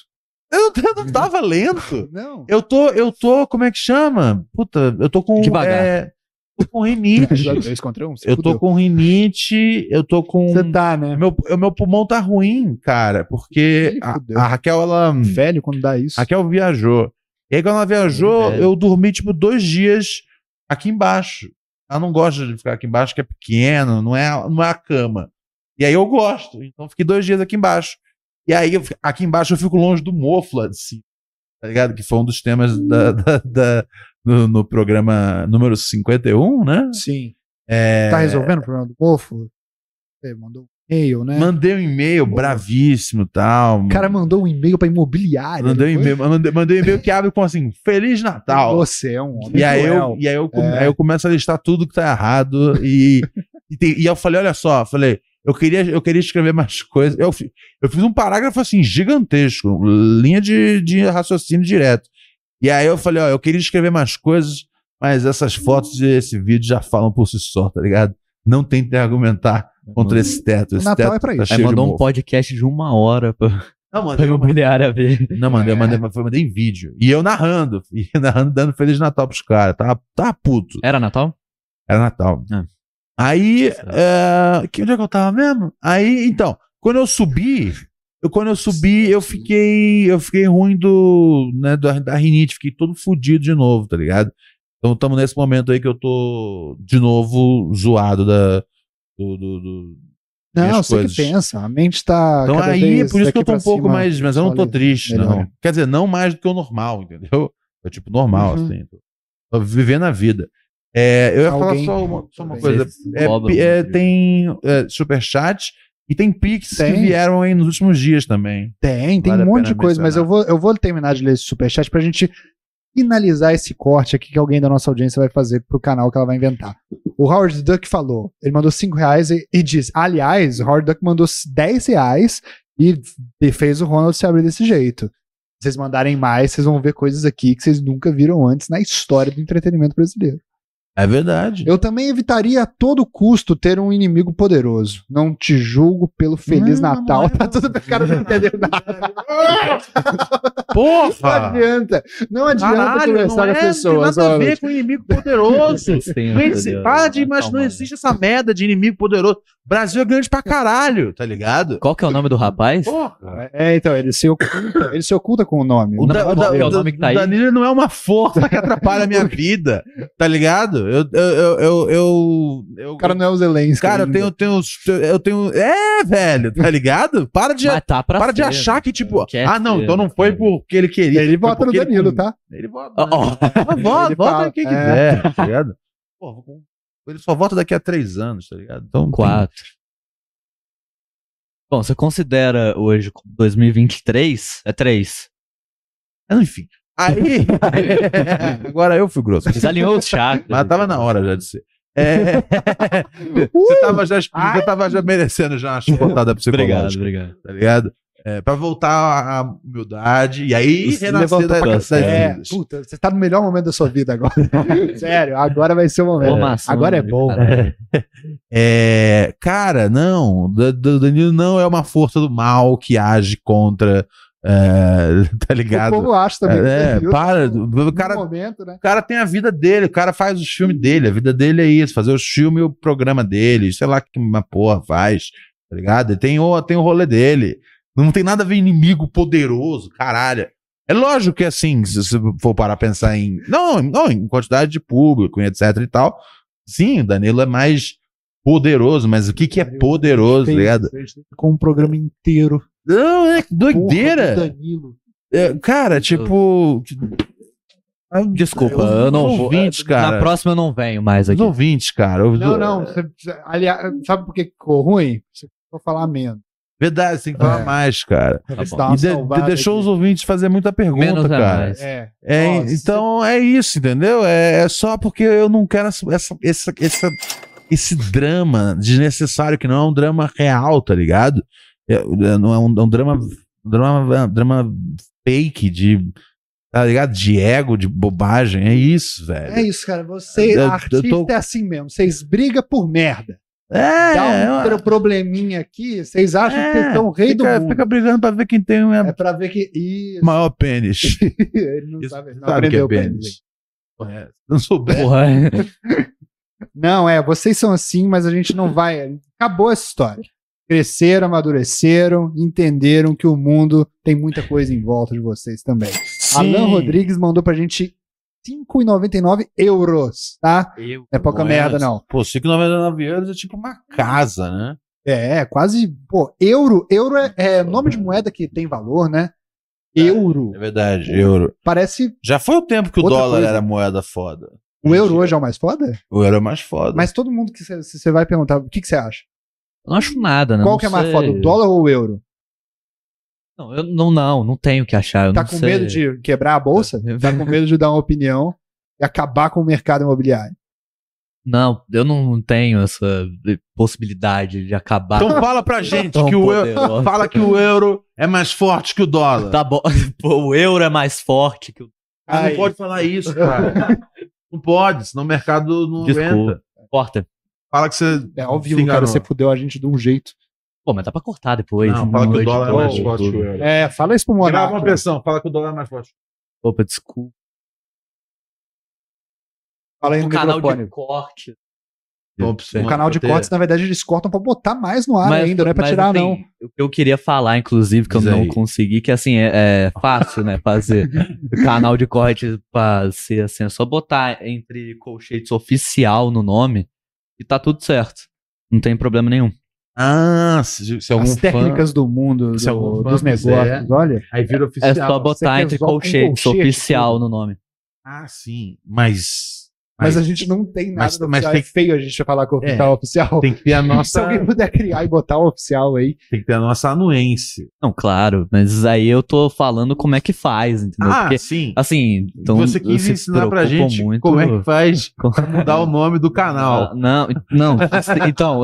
Speaker 1: eu, eu não tava lento.
Speaker 2: Não.
Speaker 1: Eu tô, eu tô, como é que chama? Puta, eu tô com.
Speaker 4: Devagar.
Speaker 1: É, tô com rinite.
Speaker 2: Eu encontrei um. você
Speaker 1: eu tô
Speaker 2: fudeu.
Speaker 1: com um rinite, eu tô com.
Speaker 2: Você tá, né?
Speaker 1: É, Meu, o meu pulmão tá ruim, cara, porque
Speaker 2: Ih,
Speaker 1: a,
Speaker 2: fudeu.
Speaker 1: a Raquel, ela.
Speaker 2: Velho quando dá isso.
Speaker 1: a Raquel viajou. E aí, quando ela viajou,
Speaker 4: Ih, velho.
Speaker 1: eu dormi, tipo, dois dias aqui embaixo. Ela não gosta de ficar aqui embaixo, que é pequeno, não é, não é a cama. E aí eu gosto, então fiquei dois dias aqui embaixo. E aí, eu fi- aqui embaixo eu fico longe do Mofla, assim, tá ligado? Que foi um dos temas
Speaker 2: Hum.
Speaker 1: da, da- da- no, no programa número 51, né?
Speaker 2: Sim.
Speaker 1: É,
Speaker 2: Tá resolvendo o problema do mofo? Você mandou um e-mail, né?
Speaker 1: Mandei um e-mail bravíssimo e tal.
Speaker 2: O cara mandou um e-mail pra imobiliária.
Speaker 1: Mandei um
Speaker 2: não foi?
Speaker 1: e-mail, mandei, mandei um e-mail que abre com assim, Feliz Natal.
Speaker 2: Você é um homem.
Speaker 1: E aí,
Speaker 2: cruel.
Speaker 1: eu, e aí, eu, come-
Speaker 2: É.
Speaker 1: aí eu começo a listar tudo que tá errado. E, e, tem- e eu falei, olha só, falei, eu queria, eu queria escrever mais coisas. Eu, fi- eu fiz um parágrafo assim, gigantesco, linha de, de raciocínio direto. E aí eu falei, ó, eu queria escrever mais coisas, mas essas fotos e esse vídeo já falam por si só, tá ligado? Não tentem argumentar contra esse teto. Esse
Speaker 2: Natal
Speaker 1: teto
Speaker 2: é pra
Speaker 1: tá
Speaker 2: isso.
Speaker 4: Aí
Speaker 1: cheio de
Speaker 4: mandou um
Speaker 1: mofo.
Speaker 4: podcast de uma hora pra,
Speaker 1: Não, mandei,
Speaker 2: um
Speaker 4: pra
Speaker 1: eu mandei,
Speaker 4: imobiliária ver.
Speaker 1: não, mandei, eu mandei, eu mandei em vídeo. E eu narrando, e narrando, dando Feliz Natal pros caras. Tava, tava puto.
Speaker 4: Era Natal?
Speaker 1: Era Natal.
Speaker 4: Ah.
Speaker 1: Aí, é, que, onde é que eu tava mesmo? Aí, então, quando eu subi, eu, quando eu subi, eu fiquei, eu fiquei ruim do, né, da, da rinite, fiquei todo fudido de novo, tá ligado? Então estamos nesse momento aí que eu tô de novo zoado da, do, do- do-
Speaker 2: Não,
Speaker 1: minhas
Speaker 2: você
Speaker 1: coisas.
Speaker 2: que pensa. A mente tá.
Speaker 1: Então
Speaker 2: cada
Speaker 1: aí,
Speaker 2: vez
Speaker 1: por isso que
Speaker 2: daqui
Speaker 1: eu tô
Speaker 2: pra
Speaker 1: um pouco
Speaker 2: cima.
Speaker 1: mais, mas eu não tô
Speaker 2: Olha,
Speaker 1: triste, não.
Speaker 2: melhora.
Speaker 1: Quer dizer, não mais do que o normal, entendeu? É tipo normal,
Speaker 2: Uhum.
Speaker 1: assim. Tô, tô vivendo a vida. É, eu ia
Speaker 2: Alguém-
Speaker 1: falar só uma, só uma
Speaker 2: Talvez.
Speaker 1: coisa.
Speaker 4: Vocês
Speaker 1: É,
Speaker 4: cobram,
Speaker 1: pi- é,
Speaker 4: né?
Speaker 1: tem é, superchat e tem Pix que
Speaker 2: Tem.
Speaker 1: vieram aí nos últimos dias também.
Speaker 2: Tem, tem
Speaker 1: Vale a
Speaker 2: um monte
Speaker 1: pena
Speaker 2: de coisa, mas eu vou, eu vou terminar de ler esse superchat pra gente finalizar esse corte aqui que alguém da nossa audiência vai fazer pro canal que ela vai inventar. O Howard Duck falou, ele mandou 5 reais e, e diz, aliás, o Howard Duck mandou 10 reais e, e fez o Ronald se abrir desse jeito. Se vocês mandarem mais, vocês vão ver coisas aqui que vocês nunca viram antes na história do entretenimento brasileiro.
Speaker 1: É verdade.
Speaker 2: Eu também evitaria a todo custo ter um inimigo poderoso. Não te julgo pelo Feliz
Speaker 1: Não,
Speaker 2: Natal.
Speaker 1: não é-
Speaker 2: Tá tudo bem, o cara não entendeu nada. Não
Speaker 1: Porra!
Speaker 2: adianta. Não adianta
Speaker 1: Ah. Caralho,
Speaker 2: conversar
Speaker 1: não
Speaker 2: com
Speaker 1: é,
Speaker 2: a
Speaker 1: tem
Speaker 2: pessoa.
Speaker 1: nada a ver
Speaker 2: sabe?
Speaker 1: com inimigo poderoso.
Speaker 4: Vocês têm,
Speaker 1: Gente,
Speaker 4: meu Deus,
Speaker 1: para de
Speaker 4: calma, né?
Speaker 1: imaginar, não
Speaker 4: calma.
Speaker 1: existe essa merda de inimigo poderoso. Brasil é grande pra caralho, tá ligado?
Speaker 4: Qual que é o nome do rapaz?
Speaker 1: Porra!
Speaker 2: É, então, ele se oculta, ele se oculta com o nome.
Speaker 1: O,
Speaker 4: Não,
Speaker 1: da, o,
Speaker 4: não,
Speaker 1: da,
Speaker 4: é o
Speaker 1: o da-
Speaker 4: nome que tá
Speaker 1: o
Speaker 4: aí.
Speaker 1: Danilo não é uma força que atrapalha a minha vida, tá ligado? Eu, eu, eu, eu, eu,
Speaker 2: O cara não é o Zelensky.
Speaker 1: cara, eu
Speaker 2: ainda.
Speaker 1: tenho, tenho, eu tenho, é, velho, tá ligado? Para de
Speaker 4: Mas tá pra
Speaker 1: Para de
Speaker 4: ser,
Speaker 1: achar
Speaker 4: né?
Speaker 1: que, tipo,
Speaker 4: Quer
Speaker 1: ah, não,
Speaker 4: ser,
Speaker 1: então não
Speaker 4: né?
Speaker 1: foi porque ele queria.
Speaker 2: Ele
Speaker 1: foi
Speaker 2: vota no
Speaker 1: porque ele
Speaker 2: Danilo,
Speaker 1: com-
Speaker 2: tá?
Speaker 1: Ele vota.
Speaker 4: Ó, ó.
Speaker 1: Mas vota,
Speaker 2: Ele
Speaker 1: vota
Speaker 2: fala,
Speaker 1: em quem
Speaker 2: é.
Speaker 1: quiser, tá ligado? Pô, vou com- ele só vota daqui a três anos, tá ligado? Então, tem-
Speaker 4: Quatro. Bom, você considera hoje 2023? É três.
Speaker 1: Ah, enfim. Aí. Agora eu fui grosso.
Speaker 4: Desalinhou os chakras.
Speaker 1: Mas tava na hora já de ser. É,
Speaker 2: Uh!
Speaker 1: você tava já, você tava já merecendo já uma chicotada
Speaker 4: Obrigado,
Speaker 1: psicológica,
Speaker 4: obrigado.
Speaker 1: tá ligado? É, pra voltar à humildade e aí
Speaker 4: Isso,
Speaker 1: renascer
Speaker 4: levanta
Speaker 1: da,
Speaker 4: pra cá.
Speaker 1: das
Speaker 2: É,
Speaker 1: vidas.
Speaker 2: puta, você tá no melhor momento da sua vida agora. Sério, agora vai ser o momento.
Speaker 4: Formação,
Speaker 2: agora é
Speaker 4: né,
Speaker 2: bom.
Speaker 4: cara?
Speaker 1: É, cara, não. Da- da- Danilo não é uma força do mal que age contra. é, tá
Speaker 2: O
Speaker 1: ligado?
Speaker 2: povo acha também. que
Speaker 1: É,
Speaker 2: Danilo
Speaker 1: para.
Speaker 2: tá
Speaker 1: O
Speaker 2: no
Speaker 1: cara,
Speaker 2: momento, né?
Speaker 1: o cara tem a vida dele, o cara faz os filmes dele, a vida dele é isso, fazer os filmes e o programa dele, sei lá que uma porra faz, tá ligado? Ele tem o, tem o rolê dele. Não tem nada a ver inimigo poderoso, caralho. É lógico que assim, se você for parar a pensar em. Não, não, em quantidade de público, e etc e tal. Sim, o Danilo é mais poderoso, mas o que, que é poderoso, tá ligado?
Speaker 2: Com um programa inteiro.
Speaker 1: Não, é
Speaker 2: Porra do
Speaker 1: doideira.
Speaker 2: Danilo.
Speaker 1: É, cara, tipo.
Speaker 4: Desculpa, eu não vou.
Speaker 1: Ouvintes, é, cara.
Speaker 4: Na próxima eu não venho mais
Speaker 1: Os
Speaker 4: aqui.
Speaker 1: ouvintes, cara. os-
Speaker 2: Não, não. você- você- aliás, sabe por que ficou ruim? Você ficou falar menos.
Speaker 1: Verdade, você tem que falar
Speaker 2: É.
Speaker 1: mais, cara.
Speaker 2: Pra ver se
Speaker 4: bom.
Speaker 2: dá uma
Speaker 1: Tá E de- de-
Speaker 2: salvada
Speaker 1: deixou os
Speaker 2: aqui.
Speaker 1: ouvintes fazer muita pergunta,
Speaker 4: Menos é
Speaker 1: cara.
Speaker 4: mais.
Speaker 2: É.
Speaker 1: É,
Speaker 2: Ó, se-
Speaker 1: então é isso, entendeu? É, é só porque eu não quero essa, essa- essa- essa- esse drama desnecessário, que não é um drama real, tá ligado? É, é, não é um, é um drama, um drama, é um drama fake de. Tá ligado? De ego, de bobagem. É isso,
Speaker 2: É
Speaker 1: velho.
Speaker 2: isso, cara. Você,
Speaker 1: Eu- eu
Speaker 2: artista,
Speaker 1: tô-
Speaker 2: é assim mesmo. Vocês brigam por merda.
Speaker 1: É,
Speaker 2: Dá um
Speaker 1: é,
Speaker 2: pro- probleminha aqui, vocês acham que vocês são o rei
Speaker 1: fica,
Speaker 2: do mundo.
Speaker 1: fica brigando pra ver quem tem o
Speaker 2: É pra ver que. Isso.
Speaker 1: maior pênis.
Speaker 2: Ele não
Speaker 1: Isso,
Speaker 2: sabe, não
Speaker 1: Sabe o que
Speaker 2: aprendeu
Speaker 1: é
Speaker 2: o pênis.
Speaker 1: pênis? É, se não souber.
Speaker 4: Porra.
Speaker 1: né?
Speaker 2: Não, é, vocês são assim, mas a gente não vai. Acabou essa história. Cresceram, amadureceram, entenderam que o mundo tem muita coisa em volta de vocês também. Alan Rodrigues mandou pra gente 5,99 euros, tá? Não é pouca
Speaker 1: Nossa.
Speaker 2: merda, não.
Speaker 1: Pô, 5,99 euros é tipo uma casa, né?
Speaker 2: É, é quase. Pô, euro. Euro é, é nome de moeda que tem valor, né? Euro.
Speaker 1: É verdade, euro.
Speaker 2: Parece.
Speaker 1: Já foi o tempo que o
Speaker 2: Outra
Speaker 1: dólar
Speaker 2: coisa.
Speaker 1: era moeda foda.
Speaker 2: O euro hoje é o mais foda?
Speaker 1: O euro é mais foda.
Speaker 2: Mas todo mundo que você vai perguntar, o que você acha?
Speaker 4: Eu não acho nada, né?
Speaker 2: Qual
Speaker 4: Não
Speaker 2: que é mais
Speaker 4: sei.
Speaker 2: foda, o dólar ou o euro?
Speaker 4: Não, eu não, não, não tenho o que achar. Eu
Speaker 2: Tá
Speaker 4: não
Speaker 2: com
Speaker 4: sei.
Speaker 2: medo de quebrar a bolsa? Tá com medo de dar uma opinião e acabar com o mercado imobiliário?
Speaker 4: Não, eu não tenho essa possibilidade de acabar.
Speaker 1: Então fala pra gente
Speaker 4: Tão
Speaker 1: que o euro.
Speaker 4: poderosa.
Speaker 1: Fala que o euro é mais forte que o dólar.
Speaker 4: Tá bom. Pô, O euro é mais forte que o.
Speaker 1: Ah,
Speaker 2: Ai.
Speaker 1: não pode falar isso, cara. não pode, senão o mercado não
Speaker 4: Desculpa.
Speaker 1: aguenta.
Speaker 4: Corta.
Speaker 1: Fala que você.
Speaker 2: É ao
Speaker 1: se
Speaker 2: vivo, cara,
Speaker 1: enganou.
Speaker 2: você fudeu a gente de um jeito.
Speaker 4: Pô, mas dá pra cortar depois.
Speaker 1: Não, fala que o
Speaker 4: editor,
Speaker 1: dólar é mais
Speaker 4: tudo.
Speaker 1: forte que o euro.
Speaker 2: É, fala isso pro
Speaker 1: Grava uma
Speaker 2: Monaco.
Speaker 1: pressão, fala que o dólar é mais forte.
Speaker 4: Opa, desculpa.
Speaker 2: Fala
Speaker 1: um
Speaker 2: aí no
Speaker 4: O canal
Speaker 2: microfone.
Speaker 4: de corte.
Speaker 2: O canal de cortes, na verdade, eles cortam pra botar mais no ar ainda, não é pra
Speaker 4: mas,
Speaker 2: tirar,
Speaker 4: assim,
Speaker 2: não.
Speaker 4: O que eu queria falar, inclusive, que eu
Speaker 1: Diz
Speaker 4: não
Speaker 1: aí.
Speaker 4: consegui, que assim, é, é fácil, né? Fazer canal de corte pra ser assim, é só botar entre colchetes oficial no nome e tá tudo certo. Não tem problema nenhum.
Speaker 1: Ah, se, se algum
Speaker 2: As
Speaker 1: fã.
Speaker 2: técnicas do mundo,
Speaker 1: se
Speaker 2: do-
Speaker 1: algum fã
Speaker 2: dos
Speaker 1: quiser.
Speaker 2: negócios, olha.
Speaker 1: Aí vira
Speaker 4: É
Speaker 1: oficial.
Speaker 4: só botar
Speaker 2: quer
Speaker 4: entre
Speaker 2: só
Speaker 1: um
Speaker 2: com
Speaker 4: colchetes
Speaker 2: colchete,
Speaker 4: oficial no nome.
Speaker 1: Ah, sim. Mas.
Speaker 2: Mas a gente não tem nada
Speaker 1: mas-
Speaker 2: do
Speaker 1: mas
Speaker 2: oficial.
Speaker 1: tem
Speaker 2: é feio a gente falar que o oficial é oficial.
Speaker 1: tem que ter a
Speaker 2: Se
Speaker 1: nossa.
Speaker 2: alguém puder criar e botar o oficial aí.
Speaker 1: Tem que ter a nossa anuência.
Speaker 4: Não, claro, mas aí eu tô falando como é que faz, entendeu?
Speaker 1: Ah,
Speaker 4: Porque,
Speaker 1: sim.
Speaker 4: assim, então
Speaker 1: Você quis
Speaker 4: se
Speaker 1: ensinar pra
Speaker 4: preocupam
Speaker 1: gente
Speaker 4: muito
Speaker 1: como é que faz
Speaker 4: com-
Speaker 1: pra mudar o nome do canal.
Speaker 4: Ah, Não, não, então,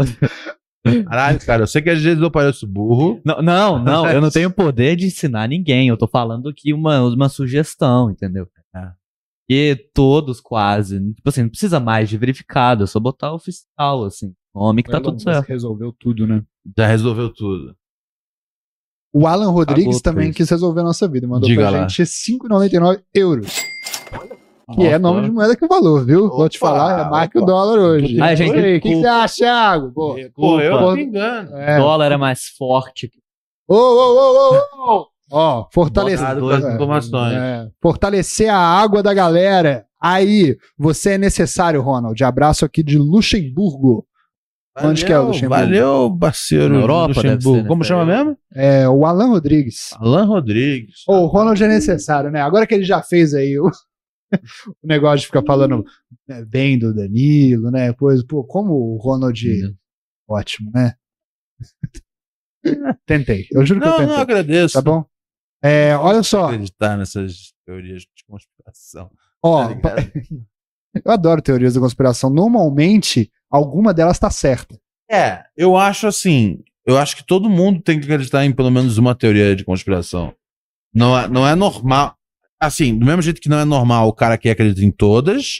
Speaker 1: Caralho, cara, eu sei que às vezes eu pareço burro.
Speaker 4: Não, não, não, eu não tenho poder de ensinar ninguém. Eu tô falando aqui uma, uma sugestão, entendeu?
Speaker 1: É.
Speaker 4: E todos quase. Tipo assim, não precisa mais de verificado, é só botar oficial, assim. Nome que tá
Speaker 2: Elon
Speaker 4: tudo
Speaker 2: Musk
Speaker 4: certo.
Speaker 2: Resolveu tudo, né?
Speaker 1: Já resolveu tudo.
Speaker 2: O Alan Rodrigues
Speaker 4: Acabou,
Speaker 2: também
Speaker 4: pois.
Speaker 2: quis resolver a nossa vida. Mandou
Speaker 1: Diga
Speaker 2: pra
Speaker 1: lá.
Speaker 2: gente 5,99 euros. Que é nome de moeda que valor, viu? Vou te
Speaker 1: Opa,
Speaker 2: falar, é mais que o
Speaker 1: opa.
Speaker 2: dólar hoje.
Speaker 4: Ai, Ah, é, gente,
Speaker 2: Por aí, O que você
Speaker 4: desculpa.
Speaker 2: acha, Thiago? Pô,
Speaker 1: Pô, eu
Speaker 2: Pô,
Speaker 1: me engano.
Speaker 2: é. Ô,
Speaker 4: dólar é mais forte.
Speaker 2: ô, ô, ô, ô! Ó, fortalecer.
Speaker 1: Obrigado pelas
Speaker 2: É.
Speaker 1: informações.
Speaker 2: É, fortalecer a água da galera. Aí, você é necessário, Ronald. Abraço aqui de Luxemburgo. Onde que é o Luxemburgo?
Speaker 1: Valeu, parceiro.
Speaker 4: Na Europa, deve ser, né?
Speaker 1: Como chama mesmo?
Speaker 2: É, o Alan Rodrigues.
Speaker 1: Alan Rodrigues.
Speaker 2: Ô, o Ronald é necessário, né? Agora que ele já fez aí o, o negócio de ficar falando né, bem do Danilo, né? Pois, pô, como o Ronald.
Speaker 1: Uhum.
Speaker 2: Ótimo, né? tentei. Eu juro que eu
Speaker 1: Não, não
Speaker 2: tentei.
Speaker 1: agradeço.
Speaker 2: Tá bom? É, olha só.
Speaker 1: Acreditar nessas teorias de conspiração.
Speaker 2: Ó,
Speaker 1: tá ligado?
Speaker 2: Eu adoro teorias da conspiração. Normalmente, alguma delas tá certa.
Speaker 1: É, eu acho assim. Eu acho que todo mundo tem que acreditar em pelo menos uma teoria de conspiração. Não é, não é normal. Assim, do mesmo jeito que não é normal o cara que acredita em todas,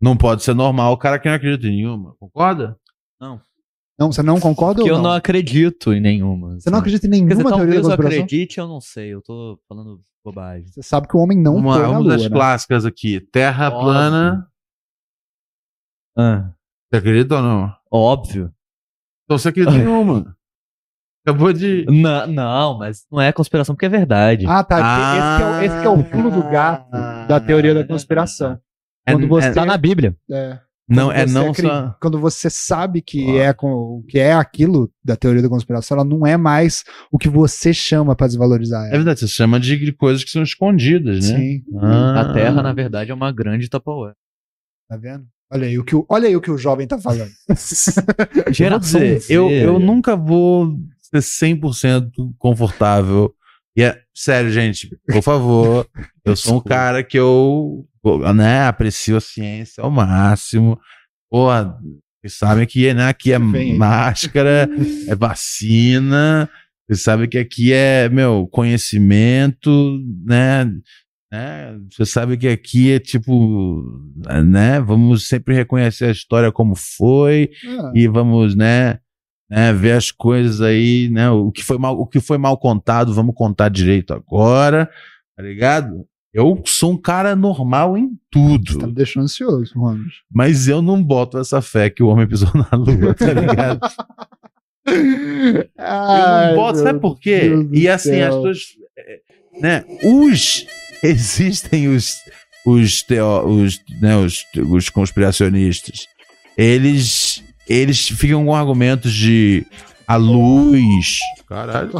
Speaker 1: não pode ser normal o cara que não acredita em nenhuma. Concorda?
Speaker 2: Não, você não concorda
Speaker 4: Porque
Speaker 2: ou
Speaker 4: eu
Speaker 2: não?
Speaker 4: não acredito em nenhuma.
Speaker 2: Você não
Speaker 4: assim.
Speaker 2: acredita em
Speaker 4: Quer dizer,
Speaker 1: tá
Speaker 2: nenhuma teoria da
Speaker 4: talvez eu
Speaker 2: conspiração?
Speaker 4: acredite, eu não sei. Eu tô falando bobagem.
Speaker 2: Você sabe que o homem não
Speaker 1: uma
Speaker 2: foi na
Speaker 1: uma
Speaker 2: lua,
Speaker 1: das
Speaker 2: né?
Speaker 1: clássicas aqui. Terra
Speaker 4: Óbvio.
Speaker 1: plana.
Speaker 4: Ah,
Speaker 1: Você acredita ou não?
Speaker 4: óbvio.
Speaker 1: Então você acredita em uma. Acabou de.
Speaker 4: Na- não, mas não é conspiração porque é verdade.
Speaker 2: Ah, tá. Esse, que é, o- esse que
Speaker 1: Ah.
Speaker 2: é o pulo do gato da teoria da conspiração. Quando você-
Speaker 4: Tá na Bíblia.
Speaker 2: É.
Speaker 1: não, é
Speaker 2: Quando você
Speaker 1: não
Speaker 2: acri-
Speaker 1: só.
Speaker 2: Quando você sabe que
Speaker 1: Ah.
Speaker 2: é com, que é aquilo da teoria da conspiração, ela não é mais o que você chama pra desvalorizar
Speaker 1: É
Speaker 2: ela.
Speaker 1: verdade, você chama de coisas que são escondidas, né?
Speaker 2: Sim,
Speaker 1: Ah.
Speaker 4: A Terra, na verdade, é uma grande Tupperware.
Speaker 2: tá vendo? Olha aí o que o, olha aí o, que o jovem tá falando.
Speaker 1: Eu vou
Speaker 4: Geração
Speaker 1: dizer,
Speaker 4: Z.
Speaker 1: eu,
Speaker 2: é.
Speaker 1: eu nunca vou ser 100% confortável. E é, sério, gente, por favor, eu sou um cara que eu né, aprecio a ciência ao máximo. Porra, vocês sabem que né, aqui é
Speaker 2: Vem aí.
Speaker 1: máscara, é vacina, vocês sabem que aqui é, meu, conhecimento, né? né? Você sabe que aqui é tipo, né? Vamos sempre reconhecer a história como foi,
Speaker 2: Ah,
Speaker 1: e vamos, né, né, ver as coisas aí, né, o que foi mal, o que foi mal contado, vamos contar direito agora, tá ligado? Eu sou um cara normal em
Speaker 2: Tá me
Speaker 1: tudo,
Speaker 2: deixando ansioso, Ronald.
Speaker 1: mas eu não boto essa fé que o homem pisou na lua, tá ligado? eu não boto, sabe por quê?
Speaker 2: Deus do
Speaker 1: E assim,
Speaker 2: céu.
Speaker 1: as pessoas, é, né, os, existem os, os, teo, os, né, os, os conspiracionistas, eles, eles ficam com argumentos de a luz, caralho,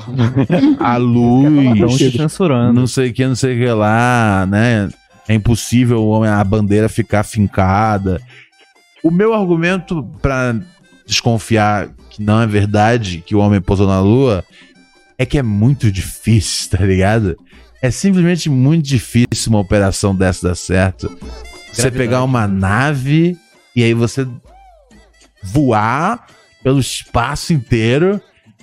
Speaker 1: a
Speaker 4: Estão
Speaker 1: luz,
Speaker 4: te censurando.
Speaker 1: não sei o que, não sei o que lá, né? É impossível o homem- a bandeira ficar fincada. O meu argumento pra desconfiar que não é verdade que o homem pousou na lua é que é muito difícil, tá ligado? É simplesmente muito difícil uma operação dessa dar certo. Você
Speaker 4: Gravidade.
Speaker 1: pegar uma nave e aí você voar pelo espaço inteiro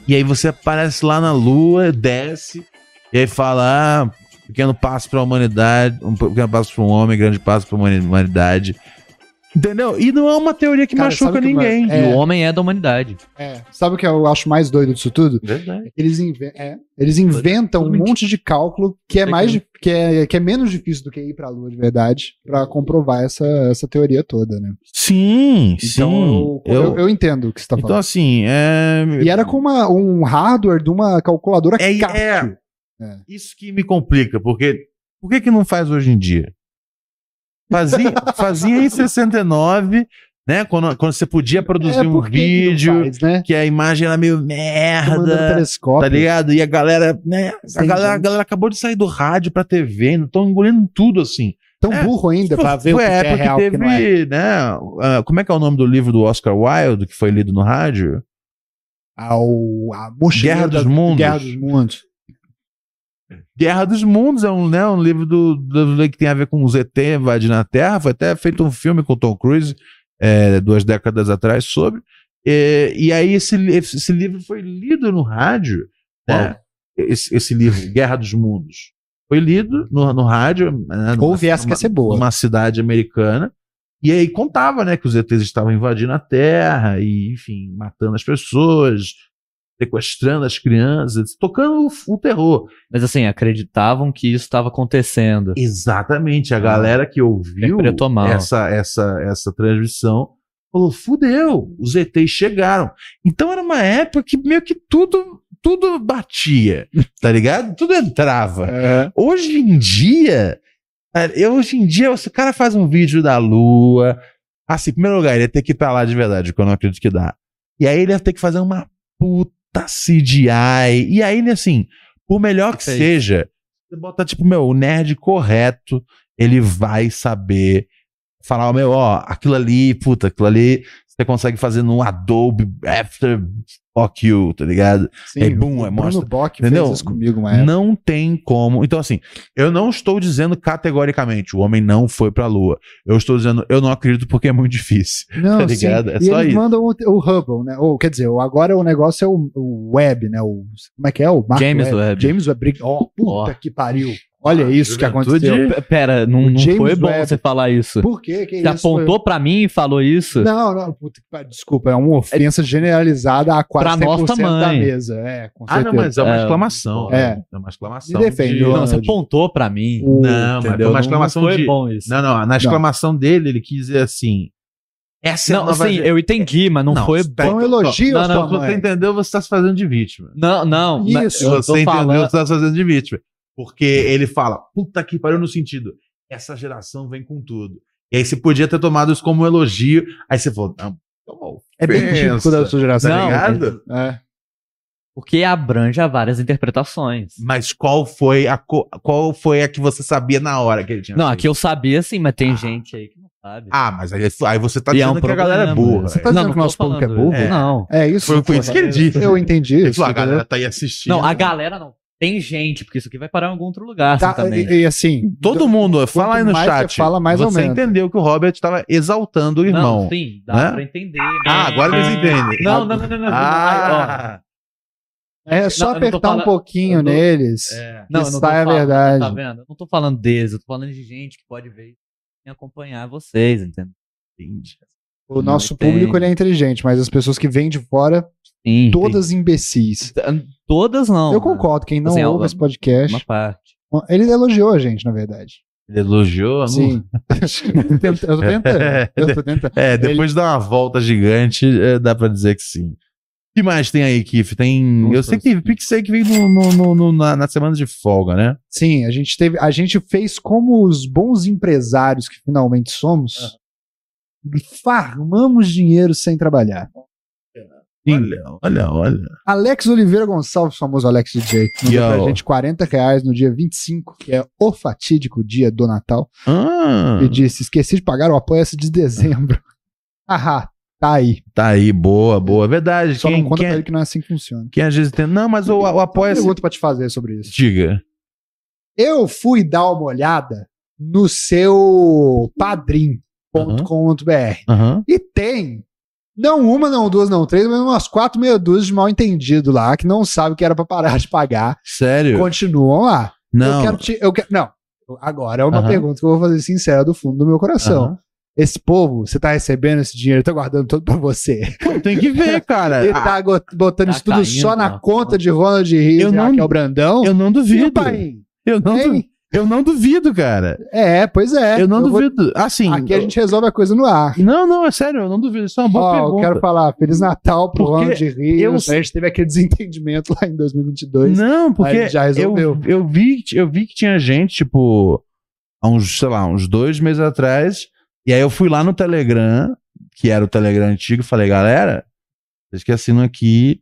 Speaker 1: e aí você aparece lá na lua, desce e aí fala, ah, pequeno passo pra humanidade, um pequeno passo pra um homem, grande passo pra humani- humanidade. Entendeu? E não é uma teoria que
Speaker 2: Cara,
Speaker 1: machuca
Speaker 2: sabe o que mais-
Speaker 1: ninguém.
Speaker 4: E
Speaker 2: É.
Speaker 4: o homem é da humanidade.
Speaker 2: É, sabe o que eu acho mais doido disso tudo?
Speaker 1: Verdade.
Speaker 2: Eles, inven- é, eles inventam um
Speaker 4: Totalmente.
Speaker 2: monte de cálculo que é
Speaker 4: É que-
Speaker 2: mais di- que é, que é menos difícil do que ir pra lua de verdade pra comprovar essa, essa teoria toda, né?
Speaker 1: Sim, sim.
Speaker 2: Então, eu,
Speaker 1: Eu-
Speaker 2: eu- eu entendo o que você tá
Speaker 1: então
Speaker 2: falando.
Speaker 1: assim, é...
Speaker 2: e era com uma- um hardware de uma calculadora
Speaker 1: É,
Speaker 2: Casio.
Speaker 1: é.
Speaker 2: É.
Speaker 1: Isso que me complica, porque por que que não faz hoje em dia? Fazia, fazia em 69, né? Quando, quando você podia produzir um
Speaker 2: por É, que que não
Speaker 1: vídeo, que,
Speaker 2: faz, né?
Speaker 1: a imagem era meio
Speaker 2: Tô mandando
Speaker 1: merda. Tá
Speaker 2: telescópio.
Speaker 1: ligado? E a galera, né? A
Speaker 2: Sem
Speaker 1: galera, a
Speaker 2: gente.
Speaker 1: galera acabou de sair do rádio pra TV, ainda estão engolindo tudo assim.
Speaker 2: Tão
Speaker 1: É,
Speaker 2: burro ainda pra ver o que
Speaker 1: Foi a
Speaker 2: que é
Speaker 1: época
Speaker 2: real
Speaker 1: que
Speaker 2: e o que não é.
Speaker 1: teve, né? ah, Como é que é o nome do livro do Oscar Wilde que foi lido no rádio?
Speaker 2: Ao, a mochileira
Speaker 1: Guerra dos
Speaker 2: da-
Speaker 1: Mundos.
Speaker 2: Guerra dos Mundos.
Speaker 1: Guerra dos Mundos é um, né, um livro do, do- que tem a ver com o ZT invadindo a Terra. Foi até feito um filme com o Tom Cruise é, duas décadas atrás sobre. E, e aí esse, li- esse livro foi lido no rádio. né? Esse, esse livro, Guerra dos Mundos. Foi lido no, no rádio. Né, numa-
Speaker 2: Houve essa que ia ser boa.
Speaker 1: numa cidade americana. E aí contava, né, que os ETs estavam invadindo a Terra e, enfim, matando as pessoas, sequestrando as crianças, tocando o, o terror.
Speaker 4: Mas assim, acreditavam que isso estava acontecendo.
Speaker 1: Exatamente, a galera que ouviu
Speaker 4: Ah. Interpretou mal.
Speaker 1: essa essa essa transmissão falou: "Fudeu, os ETs chegaram". Então era uma época que meio que tudo tudo batia, tá ligado? Tudo entrava.
Speaker 2: É.
Speaker 1: Hoje em dia, cara, eu, hoje em dia, se o cara faz um vídeo da lua, assim, em primeiro lugar, ele ia ter que ir pra lá de verdade, que eu não acredito que dá. E aí ele ia ter que fazer uma puta CGI. E aí, né, assim, por melhor que
Speaker 4: Perfeito.
Speaker 1: seja, você bota, tipo, meu, o nerd correto, ele vai saber falar, ó, meu, ó, aquilo ali, puta, aquilo ali, você consegue fazer no Adobe After fuck you, tá ligado?
Speaker 2: Sim,
Speaker 1: É bom, é
Speaker 2: o
Speaker 1: mostra.
Speaker 2: Bruno Bock
Speaker 1: Entendeu?
Speaker 2: fez isso comigo uma época.
Speaker 1: Não tem como. Então, assim, eu não estou dizendo categoricamente o homem não foi pra lua. Eu estou dizendo, eu não acredito porque é muito difícil.
Speaker 2: Não,
Speaker 1: tá ligado?
Speaker 2: sim.
Speaker 1: É
Speaker 2: e
Speaker 1: só
Speaker 2: eles
Speaker 1: isso.
Speaker 2: mandam o, o Hubble, né? Ou, quer dizer, o- agora o negócio é o, o Web, né? O, como é que é? O Mark
Speaker 4: James Webb.
Speaker 2: James Webb. Brig- Ó, puta
Speaker 4: Ó.
Speaker 2: que pariu. Olha isso que
Speaker 1: Ah, juventude.
Speaker 2: aconteceu.
Speaker 4: P- Pera, não,
Speaker 2: O
Speaker 4: não
Speaker 2: James
Speaker 4: foi bom
Speaker 2: Webb.
Speaker 4: você falar isso.
Speaker 2: Por quê? Que
Speaker 4: Você
Speaker 2: isso foi-
Speaker 4: apontou pra mim e falou isso?
Speaker 2: Não, não, puta que pariu. Desculpa, é uma ofensa generalizada a
Speaker 4: Pra
Speaker 2: quase
Speaker 4: nós
Speaker 2: 100% da
Speaker 4: também.
Speaker 2: mesa. É, com
Speaker 1: Ah,
Speaker 2: certeza.
Speaker 1: não, mas é uma
Speaker 4: É.
Speaker 1: exclamação.
Speaker 2: É.
Speaker 1: É uma exclamação.
Speaker 2: Me defende,
Speaker 1: de-
Speaker 2: eu-
Speaker 4: Não, você apontou pra mim.
Speaker 2: O-
Speaker 1: Não, mas foi
Speaker 4: entendeu?
Speaker 1: uma
Speaker 4: Não-
Speaker 1: exclamação
Speaker 4: não foi
Speaker 1: de.
Speaker 4: bom isso.
Speaker 1: Não, não, na exclamação dele, ele quis dizer assim. Essa é a
Speaker 4: Não,
Speaker 1: nova
Speaker 4: sim,
Speaker 1: geração.
Speaker 4: eu entendi, mas não, foi bom.
Speaker 2: Foi um elogio
Speaker 4: Não,
Speaker 2: à
Speaker 4: não,
Speaker 2: sua
Speaker 1: Quando você
Speaker 2: mãe.
Speaker 1: entendeu, você está se fazendo de vítima.
Speaker 4: Não, não. mas
Speaker 2: Isso,
Speaker 4: eu tô
Speaker 1: você entendeu, você
Speaker 4: falando...
Speaker 1: está se fazendo de vítima. Porque ele fala, puta que pariu no sentido, essa geração vem com tudo. E aí você podia ter tomado isso como um elogio, aí você falou, não, tomou.
Speaker 2: É bem
Speaker 1: Pensa.
Speaker 2: típico da sua geração.
Speaker 1: Tá
Speaker 4: Não,
Speaker 1: ligado?
Speaker 2: É.
Speaker 4: Porque abrange a várias interpretações.
Speaker 1: Mas qual foi, a co- qual foi a que você sabia na hora que ele tinha
Speaker 4: Não,
Speaker 1: feito?
Speaker 4: aqui eu sabia sim, mas
Speaker 2: Ah.
Speaker 4: tem gente aí que não sabe.
Speaker 1: Ah, mas aí, aí você tá
Speaker 4: E é
Speaker 1: dizendo
Speaker 4: um
Speaker 1: que a galera é
Speaker 4: problema,
Speaker 1: burra.
Speaker 4: você
Speaker 1: velho.
Speaker 2: Tá dizendo
Speaker 4: não
Speaker 2: que o nosso
Speaker 4: tô
Speaker 2: público é
Speaker 4: falando,
Speaker 2: burro?
Speaker 1: é.
Speaker 4: Não.
Speaker 2: É isso.
Speaker 1: Foi- foi isso que ele disse.
Speaker 2: Eu entendi
Speaker 1: Ele
Speaker 2: isso.
Speaker 1: falou, a
Speaker 2: entendeu?
Speaker 1: galera tá aí assistindo.
Speaker 4: Não, a galera não. Tem gente, porque isso aqui vai parar em algum outro lugar assim,
Speaker 2: Tá,
Speaker 4: também.
Speaker 2: e, e assim.
Speaker 1: Todo mundo, fala aí no
Speaker 2: mais você
Speaker 1: chat.
Speaker 2: fala, mais
Speaker 1: você
Speaker 2: aumenta.
Speaker 1: entendeu que o Robert estava exaltando o irmão.
Speaker 4: Não, sim, dá
Speaker 1: né?
Speaker 4: pra entender. né?
Speaker 1: Ah, agora eles entendem.
Speaker 4: Não, não, não, não.
Speaker 1: é
Speaker 4: não, não,
Speaker 1: Ah,
Speaker 2: É só
Speaker 4: Não, eu não tô
Speaker 2: apertar um
Speaker 4: falando-
Speaker 2: pouquinho
Speaker 4: eu não- É.
Speaker 2: neles.
Speaker 1: é.
Speaker 4: ó. Não, eu não
Speaker 2: sai
Speaker 4: tô
Speaker 2: a
Speaker 4: falando,
Speaker 2: é verdade.
Speaker 4: Tá vendo? Eu não tô falando deles, eu tô falando de gente que pode ver e acompanhar vocês, entendeu?
Speaker 1: entendi.
Speaker 2: O nosso
Speaker 4: tem.
Speaker 2: público ele é inteligente, mas as pessoas que vêm de fora,
Speaker 4: Sim,
Speaker 2: todas imbecis.
Speaker 4: tem- Todas não.
Speaker 2: Eu
Speaker 4: né?
Speaker 2: concordo, quem não
Speaker 4: Assim,
Speaker 2: ouve
Speaker 4: a-
Speaker 2: esse podcast.
Speaker 4: Uma parte.
Speaker 2: Ele elogiou a gente, na verdade.
Speaker 1: Ele elogiou? não-
Speaker 2: Sim. eu tô tentando. Eu tô tentando.
Speaker 1: É, depois de dar uma volta gigante, é, dá pra dizer que sim. O que mais tem aí, Kif? Tem. eu sei que teve PicSay que veio no- no- no- no- na, na semana de folga, né?
Speaker 2: Sim, a gente teve. A gente fez como os bons empresários que finalmente somos.
Speaker 4: Ah.
Speaker 2: Farmamos dinheiro sem trabalhar.
Speaker 1: Olha, olha, olha.
Speaker 2: Alex Oliveira Gonçalves, famoso Alex DJ, mandou
Speaker 1: Yo.
Speaker 2: pra gente 40 reais no dia 25, que é o fatídico dia do Natal,
Speaker 1: Ah,
Speaker 2: e disse: esqueci de pagar o apoia-se de dezembro. Haha, tá aí.
Speaker 1: tá aí, boa, boa. Verdade.
Speaker 2: Só
Speaker 1: quem,
Speaker 2: não conta
Speaker 1: quem,
Speaker 2: pra ele que não é assim que funciona.
Speaker 1: quem às vezes tem. Não, mas o, o
Speaker 2: Qual é
Speaker 1: apoia-se.
Speaker 2: pergunta pra te fazer sobre isso?
Speaker 1: Diga.
Speaker 2: Eu fui dar uma olhada no seu padrim.com.br
Speaker 1: Aham.
Speaker 2: e tem. Não uma, não duas, não três, mas umas quatro meia dúzia de mal entendido lá, que não sabe que era pra parar de pagar.
Speaker 1: Sério?
Speaker 2: Continuam lá.
Speaker 1: não.
Speaker 2: Eu quero te. Eu quero, não. Agora é uma
Speaker 1: Aham.
Speaker 2: pergunta que eu vou fazer sincera do fundo do meu coração.
Speaker 1: Aham.
Speaker 2: Esse povo, você tá recebendo esse dinheiro, tá guardando todo pra você.
Speaker 1: Pô, Tem que ver, cara.
Speaker 2: Ele tá go- botando
Speaker 4: tá
Speaker 2: isso tudo
Speaker 4: caindo,
Speaker 2: só na
Speaker 4: ó.
Speaker 2: conta de Ronald Rios
Speaker 1: Eu
Speaker 2: e
Speaker 1: não-
Speaker 2: Raquel Brandão.
Speaker 1: Eu não
Speaker 2: E o
Speaker 1: duvido.
Speaker 2: Paim?
Speaker 1: Eu não,
Speaker 2: Hein?
Speaker 1: du- eu não duvido, cara.
Speaker 2: É, pois é.
Speaker 1: eu não
Speaker 2: vou-
Speaker 1: duvido. Assim.
Speaker 2: Aqui a gente resolve a coisa no ar.
Speaker 1: Não, não, é sério, eu não duvido. Isso é uma boa
Speaker 2: Ó, eu
Speaker 1: pergunta.
Speaker 2: quero falar, Feliz Natal pro
Speaker 1: Porque
Speaker 2: Ronald Rios.
Speaker 1: eu-
Speaker 2: A gente teve aquele desentendimento lá em 2022.
Speaker 1: Não, porque
Speaker 2: Aí já resolveu.
Speaker 1: eu, eu, vi, eu vi que tinha gente, tipo, há uns, sei lá, uns dois meses atrás. E aí eu fui lá no Telegram, que era o Telegram antigo, e falei, galera, vocês que assinam aqui,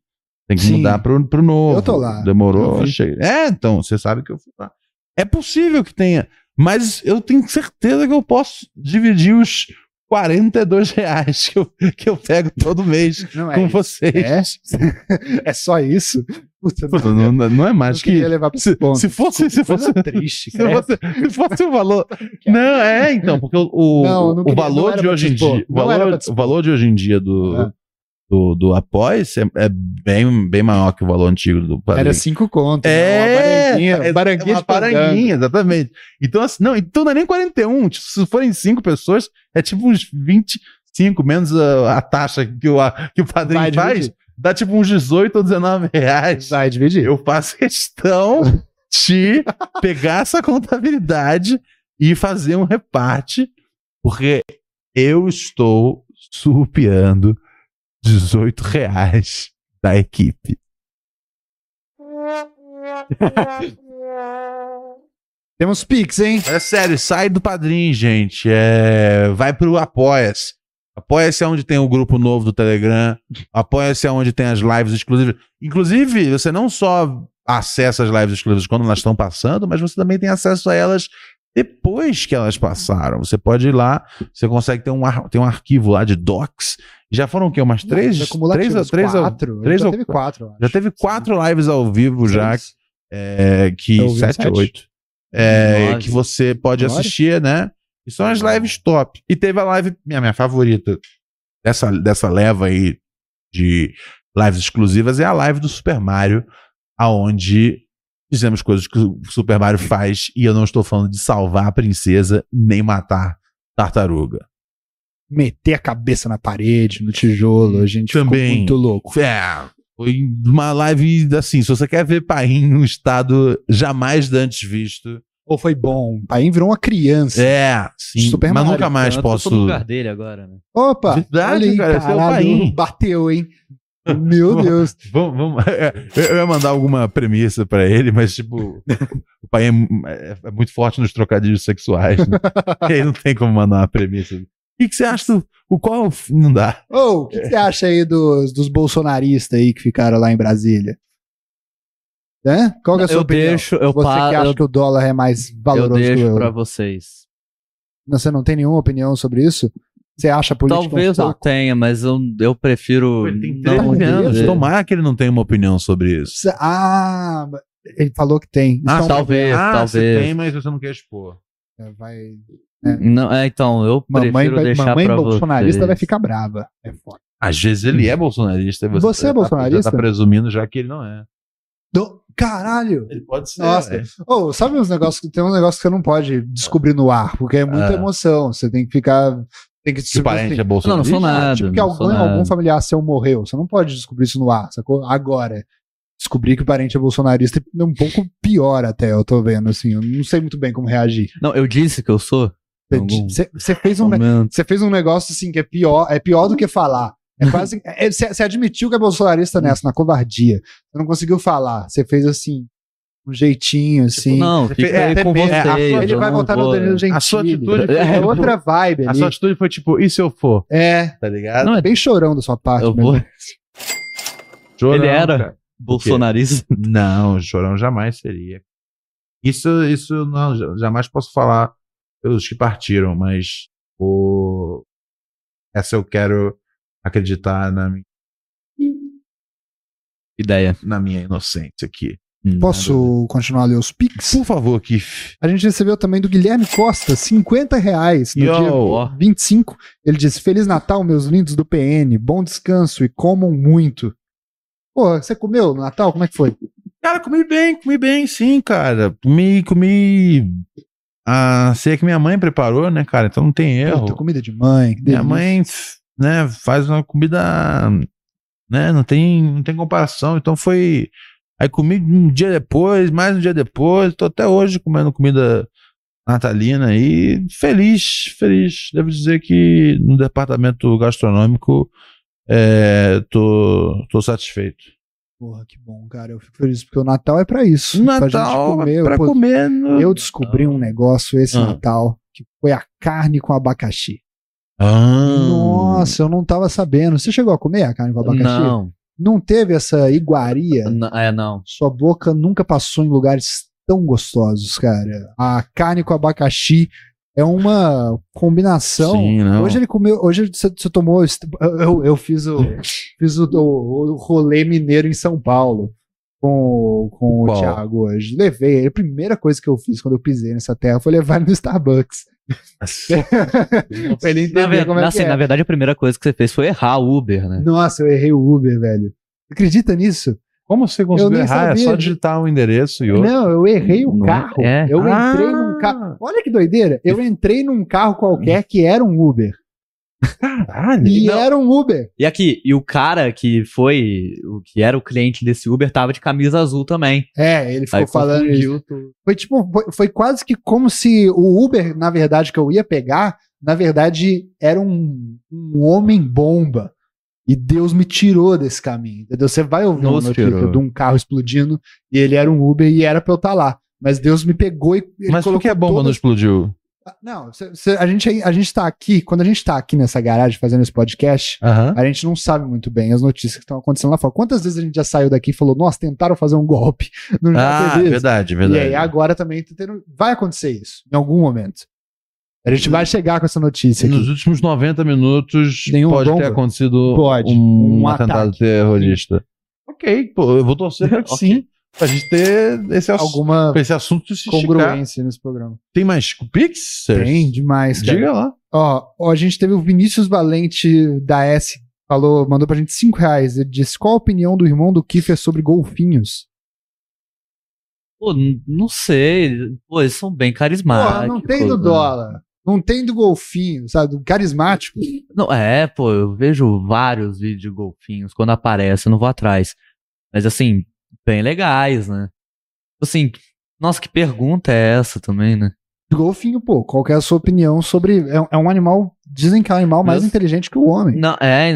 Speaker 1: tem que
Speaker 2: Sim.
Speaker 1: mudar pro, pro novo.
Speaker 2: Eu tô lá.
Speaker 1: Demorou?
Speaker 2: Eu vi.
Speaker 1: Chega. É, então, você sabe que eu fui lá. É possível que tenha, mas eu tenho certeza que eu posso dividir os 42 reais que eu, que eu pego todo mês
Speaker 2: Não é
Speaker 1: com
Speaker 2: isso.
Speaker 1: vocês.
Speaker 2: É? é só isso? Puta,
Speaker 1: Puta,
Speaker 2: não,
Speaker 1: Não, não é mais
Speaker 2: acho
Speaker 1: que.
Speaker 2: que levar pra esse
Speaker 1: Se,
Speaker 2: ponto.
Speaker 1: se fosse, se fosse,
Speaker 2: Coisa triste,
Speaker 1: se
Speaker 2: cara.
Speaker 1: fosse, se fosse assim, o valor. Não, é, então, porque o, o,
Speaker 2: Não, eu não
Speaker 1: o
Speaker 2: queria- não
Speaker 1: valor
Speaker 2: era
Speaker 1: de
Speaker 2: pra
Speaker 1: hoje em
Speaker 2: dispor,
Speaker 1: dia. O
Speaker 2: não era pra
Speaker 1: valor,
Speaker 2: dispor.
Speaker 1: o valor de hoje em dia do,
Speaker 2: É.
Speaker 1: do, do Após é, é bem, bem maior que o valor antigo do Padrim.
Speaker 2: Era cinco contos.
Speaker 1: É,
Speaker 2: né?
Speaker 1: é
Speaker 2: uma baranguinha.
Speaker 1: uma baranguinha, exatamente. Então, assim, não, então não é nem 41. Tipo, se forem cinco pessoas, é tipo uns 25, menos a, a taxa que o, a- que o padrinho
Speaker 2: Vai
Speaker 1: faz,
Speaker 2: dividir.
Speaker 1: dá tipo uns 18 ou 19 reais.
Speaker 2: Vai dividir.
Speaker 1: Eu faço questão de pegar essa contabilidade e fazer um reparte, porque eu estou surpeando 18 reais da equipe.
Speaker 2: Temos Pix, hein?
Speaker 1: Mas É sério, sai do padrinho, gente. É, vai pro Apoia-se. Apoia-se é onde tem o grupo novo do Telegram. Apoia-se é onde tem as lives exclusivas. Inclusive, você não só acessa as lives exclusivas quando elas estão passando, mas você também tem acesso a elas depois que elas passaram. Você pode ir lá, você consegue ter um, ar- tem um arquivo lá de docs. Já foram o quê? Umas três? três,
Speaker 2: acumulativas,
Speaker 1: três
Speaker 2: é quatro.
Speaker 1: três
Speaker 2: já
Speaker 1: ou-
Speaker 2: teve quatro. eu acho.
Speaker 1: já teve quatro lives ao vivo já,
Speaker 2: Três.
Speaker 1: é, que
Speaker 2: Eu ouvi
Speaker 1: sete,
Speaker 2: sete.
Speaker 1: oito. É,
Speaker 4: Nove.
Speaker 1: que você pode
Speaker 2: Nove.
Speaker 1: assistir, né? E são as lives top. E teve a live, minha, minha favorita dessa, dessa leva aí de lives exclusivas é a live do Super Mario, aonde fizemos coisas que o Super Mario faz, e eu não estou falando de salvar a princesa nem matar tartaruga.
Speaker 2: Meter a cabeça na parede, no tijolo. A gente
Speaker 1: Também.
Speaker 2: ficou muito louco.
Speaker 1: É, foi uma live assim, se você quer ver Paim num estado jamais antes visto.
Speaker 2: Ou foi bom. Paim virou uma criança.
Speaker 1: É, sim,
Speaker 2: Super
Speaker 1: mas
Speaker 2: Mario,
Speaker 1: nunca mais
Speaker 4: eu
Speaker 1: posso.
Speaker 4: tô no lugar dele agora, né?
Speaker 2: Opa!
Speaker 1: Verdade,
Speaker 2: olha aí,
Speaker 1: cara, esse é o Paim.
Speaker 2: bateu, hein? Meu Deus.
Speaker 1: Vamos, vamos- é, Eu eu ia mandar alguma premissa pra ele, mas tipo, o pai é, é- é muito forte nos trocadilhos sexuais, né? E aí não tem como mandar uma premissa. O que, que você acha do o qual não dá?
Speaker 2: Ô, o que que você acha aí dos, dos bolsonaristas aí que ficaram lá em Brasília? Hã? Qual que é a sua
Speaker 4: Eu
Speaker 2: opinião?
Speaker 4: deixo, eu
Speaker 2: você que
Speaker 4: paro,
Speaker 2: acha
Speaker 4: eu,
Speaker 2: que o dólar é mais
Speaker 4: eu
Speaker 2: valoroso que o
Speaker 4: deixo
Speaker 2: euro?
Speaker 4: pra vocês.
Speaker 2: Não, Você não tem nenhuma opinião sobre isso? Você acha a política um
Speaker 4: Talvez eu
Speaker 2: saco?
Speaker 4: tenha, mas eu, eu prefiro. não
Speaker 2: treze
Speaker 1: anos.
Speaker 4: ver.
Speaker 1: Tomara que ele não tenha uma opinião sobre isso.
Speaker 2: Você- Ah, ele falou que tem.
Speaker 1: Ah,
Speaker 2: Então,
Speaker 4: Talvez,
Speaker 1: Ah, você
Speaker 4: talvez.
Speaker 1: tem, mas você não quer expor.
Speaker 2: É, vai-
Speaker 4: Não, é, então, eu prefiro
Speaker 2: Mamãe, vai,
Speaker 4: deixar
Speaker 2: mamãe
Speaker 4: pra
Speaker 2: bolsonarista
Speaker 4: vocês.
Speaker 2: vai ficar brava. É foda.
Speaker 1: Às vezes ele é bolsonarista. e
Speaker 2: Você é
Speaker 1: já tá-
Speaker 2: bolsonarista?
Speaker 1: Já tá presumindo já que ele não é.
Speaker 2: Do- Caralho!
Speaker 1: Ele pode ser.
Speaker 2: Nossa.
Speaker 1: é.
Speaker 2: Ô, sabe uns negócios que tem uns negócios que você não pode descobrir no ar, porque é muita
Speaker 1: Ah.
Speaker 2: emoção. Você tem que ficar. Tem que
Speaker 1: Se o parente é
Speaker 4: Não, não
Speaker 1: bolsonarista.
Speaker 4: sou nada.
Speaker 2: Tipo que
Speaker 4: não
Speaker 2: algum,
Speaker 4: sou nada.
Speaker 2: algum familiar seu morreu. Você não pode descobrir isso no ar, sacou? Agora. Descobrir que o parente é bolsonarista é um pouco pior, até, eu tô vendo, assim. Eu não sei muito bem como reagir.
Speaker 4: Não, eu disse que eu sou.
Speaker 2: Você-
Speaker 4: Algum-
Speaker 2: Você você fez um.
Speaker 4: Momento.
Speaker 2: Você fez um negócio assim que é pior, é pior do que falar. É quase. é- Você você admitiu que é bolsonarista nessa, na covardia. Você não conseguiu falar. Você fez assim, um jeitinho,
Speaker 1: Tipo,
Speaker 2: assim.
Speaker 4: Não,
Speaker 1: Você
Speaker 4: fica
Speaker 1: fez-
Speaker 4: aí
Speaker 1: é,
Speaker 4: com
Speaker 1: até mesmo-
Speaker 4: vocês.
Speaker 1: é, a sua-
Speaker 4: eu
Speaker 2: Ele vai
Speaker 4: não
Speaker 2: votar no
Speaker 4: vou.
Speaker 2: Danilo Gentili.
Speaker 1: A sua atitude foi-
Speaker 2: é outra vibe
Speaker 1: A
Speaker 2: ali.
Speaker 1: sua atitude foi tipo, e se eu for?
Speaker 2: É,
Speaker 1: Tá ligado?
Speaker 4: Não, é- né?
Speaker 2: bem chorão da sua parte.
Speaker 4: Eu
Speaker 2: mesmo.
Speaker 4: vou.
Speaker 1: Chorão,
Speaker 4: Ele era?
Speaker 1: cara.
Speaker 4: Bolsonarista.
Speaker 1: Não, chorão jamais seria. Isso, isso eu não, ja- jamais posso falar pelos que partiram, mas o... essa eu quero acreditar na, mi-
Speaker 4: Ideia. Hum,
Speaker 1: na minha inocência aqui.
Speaker 2: Posso continuar a ler os pics?
Speaker 1: Por favor, Kif.
Speaker 2: A gente recebeu também do Guilherme Costa, 50 reais no
Speaker 1: Yo,
Speaker 2: dia
Speaker 4: ó.
Speaker 2: 25. Ele disse: Feliz Natal, meus lindos do PN. Bom descanso e comam muito. Porra, você comeu no Natal? Como é que foi?
Speaker 1: Cara, comi bem, comi bem, sim, cara. Comi, comi a ceia que minha mãe preparou, né, cara? Então não tem erro.
Speaker 2: Puta, comida de mãe. que
Speaker 1: Minha
Speaker 2: delícia.
Speaker 1: mãe, né, faz uma comida, né, não tem, não tem comparação. Então foi, aí comi um dia depois, mais um dia depois, tô até hoje comendo comida natalina e feliz, feliz. Devo dizer que no departamento gastronômico é, tô, tô satisfeito.
Speaker 2: Porra, que bom, cara. Eu fico feliz porque o Natal é pra isso.
Speaker 1: No
Speaker 2: pra gente
Speaker 1: Natal, é
Speaker 2: comer.
Speaker 1: pra
Speaker 2: Pô,
Speaker 1: comer, no-
Speaker 2: Eu descobri um negócio esse
Speaker 1: Ah.
Speaker 2: Natal que foi a carne com abacaxi.
Speaker 1: Ah.
Speaker 2: Nossa, eu não tava sabendo. Você chegou a comer a carne com abacaxi?
Speaker 4: Não.
Speaker 2: Não teve essa iguaria?
Speaker 4: N- É, não.
Speaker 2: Sua boca nunca passou em lugares tão gostosos, cara. A carne com abacaxi é uma combinação.
Speaker 1: Sim, não.
Speaker 2: Hoje ele comeu, hoje você, você tomou, esse- eu, eu- eu fiz o fiz o, o- o rolê mineiro em São Paulo com, com o
Speaker 1: Qual?
Speaker 2: Thiago hoje. Levei ele. A primeira coisa que eu fiz quando eu pisei nessa terra foi levar ele no Starbucks. pra ele
Speaker 4: Na,
Speaker 2: entender
Speaker 4: ver-
Speaker 2: como é
Speaker 4: assim,
Speaker 2: que é.
Speaker 4: na verdade, a primeira coisa que você fez foi errar o Uber, né?
Speaker 2: Nossa, eu errei o Uber, velho. Acredita nisso?
Speaker 1: Como você
Speaker 2: Eu
Speaker 1: conseguiu
Speaker 2: nem
Speaker 1: errar? É
Speaker 2: sabia. Né?
Speaker 1: só digitar o endereço e outro.
Speaker 2: Não, eu errei o
Speaker 4: Não é-
Speaker 2: carro.
Speaker 4: é.
Speaker 2: Eu entrei
Speaker 1: Ah!
Speaker 2: num carro. Olha que doideira. Eu entrei num carro qualquer que era um Uber.
Speaker 1: Caralho.
Speaker 2: E
Speaker 4: Não.
Speaker 2: era um Uber.
Speaker 4: E aqui, e o cara que foi, o que era o cliente desse Uber, tava de camisa azul também.
Speaker 2: É, ele ficou
Speaker 4: Aí
Speaker 2: falando isso.
Speaker 4: confundiu tudo.
Speaker 2: Foi tipo, foi, foi quase que como se o Uber, na verdade, que eu ia pegar, na verdade, era um, um homem bomba. E Deus me tirou desse caminho. Entendeu? Você vai ouvir
Speaker 4: Nos
Speaker 2: uma notícia
Speaker 4: tirou.
Speaker 2: de um carro explodindo e ele era um Uber e era pra eu estar tá lá. Mas Deus me pegou e ele
Speaker 1: Mas por
Speaker 2: colocou
Speaker 4: é
Speaker 1: que a bomba
Speaker 2: todas-
Speaker 1: não explodiu?
Speaker 2: Ah, Não, cê- cê- a, gente, a gente tá aqui, quando a gente tá aqui nessa garagem fazendo esse podcast,
Speaker 1: Aham.
Speaker 2: a gente não sabe muito bem as notícias que estão acontecendo lá fora. Quantas vezes a gente já saiu daqui e falou, nossa, tentaram fazer um golpe no
Speaker 1: Ah,
Speaker 2: JTV?
Speaker 1: verdade,
Speaker 2: E
Speaker 1: verdade.
Speaker 2: aí agora também tá tendo- vai acontecer isso, em algum momento. A gente vai chegar com essa notícia aqui.
Speaker 1: Nos últimos 90 minutos
Speaker 2: Nenhum
Speaker 1: pode ter
Speaker 2: bomba?
Speaker 1: acontecido
Speaker 2: Pode.
Speaker 1: um,
Speaker 2: Um
Speaker 1: atentado
Speaker 2: ataque.
Speaker 1: terrorista. Ok, pô, eu vou torcer pra que
Speaker 4: Ok.
Speaker 1: sim, pra gente ter esse, ass-
Speaker 2: Alguma
Speaker 1: pra esse assunto se esticar.
Speaker 2: congruência nesse programa.
Speaker 1: Tem mais Pix?
Speaker 2: Tem demais, cara.
Speaker 1: Diga lá.
Speaker 2: Ó, ó, a gente teve o Vinícius Valente da S. Falou, mandou pra gente 5 reais. Ele disse: qual a opinião do irmão do Kiffer sobre golfinhos?
Speaker 4: Pô, n- não sei. Pô, eles são bem
Speaker 2: Porra,
Speaker 4: carismáticos.
Speaker 2: não tem do
Speaker 4: né?
Speaker 2: dólar. Não tem do golfinho, sabe? Do carismático.
Speaker 4: Não, é, pô, eu vejo vários vídeos de golfinhos. Quando aparece, eu não vou atrás. Mas assim, bem legais, né? Assim, nossa, que pergunta é essa também, né?
Speaker 2: Do golfinho, pô. Qual que é a sua opinião sobre. É, é um animal. Dizem que é um animal mais
Speaker 4: Mas-
Speaker 2: inteligente que o homem.
Speaker 4: Não, é,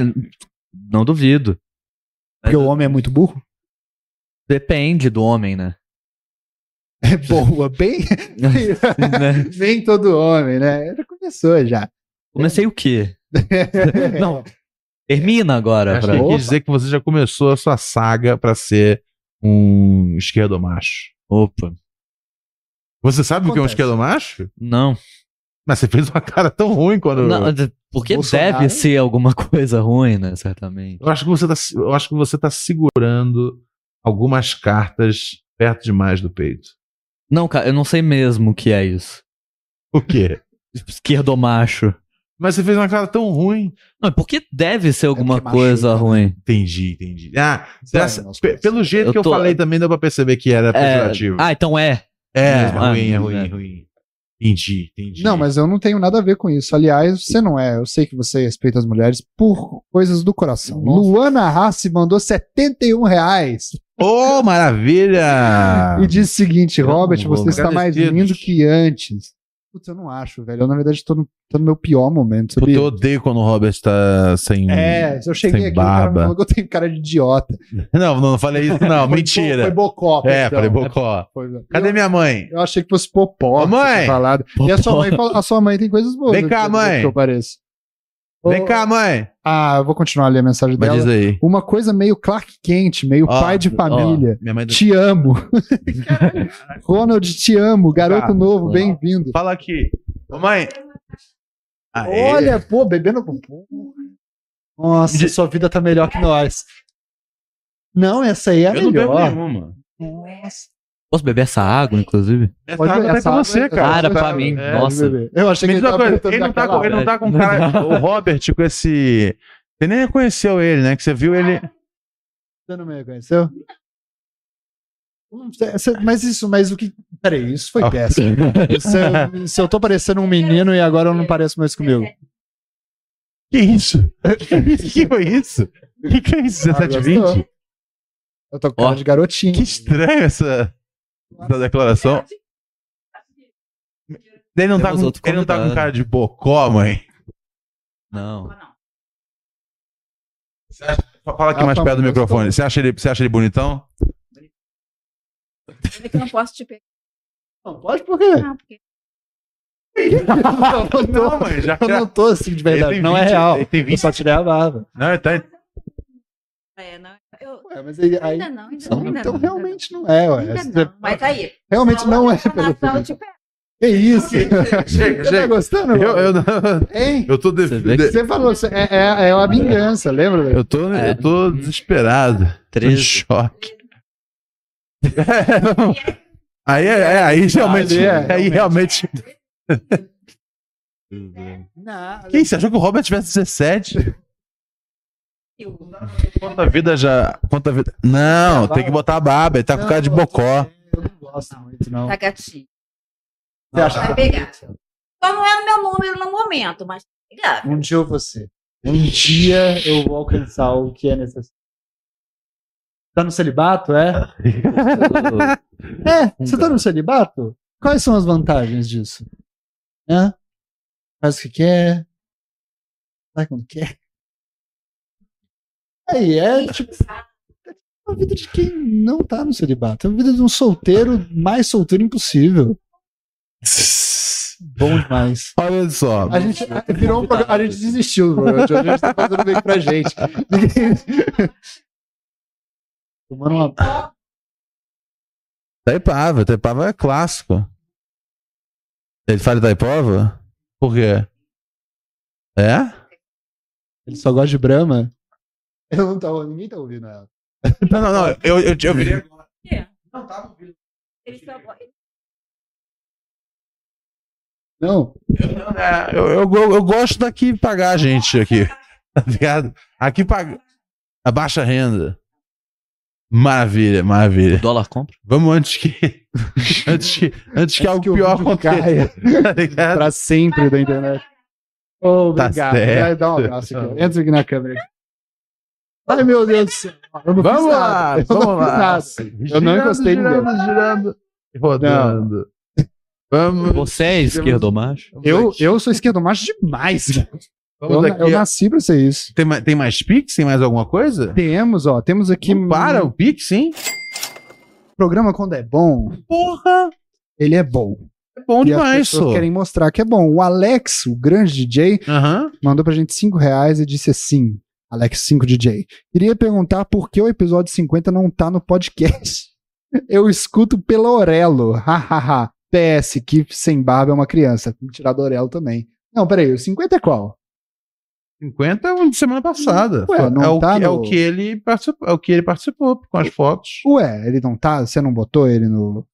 Speaker 4: não duvido.
Speaker 2: Porque o homem é muito burro.
Speaker 4: Depende do homem, né?
Speaker 2: É boa, bem.
Speaker 4: Né?
Speaker 2: bem todo homem, né? Já começou já.
Speaker 4: Comecei o quê? Não, termina agora.
Speaker 1: Acho
Speaker 4: Pra...
Speaker 1: que
Speaker 2: Opa.
Speaker 1: quer dizer que você já começou a sua saga pra ser um esquerdo macho.
Speaker 4: Opa,
Speaker 1: Você sabe o que é um
Speaker 2: Acontece.
Speaker 1: esquerdo macho?
Speaker 4: não.
Speaker 1: Mas você fez uma cara tão ruim quando.
Speaker 4: Não, de- porque
Speaker 2: Bolsonaro?
Speaker 4: deve ser alguma coisa ruim, né? Certamente.
Speaker 1: Eu acho que você tá, se- eu acho que você tá segurando algumas cartas perto demais do peito.
Speaker 4: Não, cara, eu não sei mesmo o que é isso.
Speaker 1: O quê?
Speaker 4: Esquerdomacho.
Speaker 1: Mas você fez uma cara tão ruim.
Speaker 4: Não, é porque deve ser alguma
Speaker 2: porque machuca,
Speaker 4: coisa
Speaker 2: né?
Speaker 4: ruim.
Speaker 1: Entendi, entendi. Ah, será-
Speaker 2: Dói nas
Speaker 1: pe-
Speaker 2: costas.
Speaker 1: pelo jeito
Speaker 4: Eu
Speaker 1: que eu
Speaker 4: tô-
Speaker 1: falei também deu pra perceber que era
Speaker 4: É,
Speaker 1: pejorativo.
Speaker 4: ah, então é.
Speaker 1: é,
Speaker 4: mesmo.
Speaker 1: é ruim, é
Speaker 4: Ah,
Speaker 1: ruim,
Speaker 4: né?
Speaker 1: é ruim. Entendi, entendi.
Speaker 2: Não, mas eu não tenho nada a ver com isso. Aliás, você não é. Eu sei que você respeita as mulheres por coisas do coração.
Speaker 4: Nossa.
Speaker 2: Luana Rassi mandou 71 reais
Speaker 1: Ô, maravilha!
Speaker 2: e disse o seguinte:
Speaker 1: eu não
Speaker 2: Robert,
Speaker 1: vou,
Speaker 2: você está mais
Speaker 1: agradecidos.
Speaker 2: lindo que antes. Putz, eu não acho, velho. Eu, na verdade, tô no, tô no meu pior momento,
Speaker 1: Puta,
Speaker 2: sabia?
Speaker 1: eu odeio quando o Robert tá sem.
Speaker 2: É, eu cheguei
Speaker 1: sem
Speaker 2: aqui, o cara me
Speaker 1: barba.
Speaker 2: falou que eu tenho cara de idiota.
Speaker 1: Não, não falei isso, não.
Speaker 2: Foi-
Speaker 1: mentira.
Speaker 2: Foi bocó,
Speaker 1: é,
Speaker 2: perdão.
Speaker 1: falei, bocó.
Speaker 2: Foi-
Speaker 1: Cadê
Speaker 2: eu,
Speaker 1: minha mãe?
Speaker 2: eu achei que fosse popó.
Speaker 1: Ô,
Speaker 2: que
Speaker 1: mãe!
Speaker 2: tinha falado. E
Speaker 1: é
Speaker 2: a sua mãe, fala- a sua mãe tem coisas boas.
Speaker 1: Vem
Speaker 2: né,
Speaker 1: cá,
Speaker 2: pelo
Speaker 1: mãe.
Speaker 2: Que eu pareço.
Speaker 1: Vem
Speaker 2: Ô,
Speaker 1: cá, mãe.
Speaker 2: Ah, eu vou continuar a ler a mensagem
Speaker 1: Mas
Speaker 2: dela.
Speaker 1: diz aí.
Speaker 2: Uma coisa meio Clark Kent, meio
Speaker 1: Ó,
Speaker 2: pai de família.
Speaker 1: Minha mãe
Speaker 2: Te amo. Ronald, te amo. Garoto
Speaker 1: Cara,
Speaker 2: novo, bem-vindo.
Speaker 1: Fala aqui. Ô, mãe. Ah,
Speaker 2: Ah,
Speaker 1: Aê.
Speaker 2: Olha, pô, bebendo com Nossa,
Speaker 1: De-
Speaker 2: sua vida tá melhor que nós. Não, essa aí é a
Speaker 1: eu não bebo
Speaker 2: melhor.
Speaker 1: nenhuma.
Speaker 2: Nossa.
Speaker 4: Posso beber essa água, inclusive?
Speaker 1: Essa
Speaker 2: Pode-
Speaker 1: água tá aí pra
Speaker 2: água-
Speaker 1: você,
Speaker 2: essa
Speaker 1: cara.
Speaker 4: Cara,
Speaker 2: água-
Speaker 4: pra mim,
Speaker 2: é,
Speaker 4: nossa.
Speaker 2: de beber. Eu achei
Speaker 1: Me
Speaker 2: que
Speaker 1: diz
Speaker 2: ele
Speaker 1: uma
Speaker 2: tava
Speaker 1: coisa,
Speaker 2: perguntando
Speaker 1: ele não, tá
Speaker 2: daquela
Speaker 1: com, ele não tá com cara. O Robert com esse. Você nem reconheceu ele, né? Que você viu ele.
Speaker 2: Você não me reconheceu? Não sei, você- Mas isso, mas o que. Peraí, isso foi
Speaker 1: Ah.
Speaker 2: péssimo. Se eu, se eu tô parecendo um menino e agora eu não pareço mais comigo.
Speaker 1: Que isso? que foi isso? Que que é isso?
Speaker 2: Ah,
Speaker 1: 1720?
Speaker 2: gostou. Eu tô com cara
Speaker 4: Ó.
Speaker 2: de garotinho.
Speaker 1: Que estranho essa, essa declaração. Ele não, tá
Speaker 4: Temos
Speaker 1: com,
Speaker 4: outro
Speaker 1: ele não tá com
Speaker 4: convidado.
Speaker 1: cara de bocó, mãe.
Speaker 4: Não.
Speaker 1: Fala aqui
Speaker 2: Ah,
Speaker 1: mais
Speaker 2: tá,
Speaker 1: perto do
Speaker 2: mas tô-
Speaker 1: microfone. Você acha, ele, você acha ele bonitão?
Speaker 5: É que eu não posso te pegar,
Speaker 2: Não, pode por quê?
Speaker 5: não, porque
Speaker 2: Eu não tô-
Speaker 1: mãe, já
Speaker 2: Eu não tô assim de verdade.
Speaker 1: Ele tem
Speaker 2: Não é
Speaker 1: 20,
Speaker 2: real.
Speaker 1: ele tem
Speaker 2: Eu só tirei É a barba.
Speaker 1: Não, ele tá.
Speaker 5: é, não. Eu,
Speaker 2: Ué, mas aí. aí-
Speaker 5: ainda não, ainda
Speaker 4: Não,
Speaker 5: não. Ainda
Speaker 2: Então
Speaker 5: não,
Speaker 2: realmente não é, ué.
Speaker 5: Ainda não.
Speaker 2: Você-
Speaker 5: Mas aí.
Speaker 2: Realmente não é,
Speaker 5: na hora
Speaker 2: pelo
Speaker 5: do Natal eu
Speaker 2: pelo
Speaker 5: te pego.
Speaker 2: Que isso?
Speaker 1: Chega,
Speaker 2: Você tá
Speaker 1: chega.
Speaker 2: gostando?
Speaker 1: Eu, eu,
Speaker 2: mano?
Speaker 1: não-
Speaker 2: Hein?
Speaker 1: eu tô. de-
Speaker 4: Você vê que-
Speaker 1: de-
Speaker 2: Você falou, você- é, é, é uma vingança, lembra? velho?
Speaker 1: eu tô,
Speaker 4: É.
Speaker 1: eu tô desesperado. Tô em
Speaker 4: 13.
Speaker 1: choque. É, não. Aí, é- é, aí realmente.
Speaker 2: Ali é,
Speaker 1: aí realmente.
Speaker 2: Não,
Speaker 1: Quem você achou que o Robert tivesse 17?
Speaker 5: Eu-
Speaker 1: Quanta vida já. Quanta vida. Não, tem que botar a barba. Ele tá com cara de bocó.
Speaker 2: Eu não gosto muito, não.
Speaker 5: Tá gatinho.
Speaker 2: Você acha
Speaker 5: Vai
Speaker 2: que-
Speaker 5: pegar. Só não é o meu número no momento, mas tá ligado.
Speaker 2: Um dia eu vou ser. Um dia eu vou alcançar o que é necessário. Tá no celibato, é? É, você tá no celibato? Quais são as vantagens disso? Hã? Faz o que quer. Sai quando quer. Aí é tipo. A vida de quem não tá no celibato. É a vida de um solteiro mais solteiro impossível. Bom demais.
Speaker 1: Olha só.
Speaker 2: A gente virou um programa, a gente desistiu do programa de hoje, a gente tá fazendo bem pra gente. Tomando uma...
Speaker 1: Taipava. Taipava é clássico. Ele fala Taipava? Por quê? É?
Speaker 2: Ele só gosta de Brahma. Eu não tô, ninguém tá ouvindo ela.
Speaker 1: Não, não, não. Eu, eu, eu virei agora.
Speaker 5: Não, tava ouvindo. Ele só...
Speaker 2: Não,
Speaker 1: É, Eu, eu, eu, eu gosto daqui pagar a gente aqui. Tá ligado? Aqui paga. A baixa renda. Maravilha, maravilha.
Speaker 4: Dólar compra?
Speaker 1: Vamos antes que. antes que, antes que
Speaker 2: acho
Speaker 1: algo
Speaker 2: o
Speaker 1: pior
Speaker 2: mundo
Speaker 1: aconteça.
Speaker 2: caia
Speaker 1: Tá ligado?
Speaker 2: pra sempre da internet. Ô,
Speaker 1: Tá
Speaker 2: obrigado.
Speaker 1: certo.
Speaker 2: Vai dar um abraço aqui. Entra aqui na câmera. Ai, meu Deus do céu. Eu não
Speaker 1: Vamos
Speaker 2: fiz
Speaker 1: lá,
Speaker 2: nada. Eu
Speaker 1: vamos
Speaker 2: não fiz
Speaker 1: lá.
Speaker 2: nada. Eu não encostei em
Speaker 1: girando,
Speaker 2: ninguém.
Speaker 1: girando, e rodando. Vamos.
Speaker 4: Você é esquerdo macho?
Speaker 2: Eu, eu sou esquerdo macho demais. cara. Eu,
Speaker 1: Vamos
Speaker 2: na-
Speaker 1: aqui.
Speaker 2: eu nasci pra ser isso.
Speaker 1: Tem, ma- tem mais Pix? Tem mais alguma coisa?
Speaker 2: Temos, ó, temos aqui
Speaker 1: Não para
Speaker 2: um
Speaker 1: o Pix, hein?
Speaker 2: programa quando é bom,
Speaker 1: Porra!
Speaker 2: ele é bom.
Speaker 1: É bom
Speaker 2: e as
Speaker 1: demais,
Speaker 2: pessoas
Speaker 1: só.
Speaker 2: querem mostrar que é bom. O Alex, o grande DJ,
Speaker 1: Aham.
Speaker 2: mandou pra gente 5 reais e disse assim: Alex 5 DJ. Queria perguntar por que o episódio 50 não tá no podcast. Eu escuto pelo Orelo. Hahaha. PS, que sem barba é uma criança. Tem que tirar do Orelo também. Não, peraí, o 50 é qual?
Speaker 1: 50 é um de semana passada.
Speaker 2: Ué, não
Speaker 1: é, o,
Speaker 2: tá
Speaker 1: que- é
Speaker 2: no-
Speaker 1: o que ele participou, é o que ele participou com as fotos.
Speaker 2: Ué, ele não tá? Você não botou ele no.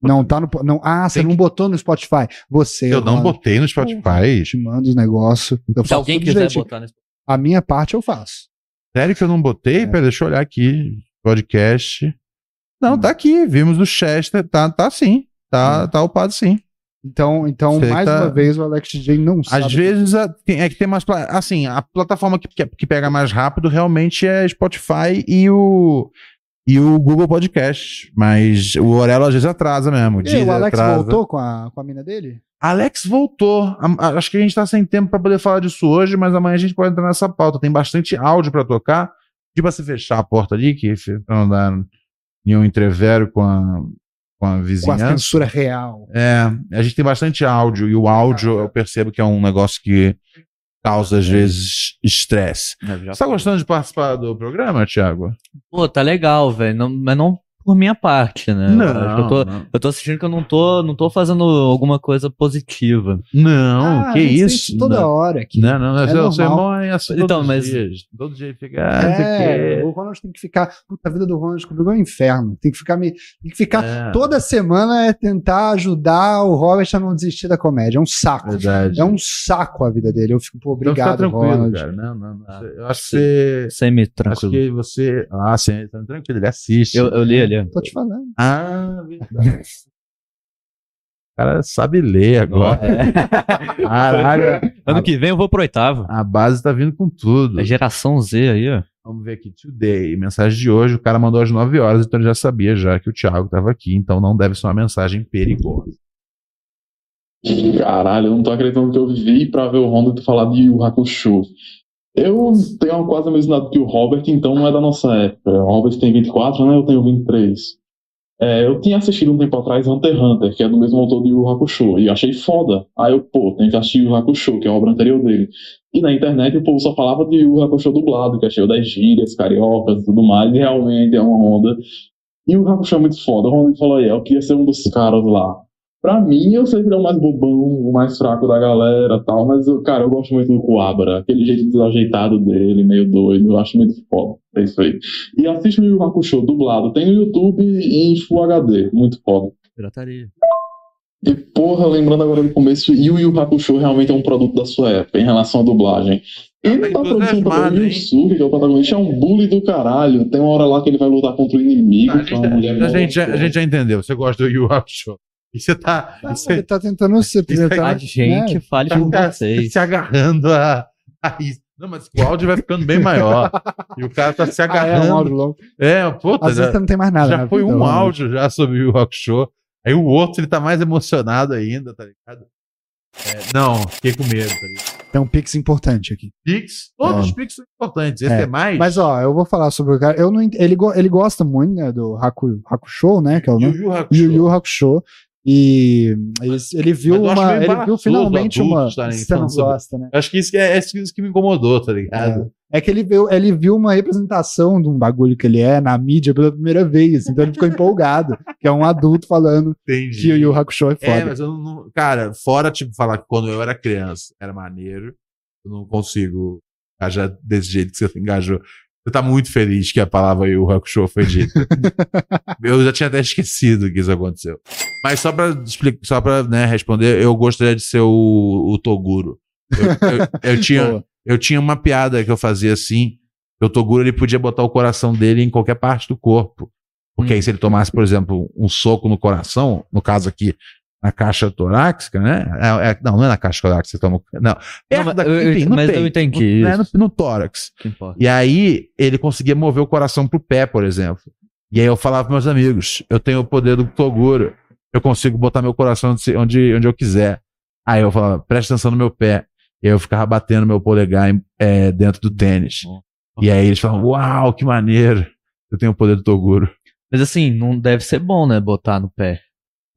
Speaker 2: Não tá no. po- Não, ah, você
Speaker 1: Tem
Speaker 2: não
Speaker 1: que-
Speaker 2: botou no Spotify. Você.
Speaker 1: Eu não
Speaker 2: Ronaldo,
Speaker 1: botei no Spotify.
Speaker 2: te manda os negócios. Eu
Speaker 4: Se
Speaker 2: faço
Speaker 1: um
Speaker 4: alguém
Speaker 2: tudo
Speaker 4: quiser
Speaker 2: direitinho.
Speaker 4: botar nesse.
Speaker 2: A minha parte eu faço.
Speaker 1: Sério que eu não botei?
Speaker 2: É.
Speaker 1: Pera, deixa eu olhar aqui. Podcast. Não,
Speaker 2: Hum.
Speaker 1: tá aqui. Vimos o Chester. Tá, tá sim. Tá, tá upado sim.
Speaker 2: Então, então
Speaker 1: Você
Speaker 2: mais
Speaker 1: tá-
Speaker 2: uma vez, o Alex DJ não sabe.
Speaker 1: Às vezes a- tem- é que tem mais. pla- Assim, a plataforma que, que- que pega mais rápido realmente é Spotify e o, e o Google Podcast. Mas o Orelo às vezes atrasa mesmo. o
Speaker 2: E aí,
Speaker 1: Deezer
Speaker 2: o Alex
Speaker 1: atrasa.
Speaker 2: voltou com a, com a mina dele?
Speaker 1: Alex voltou. A- a- Acho que a gente tá sem tempo pra poder falar disso hoje, mas amanhã a gente pode entrar nessa pauta. Tem bastante áudio pra tocar. Pedi pra você fechar a porta ali, que f- pra não dar nenhum entrevero com a, com a
Speaker 2: Com a
Speaker 1: vizinhança.
Speaker 2: censura real.
Speaker 1: É, a gente tem bastante áudio, e o áudio eu percebo que é um negócio que causa, às vezes, estresse. Você tá gostando de participar do programa, Thiago?
Speaker 4: Pô, tá legal, velho. não- mas não por minha parte,
Speaker 2: É,
Speaker 4: né? Eu acho que eu tô,
Speaker 1: não.
Speaker 4: eu tô sentindo que eu não tô, não tô fazendo alguma coisa positiva.
Speaker 1: Não,
Speaker 2: Ah,
Speaker 1: que
Speaker 2: a gente sente
Speaker 1: isso?
Speaker 2: Toda
Speaker 1: não.
Speaker 2: hora aqui.
Speaker 1: Não, não, não,
Speaker 2: É
Speaker 1: seu, seu
Speaker 2: normal.
Speaker 1: irmão é assim
Speaker 4: Então,
Speaker 1: todos
Speaker 4: mas-
Speaker 1: os dias. Todo dia ele fica... ah, não sei o quê.
Speaker 2: É, o Ronald tem que ficar. Puta, a vida do Ronald comigo é um inferno. Tem que ficar me. Tem que ficar.
Speaker 1: É,
Speaker 2: Toda semana é tentar ajudar o Robert a não desistir da comédia. É um saco.
Speaker 1: Verdade.
Speaker 2: É um saco a vida dele. Eu fico, pô,
Speaker 1: Então
Speaker 2: obrigado,
Speaker 1: fica tranquilo,
Speaker 2: Ronald.
Speaker 1: cara. Não, não, não.
Speaker 4: Ah,
Speaker 1: Eu acho que você... Acho
Speaker 4: Semi-tranquilo.
Speaker 1: que você... Ah, sim, tá tranquilo, ele assiste.
Speaker 4: Eu, eu li ali. ó.
Speaker 2: Tô te falando.
Speaker 1: Ah, verdade. O cara sabe ler agora. Caralho.
Speaker 4: Ano que vem eu vou pro oitavo.
Speaker 1: A base tá vindo com tudo.
Speaker 4: A É geração Z aí, ó.
Speaker 1: Vamos ver aqui. Today. Mensagem de hoje. O cara mandou às 9 horas, então ele já sabia já que o Thiago tava aqui. Então não deve ser uma mensagem perigosa.
Speaker 3: Caralho, eu não tô acreditando que eu vi pra ver o Honda tu falar de Yu Hakusho. Eu tenho quase a mesma idade que o Robert, então não é da nossa época. O Robert tem 24, né? Eu tenho 23. É, eu tinha assistido um tempo atrás Hunter x Hunter, que é do mesmo autor de Yu Hakusho, e eu achei foda. Aí eu, pô, tenho que assistir Yu Hakusho, que é a obra anterior dele. E na internet o povo só falava de Yu Hakusho dublado, que é cheio das gírias, cariocas e tudo mais, e realmente é uma onda. E o Hakusho é muito foda. O Ronald falou aí, eu queria ser um dos caras lá. Pra mim, eu sempre é o mais bobão, o mais fraco da galera e tal, mas, eu- cara, eu gosto muito do Coabra. Aquele jeito desajeitado dele, meio doido, eu acho muito foda. É isso aí. E assiste o Yu Hakusho dublado. Tem no YouTube e em Full HD. Muito foda.
Speaker 4: Pirataria.
Speaker 3: E, porra, lembrando agora do começo, Yu Yu Hakusho realmente é um produto da sua época, em relação à dublagem. tá E
Speaker 1: Ah, mas
Speaker 3: na
Speaker 1: todas
Speaker 3: produção
Speaker 1: as
Speaker 3: do
Speaker 1: marcas,
Speaker 3: Yu
Speaker 1: hein?
Speaker 3: Sugi, um que é o protagonista, é um bully do caralho. Tem uma hora lá que ele vai lutar contra o inimigo,
Speaker 1: A
Speaker 3: que é uma mulher
Speaker 1: Ah, gente, a gente- a
Speaker 3: monstro.
Speaker 1: gente já entendeu. Você gosta do Yu Show. E você tá,
Speaker 2: Ah,
Speaker 1: você
Speaker 2: ele tá
Speaker 1: É
Speaker 2: tentando se
Speaker 4: A
Speaker 2: apresentar. né? Ah, é,
Speaker 4: gente fale
Speaker 1: tá
Speaker 4: por um vocês.
Speaker 1: se agarrando a, a isso. Não, mas o áudio vai ficando bem maior. e o cara tá se
Speaker 2: Ah, é um
Speaker 1: agarrando.
Speaker 2: áudio longo.
Speaker 1: É, puta,
Speaker 2: Às vezes
Speaker 1: já,
Speaker 2: você não tem mais nada.
Speaker 1: já
Speaker 2: na
Speaker 1: foi
Speaker 2: vida, né?
Speaker 1: um
Speaker 2: Ronald.
Speaker 1: áudio já sobre o Rock Show. Aí o outro ele tá mais emocionado ainda, tá ligado? É, não, fiquei com medo, tá ligado?
Speaker 2: Tem um pix importante aqui.
Speaker 1: Pix, todos
Speaker 2: É.
Speaker 1: os Pix são importantes. Esse é,
Speaker 2: É,
Speaker 1: mais.
Speaker 2: Mas ó, eu vou falar sobre o cara. Eu não ent- ele, go- ele gosta muito né, do Haku, Hakusho, né? Que é o
Speaker 1: Yu
Speaker 2: nome.
Speaker 1: Yu Hakusho.
Speaker 2: Yu Yu Hakusho. E eles- ele viu
Speaker 1: Mas eu acho
Speaker 2: uma.
Speaker 1: meio
Speaker 2: Ele viu
Speaker 1: embaraçoso
Speaker 2: finalmente uma.
Speaker 1: adultos estarem
Speaker 2: Você não
Speaker 1: falando sobre-
Speaker 2: gosta, né?
Speaker 1: Eu acho que isso que é, é isso que me incomodou, tá ligado?
Speaker 2: É que ele viu, ele viu uma representação de um bagulho que ele é na mídia pela primeira vez. Então ele ficou empolgado. Que é um adulto falando
Speaker 1: Entendi.
Speaker 2: que o Yu Hakusho é
Speaker 1: É,
Speaker 2: foda.
Speaker 1: mas eu não- não. Cara, fora, tipo, falar que quando eu era criança era maneiro, eu não consigo engajar desse jeito que você engajou. Você tá muito feliz que a palavra Yu Hakusho foi dita. eu já tinha até esquecido que isso aconteceu. Mas só pra, expli- só pra né, responder, eu gostaria de ser o, o Toguro. Eu, eu- eu tinha,
Speaker 2: Boa.
Speaker 1: eu tinha uma piada que eu fazia assim. que O Toguro ele podia botar o coração dele em qualquer parte do corpo. Porque
Speaker 2: Hum.
Speaker 1: aí, se ele tomasse, por exemplo, um soco no coração, no caso aqui, na caixa torácica, né? É- é- não, não é na caixa torácica, você toma. Não, perto
Speaker 4: mas
Speaker 1: da-
Speaker 4: eu- eu-
Speaker 1: enfim, no
Speaker 4: mas eu
Speaker 1: peito,
Speaker 4: entendi
Speaker 1: no- né,
Speaker 4: isso.
Speaker 1: no- no tórax.
Speaker 4: que importa.
Speaker 1: E aí ele conseguia mover o coração pro pé, por exemplo. E aí eu falava pros meus amigos: eu tenho o poder do Toguro, eu consigo botar meu coração onde, se- onde, onde eu quiser. Aí eu falava: presta atenção no meu pé. E aí eu ficava batendo meu polegar em- é, dentro do tênis.
Speaker 4: Uhum.
Speaker 1: E aí eles falavam: uau, que maneiro, eu tenho o poder do Toguro.
Speaker 4: Mas assim, não deve ser bom, né? Botar no pé.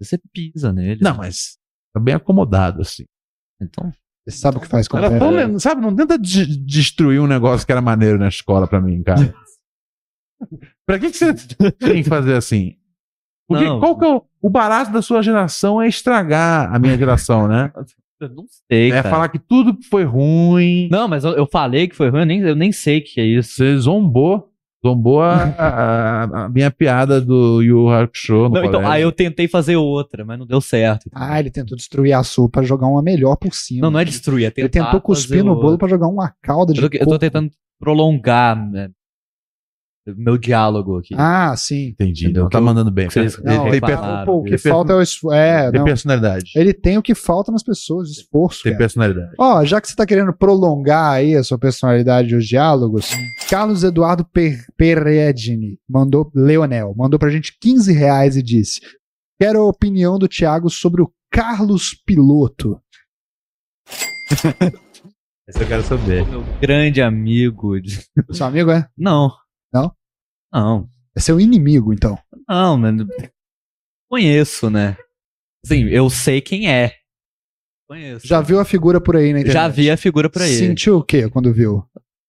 Speaker 4: Você pisa nele.
Speaker 1: Não, mas tá bem acomodado assim.
Speaker 4: Então,
Speaker 2: Você sabe o que faz com
Speaker 1: Era
Speaker 2: a
Speaker 1: tão
Speaker 4: É.
Speaker 2: pé.
Speaker 1: le- Tá sabe, não tenta de- destruir um negócio que era maneiro na escola pra mim, cara. pra que, que você tem que fazer assim? Porque
Speaker 4: Não.
Speaker 1: qual que é o, o barato da sua geração é estragar a minha geração, né?
Speaker 4: eu não sei,
Speaker 1: é
Speaker 4: cara.
Speaker 1: falar que tudo foi ruim.
Speaker 4: Não, mas eu, eu falei que foi ruim, eu nem, eu nem sei o que é isso.
Speaker 1: Você zombou. Zombou a, a- a minha piada do Yu Hakusho no
Speaker 4: Não, então,
Speaker 1: colégio.
Speaker 4: aí eu tentei fazer outra, mas não deu certo.
Speaker 2: Ah, ele tentou destruir a sopa pra jogar uma melhor por cima.
Speaker 4: Não, não é destruir, é tentar
Speaker 2: Ele tentou cuspir
Speaker 4: fazer
Speaker 2: no bolo
Speaker 4: outra.
Speaker 2: pra jogar uma calda de.
Speaker 4: Eu tô, eu tô
Speaker 2: coco.
Speaker 4: tentando prolongar né, meu diálogo aqui.
Speaker 2: Ah, sim.
Speaker 1: Entendi,
Speaker 4: Entendeu?
Speaker 1: não tá
Speaker 4: Que eu-
Speaker 1: mandando bem.
Speaker 4: que vocês
Speaker 1: Tem-
Speaker 2: Não,
Speaker 1: tem,
Speaker 2: ele
Speaker 1: per-
Speaker 4: reclamaram.
Speaker 2: Pô, o que
Speaker 1: Ele
Speaker 2: falta é o esforço. É,
Speaker 1: tem
Speaker 2: não.
Speaker 1: personalidade.
Speaker 2: Ele tem o que falta nas pessoas, esforço.
Speaker 1: Tem
Speaker 2: cara.
Speaker 1: personalidade.
Speaker 2: Ó, já que você tá querendo prolongar aí a sua personalidade e os diálogos, Carlos Eduardo per Peredini mandou, Leonel, mandou pra gente 15 reais e disse: Quero a opinião do Thiago sobre o Carlos Piloto.
Speaker 1: Isso eu quero
Speaker 4: Pô,
Speaker 1: saber.
Speaker 4: Meu grande amigo. de-
Speaker 2: Seu amigo, é?
Speaker 4: Não.
Speaker 2: Não?
Speaker 4: Não.
Speaker 2: É seu inimigo, então.
Speaker 4: Não, mano. Conheço, né? Assim, eu sei quem é. Conheço.
Speaker 2: Já viu a figura por aí na internet?
Speaker 4: Já vi a figura pra ele.
Speaker 2: Sentiu o quê quando viu?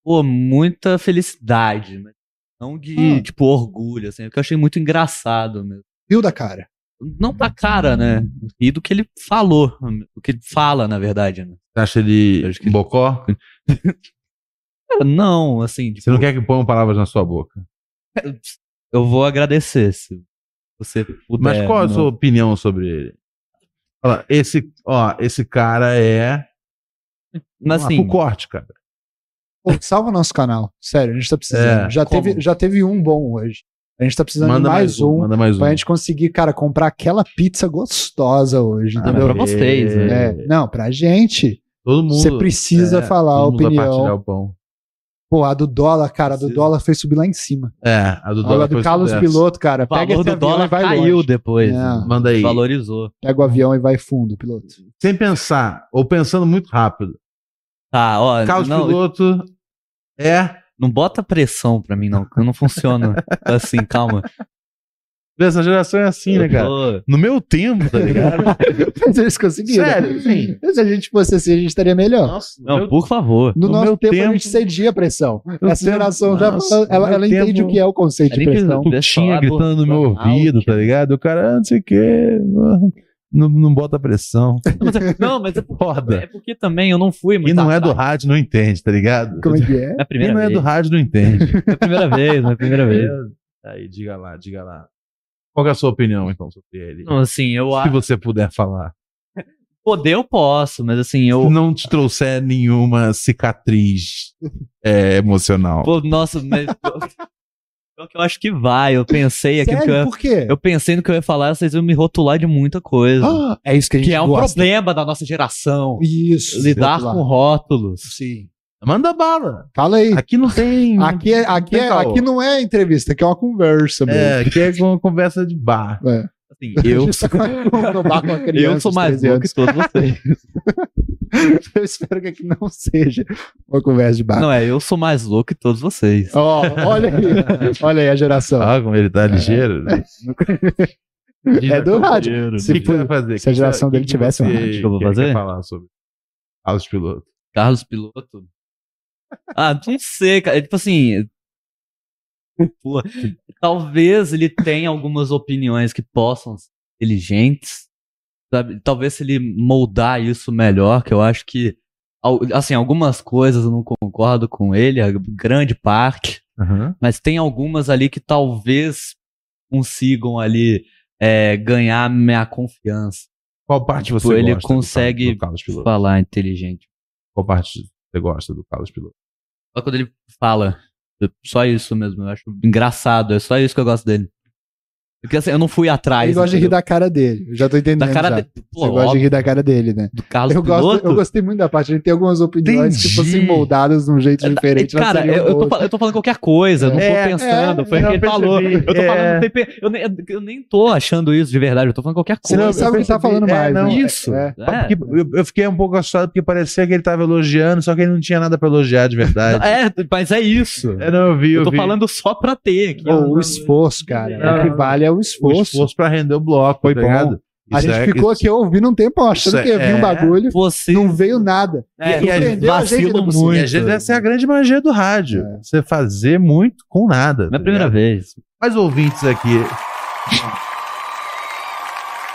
Speaker 4: Pô, muita felicidade. mas Não de,
Speaker 2: Hum.
Speaker 4: tipo, orgulho, assim. Porque eu achei muito engraçado mesmo.
Speaker 2: Viu da cara.
Speaker 4: Não
Speaker 2: Hum.
Speaker 4: pra cara, né? E do que ele falou. Do que ele fala, na verdade, né?
Speaker 1: Você acha ele
Speaker 4: Acho que-
Speaker 1: bocó?
Speaker 4: Cara, não, assim.
Speaker 1: Você não
Speaker 4: tipo,
Speaker 1: quer que ponham palavras na sua boca.
Speaker 4: Eu vou agradecer se você puder.
Speaker 1: Mas qual é a
Speaker 4: não.
Speaker 1: sua opinião sobre ele? Olha, esse, ó, esse cara é
Speaker 4: Mas
Speaker 1: Ah,
Speaker 4: assim,
Speaker 1: pro corte, cara.
Speaker 2: Pô, salva o nosso canal. Sério, a gente tá precisando.
Speaker 1: É,
Speaker 2: já,
Speaker 4: como?
Speaker 2: teve, já teve um bom hoje. A gente tá precisando
Speaker 1: Manda
Speaker 2: de mais, um.
Speaker 1: manda mais um.
Speaker 2: Pra gente conseguir, cara, comprar aquela pizza gostosa hoje,
Speaker 1: Ah,
Speaker 2: entendeu?
Speaker 4: pra vocês,
Speaker 2: É, não, pra gente,
Speaker 1: Todo mundo.
Speaker 2: você precisa
Speaker 1: é,
Speaker 2: falar a
Speaker 1: todo mundo vai partilhar
Speaker 2: opinião.
Speaker 1: o pão.
Speaker 2: Pô, a do dólar, cara, a do
Speaker 1: Precisa.
Speaker 2: dólar fez subir lá em cima.
Speaker 1: É, a do
Speaker 2: Agora
Speaker 1: dólar.
Speaker 2: a do
Speaker 1: foi é.
Speaker 2: Carlos
Speaker 1: sucesso.
Speaker 2: Piloto, cara,
Speaker 4: o valor
Speaker 2: pega esse
Speaker 4: do
Speaker 2: avião
Speaker 4: dólar
Speaker 2: e vai
Speaker 4: caiu
Speaker 2: longe.
Speaker 4: depois.
Speaker 2: É.
Speaker 4: né?
Speaker 1: Manda aí.
Speaker 4: Valorizou.
Speaker 2: Pega o avião e vai fundo, piloto.
Speaker 1: Sem pensar, ou pensando muito rápido.
Speaker 4: Tá, ó.
Speaker 1: Carlos
Speaker 4: não,
Speaker 1: Piloto é.
Speaker 4: não bota pressão pra mim, não. que Eu não funciono assim, calma.
Speaker 1: Essa geração é assim, né,
Speaker 4: Eu
Speaker 1: cara?
Speaker 4: tô-
Speaker 1: No meu tempo, tá ligado?
Speaker 2: Mas eles conseguiram.
Speaker 1: Sério, assim, sim.
Speaker 2: Se a gente fosse assim, a gente estaria
Speaker 6: Ah,
Speaker 2: melhor.
Speaker 1: Nossa,
Speaker 4: Não,
Speaker 1: meu-
Speaker 4: por favor.
Speaker 2: No,
Speaker 1: No
Speaker 2: nosso
Speaker 1: meu
Speaker 2: tempo, a
Speaker 1: tempo-
Speaker 2: gente cedia a pressão.
Speaker 1: meu
Speaker 2: Essa
Speaker 1: tempo-
Speaker 2: geração já
Speaker 1: Nossa,
Speaker 2: falou- ela,
Speaker 1: meu
Speaker 2: ela entende
Speaker 1: tempo-
Speaker 2: o que é o conceito de
Speaker 4: Nem precisa-
Speaker 2: pressão.
Speaker 4: Deixa eu
Speaker 1: Tutinha
Speaker 4: falar,
Speaker 1: gritando no meu
Speaker 4: vou-
Speaker 1: ouvido, tá ligado? O cara, ah, não sei o quê. ah, Não, não bota pressão.
Speaker 4: Não, mas é- Não, mas é porque,
Speaker 1: Foda.
Speaker 4: é porque também eu não fui muito.
Speaker 1: Quem não é do
Speaker 4: atrás.
Speaker 1: rádio não entende, tá ligado?
Speaker 2: Como é que é?
Speaker 4: É a
Speaker 1: Quem
Speaker 4: primeira
Speaker 1: não é
Speaker 4: vez.
Speaker 1: do rádio não entende.
Speaker 4: É a primeira vez, é a primeira vez.
Speaker 1: Aí, diga lá, diga lá. Qual que é a sua opinião, então, sobre ele?
Speaker 4: Não, assim, eu
Speaker 1: Se
Speaker 4: acho.
Speaker 1: você puder falar.
Speaker 4: Poder eu posso, mas assim, eu.
Speaker 1: Se não te trouxer nenhuma cicatriz é, emocional.
Speaker 4: Pô, nossa, mas. Pior que eu acho que vai. Eu pensei aqui. porque
Speaker 2: Sério,
Speaker 4: Eu,
Speaker 2: por quê?
Speaker 4: eu pensei no que eu ia falar, vocês iam me rotular de muita coisa.
Speaker 2: Ah, é isso que a gente
Speaker 4: que é um
Speaker 2: gosta.
Speaker 4: problema da nossa geração.
Speaker 2: Isso.
Speaker 4: lidar
Speaker 2: sei lá.
Speaker 4: com rótulos.
Speaker 2: Sim.
Speaker 1: Manda bala.
Speaker 2: Fala aí.
Speaker 1: Aqui não tem.
Speaker 2: Aqui, é- aqui, é-
Speaker 1: Legal.
Speaker 2: aqui não é entrevista, aqui é uma conversa mesmo.
Speaker 1: É, aqui é uma conversa de bar.
Speaker 2: É.
Speaker 4: Assim, eu,
Speaker 2: No bar com a criança,
Speaker 4: eu sou
Speaker 2: os
Speaker 4: mais
Speaker 2: 13
Speaker 4: louco que
Speaker 2: anos.
Speaker 4: todos vocês.
Speaker 2: Eu espero que aqui não seja uma conversa de bar.
Speaker 4: Não, é, eu sou mais louco que todos vocês.
Speaker 2: Ó, olha aí. Olha aí a geração.
Speaker 1: Ah, como ele tá ligeiro. né?
Speaker 2: É do rádio.
Speaker 1: Se,
Speaker 2: Se
Speaker 1: vai fazer?
Speaker 2: se a geração dele tivesse um
Speaker 1: um
Speaker 2: rádio.
Speaker 4: O que eu vou
Speaker 1: Quer
Speaker 4: fazer?
Speaker 1: falar sobre Carlos Piloto.
Speaker 4: Carlos Piloto. Ah, não sei, cara. É Tipo assim. Pô, talvez ele tenha algumas opiniões que possam ser inteligentes. sabe? Talvez se ele moldar isso melhor, que eu acho que. al- Assim, algumas coisas eu não concordo com ele, a grande parte. Mas tem algumas ali que talvez consigam ali é, ganhar minha confiança.
Speaker 1: Qual parte
Speaker 4: Tipo,
Speaker 1: você gosta?
Speaker 4: ele
Speaker 1: do Carlos-
Speaker 4: consegue
Speaker 1: do Carlos Piloto?
Speaker 4: Tipo, Falar inteligente.
Speaker 1: Qual parte você gosta do Carlos Piloto?
Speaker 4: Só quando ele fala. Só isso mesmo. Eu acho engraçado. É só isso que eu gosto dele. Porque assim, eu não fui atrás.
Speaker 2: Ele gosta de rir
Speaker 4: entendeu?
Speaker 2: da cara dele. Eu já tô entendendo.
Speaker 4: da cara
Speaker 2: já.
Speaker 4: dele. Pô,
Speaker 2: Você gosta de
Speaker 4: óbvio,
Speaker 2: rir da cara dele, né?
Speaker 4: do Carlos
Speaker 2: Eu,
Speaker 4: Piloto.
Speaker 2: gosto, eu gostei muito da parte. Ele tem algumas opiniões que
Speaker 1: Entendi.
Speaker 2: fossem moldadas de um jeito diferente. elas
Speaker 4: É Cara,
Speaker 2: seriam
Speaker 4: eu, eu tô,
Speaker 2: boas.
Speaker 4: fal- eu tô falando qualquer coisa, eu não
Speaker 1: É,
Speaker 4: tô pensando.
Speaker 2: é,
Speaker 4: foi o
Speaker 1: eu
Speaker 4: que ele
Speaker 1: percebi,
Speaker 4: falou. Eu tô
Speaker 1: é.
Speaker 4: falando do PP. Eu, nem- eu nem tô achando isso de verdade, eu tô falando qualquer
Speaker 2: Você
Speaker 4: coisa.
Speaker 2: não sabe o que tá falando
Speaker 1: É,
Speaker 2: mais.
Speaker 1: não,
Speaker 2: né?
Speaker 4: isso.
Speaker 2: É.
Speaker 4: É.
Speaker 1: Porque eu, eu fiquei um pouco assustado porque parecia que ele tava elogiando, só que ele não tinha nada pra elogiar de verdade.
Speaker 4: É, mas é isso.
Speaker 1: É, não, eu vi,
Speaker 4: eu
Speaker 1: eu
Speaker 4: tô
Speaker 1: vi.
Speaker 4: falando só pra ter aqui.
Speaker 2: Pô, o esforço, cara.
Speaker 1: Não,
Speaker 2: o que vale é o
Speaker 1: o
Speaker 2: esforço.
Speaker 1: esforço pra render o bloco,
Speaker 2: Foi
Speaker 1: tá
Speaker 2: bom.
Speaker 1: ligado?
Speaker 2: A
Speaker 1: Isso
Speaker 2: gente
Speaker 1: é-
Speaker 2: ficou aqui ouvindo um tempo achando
Speaker 1: Isso
Speaker 2: que ia vir
Speaker 1: é-
Speaker 2: um bagulho.
Speaker 4: Você
Speaker 2: Não veio nada.
Speaker 4: é,
Speaker 1: e a gente
Speaker 2: surpreendeu a gente É.
Speaker 4: vacilo
Speaker 2: ainda por cima.
Speaker 1: E
Speaker 4: muito.
Speaker 1: às vezes essa é a grande magia do rádio. Você fazer muito com nada.
Speaker 4: Não é
Speaker 1: tá
Speaker 4: a primeira
Speaker 1: ligado?
Speaker 4: vez.
Speaker 1: Mas ouvintes aqui,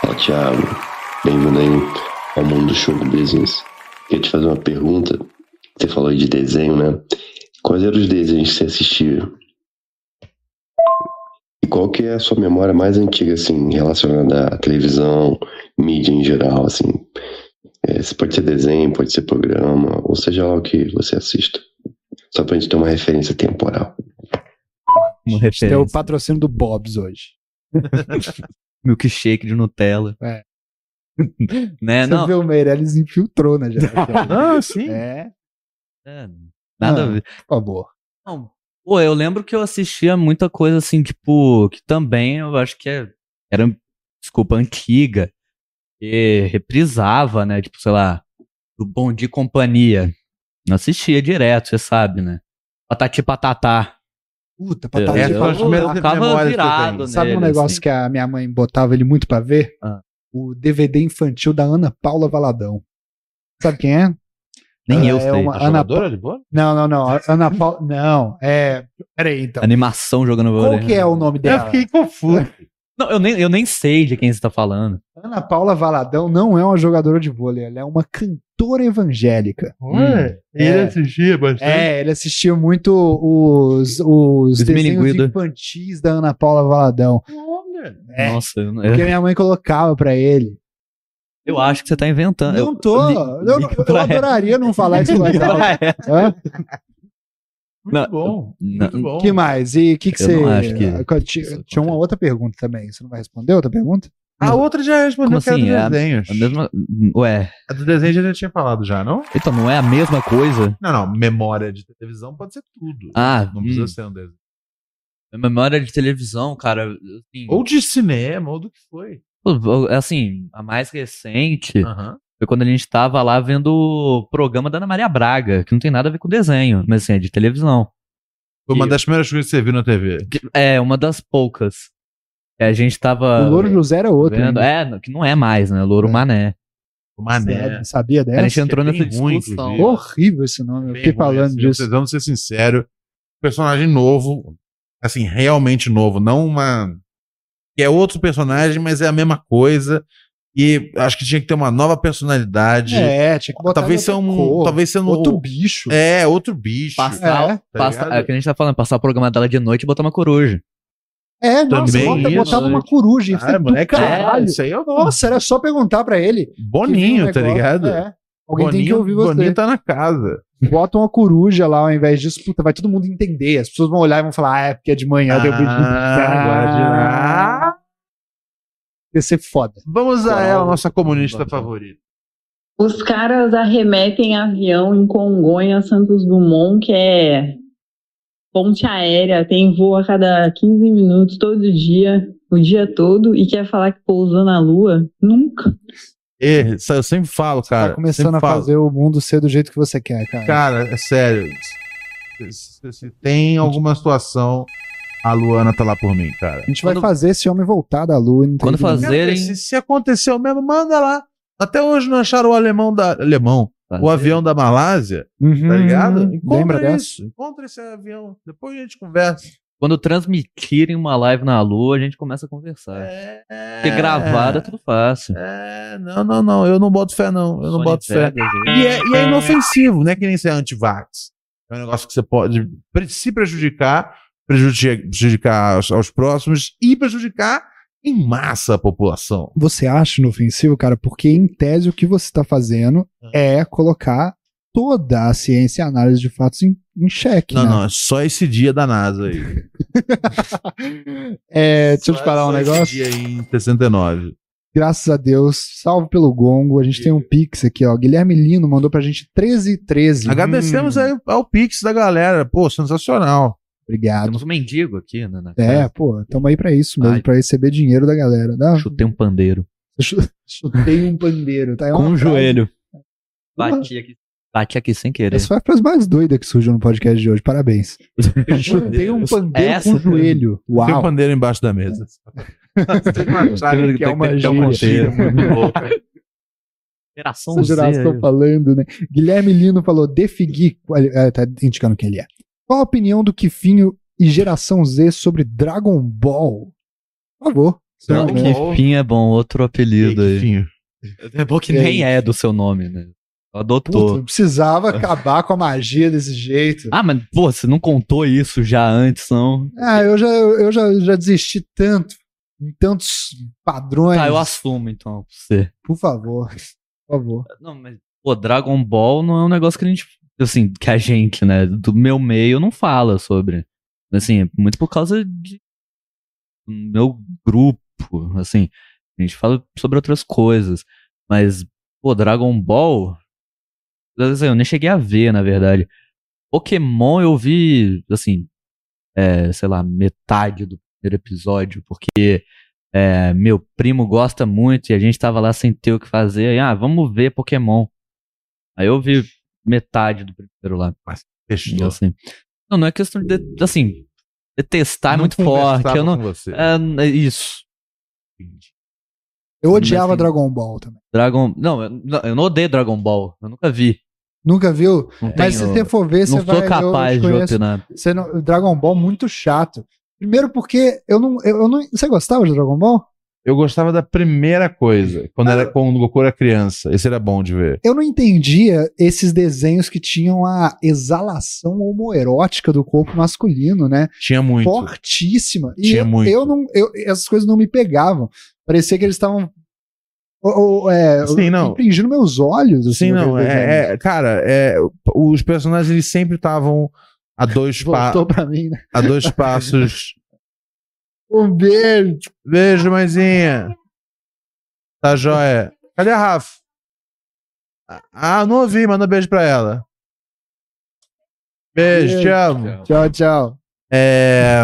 Speaker 6: Fala, Thiago. Bem-vindo aí ao mundo do show business. Queria te fazer uma pergunta. Você falou aí de desenho, né? Quais eram os desenhos que você assistia? E qual que é a sua memória mais antiga, assim, relacionada à televisão, mídia em geral, assim? É, se pode ser desenho, pode ser programa, ou seja lá o que você assista. Só pra gente ter uma referência temporal.
Speaker 2: Tem É o
Speaker 4: Uma referência.
Speaker 2: patrocínio do Bob's hoje.
Speaker 4: Milkshake de Nutella.
Speaker 2: É.
Speaker 1: É,
Speaker 4: né?
Speaker 2: Você
Speaker 4: não.
Speaker 2: vê o Meirelles infiltrou na geração.
Speaker 1: Ah, sim.
Speaker 2: é,
Speaker 4: é, nada a ver.
Speaker 2: por favor.
Speaker 4: Não. Pô, eu lembro que eu assistia muita coisa assim, tipo, que também eu acho que é- era, desculpa, antiga. E reprisava, né? Tipo, sei lá, do Bom Dia e Companhia. Não assistia direto, você sabe, né? Patati Patatá.
Speaker 2: Puta,
Speaker 4: Eu-
Speaker 2: patati
Speaker 1: Essa é
Speaker 4: eu-
Speaker 1: uma das
Speaker 2: patatá.
Speaker 1: primeiras
Speaker 4: eu tava
Speaker 1: memórias que eu
Speaker 4: virado,
Speaker 1: tenho.
Speaker 4: né?
Speaker 2: Sabe um
Speaker 4: nele,
Speaker 2: negócio
Speaker 4: assim.
Speaker 2: que a minha mãe botava ele muito pra ver?
Speaker 4: Ah.
Speaker 2: O DVD infantil da Ana Paula Valadão. Sabe quem é?
Speaker 4: Nem
Speaker 2: É
Speaker 4: eu sei.
Speaker 2: uma-
Speaker 1: A
Speaker 2: Ana
Speaker 1: jogadora de bola?
Speaker 2: Não, não, não. A Ana Paula. Não, é. Peraí, então.
Speaker 4: Animação jogando
Speaker 2: Qual
Speaker 4: vôlei.
Speaker 2: que é o nome
Speaker 1: Eu
Speaker 2: dela?
Speaker 1: fiquei confuso.
Speaker 4: Não, eu nem, eu nem sei de quem você tá falando.
Speaker 2: Ana Paula Valadão não é uma jogadora de vôlei, ela é uma cantora evangélica.
Speaker 1: Ué,
Speaker 2: É.
Speaker 1: Ele assistia bastante.
Speaker 2: É, ele assistia muito os, os
Speaker 4: Os
Speaker 2: desenhos
Speaker 4: Milinguido.
Speaker 2: infantis da Ana Paula Valadão.
Speaker 1: Olha.
Speaker 2: É.
Speaker 4: Nossa, eu, não-
Speaker 2: Porque minha mãe colocava pra ele.
Speaker 4: eu acho que você tá inventando.
Speaker 2: Não
Speaker 4: Eu
Speaker 2: tô.
Speaker 4: li- É
Speaker 2: Eu, eu
Speaker 4: liga pra ela.
Speaker 2: adoraria não falar isso mais. alto.
Speaker 4: Pra ela.
Speaker 2: Hã?
Speaker 1: Muito
Speaker 4: Não,
Speaker 1: bom.
Speaker 4: não,
Speaker 1: muito bom.
Speaker 2: que mais? E o que, que
Speaker 4: Eu
Speaker 2: você.
Speaker 4: não acho que-
Speaker 2: Tinha, tinha uma outra pergunta também. Você não vai responder outra pergunta?
Speaker 1: A outra já respondeu
Speaker 4: Como
Speaker 1: que era
Speaker 4: assim?
Speaker 1: dos
Speaker 4: É a-
Speaker 1: desenhos.
Speaker 4: A mesma. Ué,
Speaker 1: A do desenho a gente já tinha falado já, não?
Speaker 4: então não é a mesma coisa?
Speaker 1: Não, não. Memória de televisão pode ser tudo.
Speaker 4: Ah,
Speaker 1: Não
Speaker 4: hum,
Speaker 1: precisa ser um desenho.
Speaker 4: memória de televisão, cara. Assim,
Speaker 1: Ou de cinema, ou do que foi.
Speaker 4: pô, assim, a mais recente
Speaker 1: Aham.
Speaker 4: foi quando a gente tava lá vendo o programa da Ana Maria Braga, que não tem nada a ver com desenho, mas assim, é de televisão.
Speaker 1: Foi uma
Speaker 4: E-
Speaker 1: das primeiras coisas que você viu na TV.
Speaker 4: É, uma das poucas. É, A gente tava.
Speaker 2: o Louro José era outro.
Speaker 4: vendo,
Speaker 2: né?
Speaker 4: é, que não é mais, né? Louro
Speaker 2: É.
Speaker 4: Mané.
Speaker 1: O
Speaker 4: é.
Speaker 1: Mané.
Speaker 2: Sabe- Sabia dessa?
Speaker 4: a gente entrou
Speaker 1: bem
Speaker 4: nessa
Speaker 1: ruim,
Speaker 4: discussão.
Speaker 1: inclusive.
Speaker 2: Horrível esse nome. Eu
Speaker 1: Bem
Speaker 2: fiquei
Speaker 1: ruim,
Speaker 2: falando
Speaker 1: assim,
Speaker 2: disso.
Speaker 1: Vamos ser sincero. Personagem novo. Assim, realmente novo. Não uma. Que é outro personagem, mas é a mesma coisa. E acho que tinha que ter uma nova personalidade.
Speaker 2: É, tinha que botar
Speaker 1: talvez
Speaker 2: ele
Speaker 1: seja um.
Speaker 2: outra cor,
Speaker 1: Talvez seja um.
Speaker 2: outro bicho.
Speaker 1: É, outro bicho.
Speaker 2: É,
Speaker 4: Passar, é, passa,
Speaker 1: ligado?
Speaker 4: é o que a gente tá falando, passar o programa dela de noite e botar uma coruja.
Speaker 2: É, nossa,
Speaker 1: Também
Speaker 2: bota,
Speaker 1: isso,
Speaker 2: botava
Speaker 1: né?
Speaker 2: uma coruja.
Speaker 1: Cara,
Speaker 2: do
Speaker 1: moleque,
Speaker 2: caralho.
Speaker 1: é, isso aí é o nosso.
Speaker 2: Nossa, era só perguntar pra ele. que vinha um
Speaker 1: Boninho, tá
Speaker 2: negócio.
Speaker 1: ligado?
Speaker 2: É. Alguém tem que
Speaker 1: Boninho-
Speaker 2: ouvir você.
Speaker 1: Boninho tá na casa.
Speaker 2: Bota uma coruja lá ao invés disso, puta, vai todo mundo entender. As pessoas vão olhar e vão falar, ah, é porque é de manhã, deu pedido.
Speaker 1: Ah, agora de- ah.
Speaker 2: Ia ser foda.
Speaker 1: Vamos é a
Speaker 4: Qual?
Speaker 1: ela, nossa comunista
Speaker 4: Qual?
Speaker 1: favorita.
Speaker 7: Os caras arremetem avião em Congonha, Santos Dumont, que é ponte aérea, tem voo a cada 15 minutos, todo dia, o dia todo, e quer falar que pousou na lua? Nunca.
Speaker 1: É, isso eu sempre falo, cara.
Speaker 2: tá começando
Speaker 1: sempre
Speaker 2: a
Speaker 1: falo.
Speaker 2: fazer um- o mundo ser do jeito que você quer, cara.
Speaker 1: Cara, é sério. Se, se- se tem alguma situação A Luana tá lá por mim, cara.
Speaker 2: A gente
Speaker 4: Quando-
Speaker 2: vai fazer esse homem voltar da lua. não tem
Speaker 4: Quando
Speaker 2: dúvida.
Speaker 4: fazer- Fazerem-
Speaker 1: Se, se aconteceu mesmo, manda lá. Até hoje não acharam o alemão da. Alemão. O avião da Malásia,
Speaker 2: Uhum,
Speaker 1: tá ligado?
Speaker 2: Lembra
Speaker 1: Encontra
Speaker 2: dessa?
Speaker 1: isso. Encontra esse avião. Depois a gente conversa.
Speaker 4: Quando transmitirem uma live na lua, a gente começa a conversar.
Speaker 1: É.
Speaker 4: Porque gravado é tudo fácil.
Speaker 1: É, não, não, não. Eu não boto fé, não. Eu não
Speaker 4: Sony
Speaker 1: boto fé.
Speaker 4: Vegas, eu-
Speaker 1: E é, e é inofensivo, né? Que nem ser antivax. É um negócio que você pode pre- se prejudicar, prejudicar, prejudicar aos, aos próximos e prejudicar em massa a população.
Speaker 2: Você acha inofensivo, cara? Porque em tese o que você está fazendo é colocar toda a ciência e análise de fatos em, em xeque.
Speaker 1: Não,
Speaker 2: né?
Speaker 1: não, é só esse dia da NASA aí.
Speaker 2: É, deixa eu
Speaker 1: Só-
Speaker 2: te falar um
Speaker 1: só
Speaker 2: negócio.
Speaker 1: Esse dia aí em 69.
Speaker 2: Graças a Deus, salvo pelo gongo. A gente tem um pix aqui, ó. Guilherme Lino mandou pra gente 13 e 13.
Speaker 1: Agradecemos
Speaker 2: Hum.
Speaker 1: aí ao Pix da galera. Pô, sensacional.
Speaker 2: Obrigado.
Speaker 4: Temos um mendigo aqui, né? na
Speaker 2: Ah, É,
Speaker 4: casa.
Speaker 2: pô, tamo aí pra isso mesmo,
Speaker 4: Ai.
Speaker 2: pra receber dinheiro da galera. tá? Dá?
Speaker 4: Chutei um pandeiro.
Speaker 2: Chu- Chutei um pandeiro, tá? É
Speaker 4: Com
Speaker 2: uma
Speaker 4: o
Speaker 2: frase-
Speaker 4: joelho.
Speaker 2: Uma-
Speaker 4: Bati aqui. Bati aqui sem querer.
Speaker 2: Essa foi a frase mais doida que surgiu no podcast de hoje, parabéns. Chutei um pandeiro
Speaker 4: Essa-
Speaker 2: com o joelho.
Speaker 1: Tem um
Speaker 2: Uau.
Speaker 1: pandeiro embaixo da mesa. Tem uma chave que é uma
Speaker 4: Tem
Speaker 1: gíria.
Speaker 4: pandeiro muito louco. Geração
Speaker 2: Essa
Speaker 4: Z.
Speaker 2: geração
Speaker 4: aí, ó.
Speaker 2: falando, né? Guilherme Lino falou, defigui. Ah, tá indicando quem ele é. Qual a opinião do Kifinho e geração Z sobre Dragon Ball? Por
Speaker 4: Tá
Speaker 2: favor.
Speaker 1: Dragon
Speaker 4: Não,
Speaker 1: Ball.
Speaker 2: Né?
Speaker 4: Kifin é bom, outro apelido aí.
Speaker 1: Enfim.
Speaker 4: É bom que
Speaker 2: É
Speaker 4: nem
Speaker 2: isso.
Speaker 4: é do seu nome, né? Adotou.
Speaker 2: Puta, precisava acabar com a magia desse jeito.
Speaker 4: Ah, mas, pô, você não contou isso já antes, não?
Speaker 2: Ah, eu já, eu já, já desisti tanto, em tantos padrões.
Speaker 4: Tá, eu assumo, então, pra você.
Speaker 2: Por favor. Por favor.
Speaker 4: Não, mas, pô, Dragon Ball não é um negócio que a gente, assim, que a gente, né, do meu meio não fala sobre. Assim, é muito por causa de do meu grupo, assim, a gente fala sobre outras coisas, mas, pô, Dragon Ball, assim, eu nem cheguei a ver, na verdade. Pokémon eu vi, assim, é, sei lá, metade do primeiro episódio, porque é, meu primo gosta muito e a gente tava lá sem ter o que fazer. E, ah, vamos ver Pokémon. Aí eu vi metade do primeiro lá.
Speaker 1: Fechou.
Speaker 4: assim. Não, não é questão de, de- assim, detestar é
Speaker 1: Não
Speaker 4: muito
Speaker 1: conversava
Speaker 4: forte. Eu não,
Speaker 1: com você.
Speaker 4: é, é isso.
Speaker 2: Eu odiava
Speaker 4: Mas, assim,
Speaker 2: Dragon Ball também.
Speaker 4: Dragon. Não, eu, não, eu não odeio Dragon Ball. Eu nunca vi.
Speaker 2: Nunca viu?
Speaker 4: Não
Speaker 2: Mas se
Speaker 4: tenho-
Speaker 2: você for ver,
Speaker 4: não
Speaker 2: você
Speaker 4: sou
Speaker 2: vai. eu-
Speaker 4: capaz
Speaker 2: eu
Speaker 4: de
Speaker 2: conheço-
Speaker 4: opinar.
Speaker 2: você não, Dragon Ball muito chato. Primeiro porque eu não, eu, eu não. Você gostava de Dragon Ball?
Speaker 1: Eu gostava da primeira coisa,
Speaker 4: Ah.
Speaker 1: quando, era, quando o Goku era criança. Esse era bom de ver.
Speaker 2: Eu não entendia esses desenhos que tinham a exalação homoerótica do corpo masculino, né?
Speaker 1: Tinha muito.
Speaker 2: fortíssima. E
Speaker 1: Tinha
Speaker 2: eu,
Speaker 1: muito.
Speaker 2: eu não, eu- essas coisas não me pegavam. Parecia que eles estavam ô, ô, é,
Speaker 1: Sim, não.
Speaker 2: infringindo meus olhos. assim,
Speaker 1: Sim, não.
Speaker 2: naquele desenho.
Speaker 1: É, é- cara, é, os personagens eles sempre estavam a dois, pa-
Speaker 2: Voltou pra mim, né?
Speaker 1: a dois passos.
Speaker 2: Um beijo.
Speaker 1: Beijo, mãezinha. Tá joia. Cadê a Rafa? Ah, não ouvi. Manda um beijo pra ela. Beijo, te amo.
Speaker 2: Tchau, tchau.
Speaker 1: É,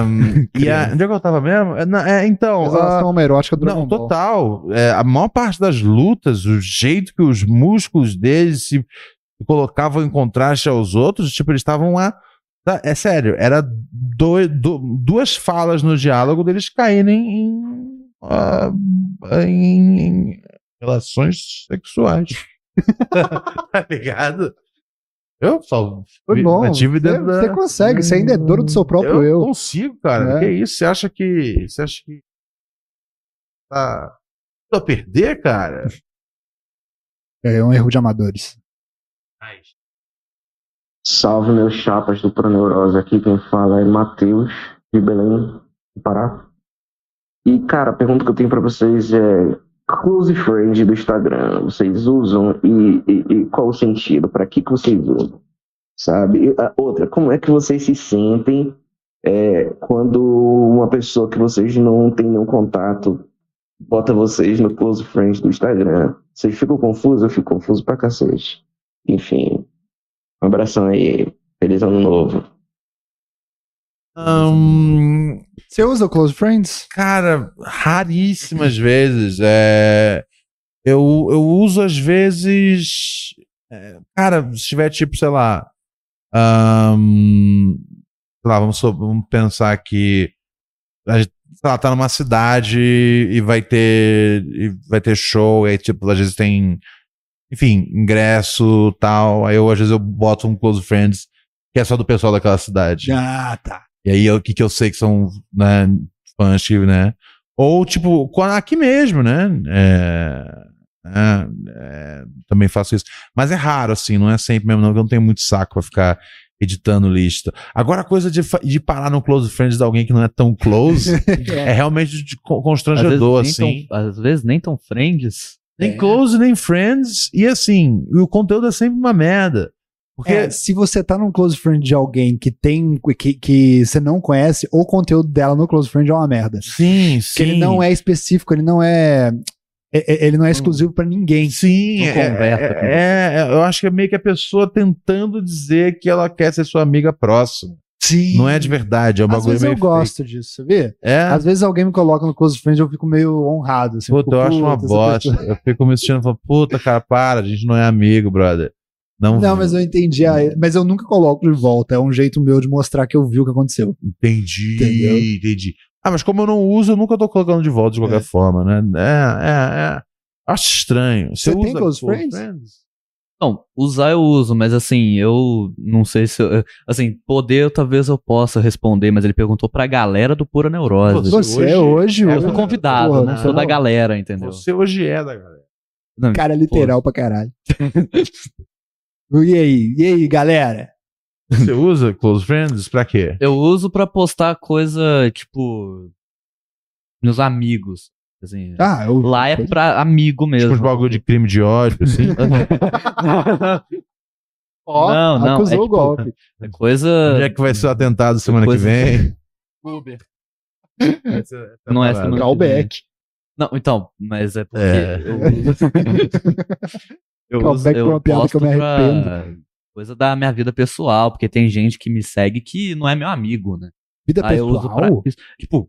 Speaker 1: e a- onde é que eu tava mesmo? É, na- é, então. ah,
Speaker 2: Exalação homoerótica do
Speaker 1: Não,
Speaker 2: Dragon Ball.
Speaker 1: total. É, a maior parte das lutas, o jeito que os músculos deles se colocavam em contraste aos outros, tipo, eles estavam lá. tá, É sério, era doi- du- duas falas no diálogo deles caírem em, ah, em, em relações sexuais. tá ligado? Eu só
Speaker 2: Foi
Speaker 1: vi-
Speaker 2: bom.
Speaker 1: tive
Speaker 2: Você,
Speaker 1: dentro da-
Speaker 2: você consegue, você ainda é dono do seu próprio eu.
Speaker 1: consigo, cara.
Speaker 2: É.
Speaker 1: Que isso? Você acha que. Você acha que. Tá. Tô a perder, cara?
Speaker 2: É um erro de amadores.
Speaker 3: Salve, meus chapas do Proneurose. Aqui quem fala é Matheus, de Belém, do Pará. E, cara, a pergunta que eu tenho pra vocês é: Close Friend do Instagram, vocês usam e, e- e qual o sentido? Pra que, que vocês usam? Sabe? E a outra, como é que vocês se sentem é, quando uma pessoa que vocês não têm nenhum contato bota vocês no Close Friend do Instagram? Vocês ficam confusos? Eu fico confuso pra cacete. Enfim, um abração aí. Feliz ano novo.
Speaker 1: Hum,
Speaker 2: Você usa o Close Friends?
Speaker 1: cara, raríssimas vezes. É, eu, eu uso às vezes. é, cara, se tiver tipo, sei lá. hum, sei lá, vamos, so- vamos pensar que a gente, sei lá, tá numa cidade e vai ter e vai ter show, e aí, tipo, às vezes tem, enfim, ingresso tal. Aí eu, às vezes, eu boto um Close Friends que é só do pessoal daquela cidade.
Speaker 2: Ah, tá.
Speaker 1: E aí, o que que eu sei que são, né, fãs, que, né? Ou, tipo, com- aqui mesmo, né? É, né, é, também faço isso. Mas é raro, assim, não é sempre mesmo, não, que eu não tenho muito saco pra ficar editando lista. Agora, a coisa de, fa- de parar no close friends de alguém que não é tão close é realmente de- co-
Speaker 4: Às vezes,
Speaker 1: constrangedor,
Speaker 4: nem
Speaker 1: assim.
Speaker 4: tão- às vezes nem tão friends.
Speaker 1: Nem
Speaker 2: É.
Speaker 1: close, nem friends. E, assim, o conteúdo é sempre uma merda. Porque
Speaker 2: É, se você tá num close friend de alguém que tem que, que você não conhece, o conteúdo dela no close friend é uma merda.
Speaker 1: Sim, sim.
Speaker 2: Porque ele não é específico, ele não é é- é- ele não é exclusivo pra ninguém.
Speaker 1: Sim,
Speaker 4: Não
Speaker 1: Hum. é,
Speaker 4: conversa
Speaker 1: é-
Speaker 4: com você.
Speaker 1: é, é, eu acho que é meio que a pessoa tentando dizer que ela quer ser sua amiga próxima.
Speaker 2: Sim.
Speaker 1: Não é de verdade, é um
Speaker 2: Às
Speaker 1: bagulho
Speaker 2: vezes
Speaker 1: meio
Speaker 2: eu
Speaker 1: fake.
Speaker 2: gosto disso, sabia?
Speaker 1: É,
Speaker 2: Às vezes alguém me coloca no close friend e eu fico meio honrado. Assim,
Speaker 1: puta,
Speaker 2: fico,
Speaker 1: eu acho uma
Speaker 2: "Puta, essa
Speaker 1: bosta.
Speaker 2: pessoa-"
Speaker 1: Eu fico me sentindo, falo, puta, cara, para, a gente não é amigo, brother. Não,
Speaker 2: Não, mas eu entendi. ah, Mas eu nunca coloco de volta. É um jeito meu de mostrar que eu vi o que aconteceu.
Speaker 1: entendi,
Speaker 2: Entendeu?
Speaker 1: entendi. Ah, mas como eu não uso, eu nunca tô colocando de volta de qualquer
Speaker 2: É.
Speaker 1: forma, né? É, é, é. Acho estranho. Você,
Speaker 2: Você tem
Speaker 1: usa
Speaker 2: close
Speaker 1: Close
Speaker 2: friends?
Speaker 4: Não, usar eu uso, mas assim, eu não sei se. Eu, assim, poder talvez eu possa responder, mas ele perguntou pra galera do Pura Neurose.
Speaker 1: Pô,
Speaker 2: Você hoje.
Speaker 1: É,
Speaker 4: eu sou convidado,
Speaker 2: Porra,
Speaker 1: né?
Speaker 4: não
Speaker 2: você
Speaker 4: sou da
Speaker 2: não-
Speaker 4: galera, entendeu?
Speaker 1: Você hoje é da galera.
Speaker 4: Não,
Speaker 2: Cara literal pra caralho. e aí? E aí, galera?
Speaker 1: Você usa close friends pra quê?
Speaker 4: Eu uso pra postar coisa, tipo. Meus amigos. Assim,
Speaker 2: Ah, eu.
Speaker 4: lá é pra amigo
Speaker 1: Tipo,
Speaker 4: mesmo.
Speaker 1: uns bagulho de crime de ódio, assim.
Speaker 2: Ó,
Speaker 4: não, não,
Speaker 2: Acusou
Speaker 4: é
Speaker 2: o
Speaker 4: tipo-
Speaker 2: golpe.
Speaker 4: É coisa.
Speaker 1: Onde é que vai ser o atentado semana
Speaker 4: Coisa-
Speaker 1: que vem?
Speaker 4: Não é
Speaker 1: parada.
Speaker 4: semana que vem.
Speaker 2: Callback.
Speaker 4: Não, então, mas é porque.
Speaker 1: É.
Speaker 4: Eu, eu, uso,
Speaker 2: Callback pra
Speaker 4: eu
Speaker 2: é uma piada que eu me
Speaker 4: posto pra
Speaker 2: arrependo.
Speaker 4: Coisa da minha vida pessoal, porque tem gente que me segue que não é meu amigo, né?
Speaker 2: Vida
Speaker 4: Aí eu uso pra
Speaker 2: é pessoal?
Speaker 4: isso. Tipo,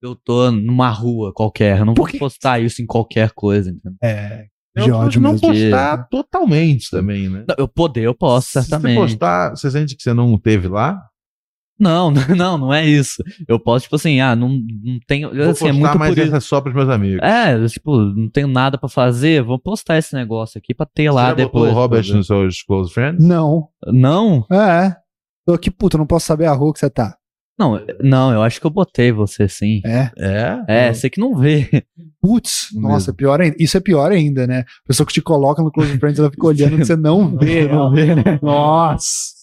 Speaker 4: eu tô numa rua qualquer, eu não
Speaker 2: Por
Speaker 4: vou postar isso em qualquer coisa, entendeu?
Speaker 2: É.
Speaker 1: Eu
Speaker 2: De
Speaker 1: não-
Speaker 2: ódio
Speaker 1: não
Speaker 2: mesmo.
Speaker 1: postar totalmente também, né?
Speaker 4: Não, eu poder, eu posso, certamente.
Speaker 1: Se você postar, você sente que você não teve lá?
Speaker 4: Não, não, não, não é isso. Eu posso, tipo assim, ah, não, não tenho.
Speaker 1: Vou
Speaker 4: Assim, é
Speaker 1: postar,
Speaker 4: muito
Speaker 1: mas
Speaker 4: curioso.
Speaker 1: esse é só pros meus amigos.
Speaker 4: É, tipo, não tenho nada pra fazer, vou postar esse negócio aqui pra ter
Speaker 1: você
Speaker 4: É, lá
Speaker 1: já botou
Speaker 4: depois. é.
Speaker 1: o Robert
Speaker 4: entendeu?
Speaker 1: nos seus close friends?
Speaker 2: Não.
Speaker 4: Não,
Speaker 2: É. Tô aqui, puta, não posso saber a rua que você tá.
Speaker 4: não, não, eu acho que eu botei você sim.
Speaker 2: É.
Speaker 1: É.
Speaker 4: É, você que não vê.
Speaker 2: Putz, nossa, pior ainda. Isso é pior ainda, né? A pessoa que te coloca no Close Friends, ela fica olhando que você não vê.
Speaker 4: não vê, né?
Speaker 2: Nossa.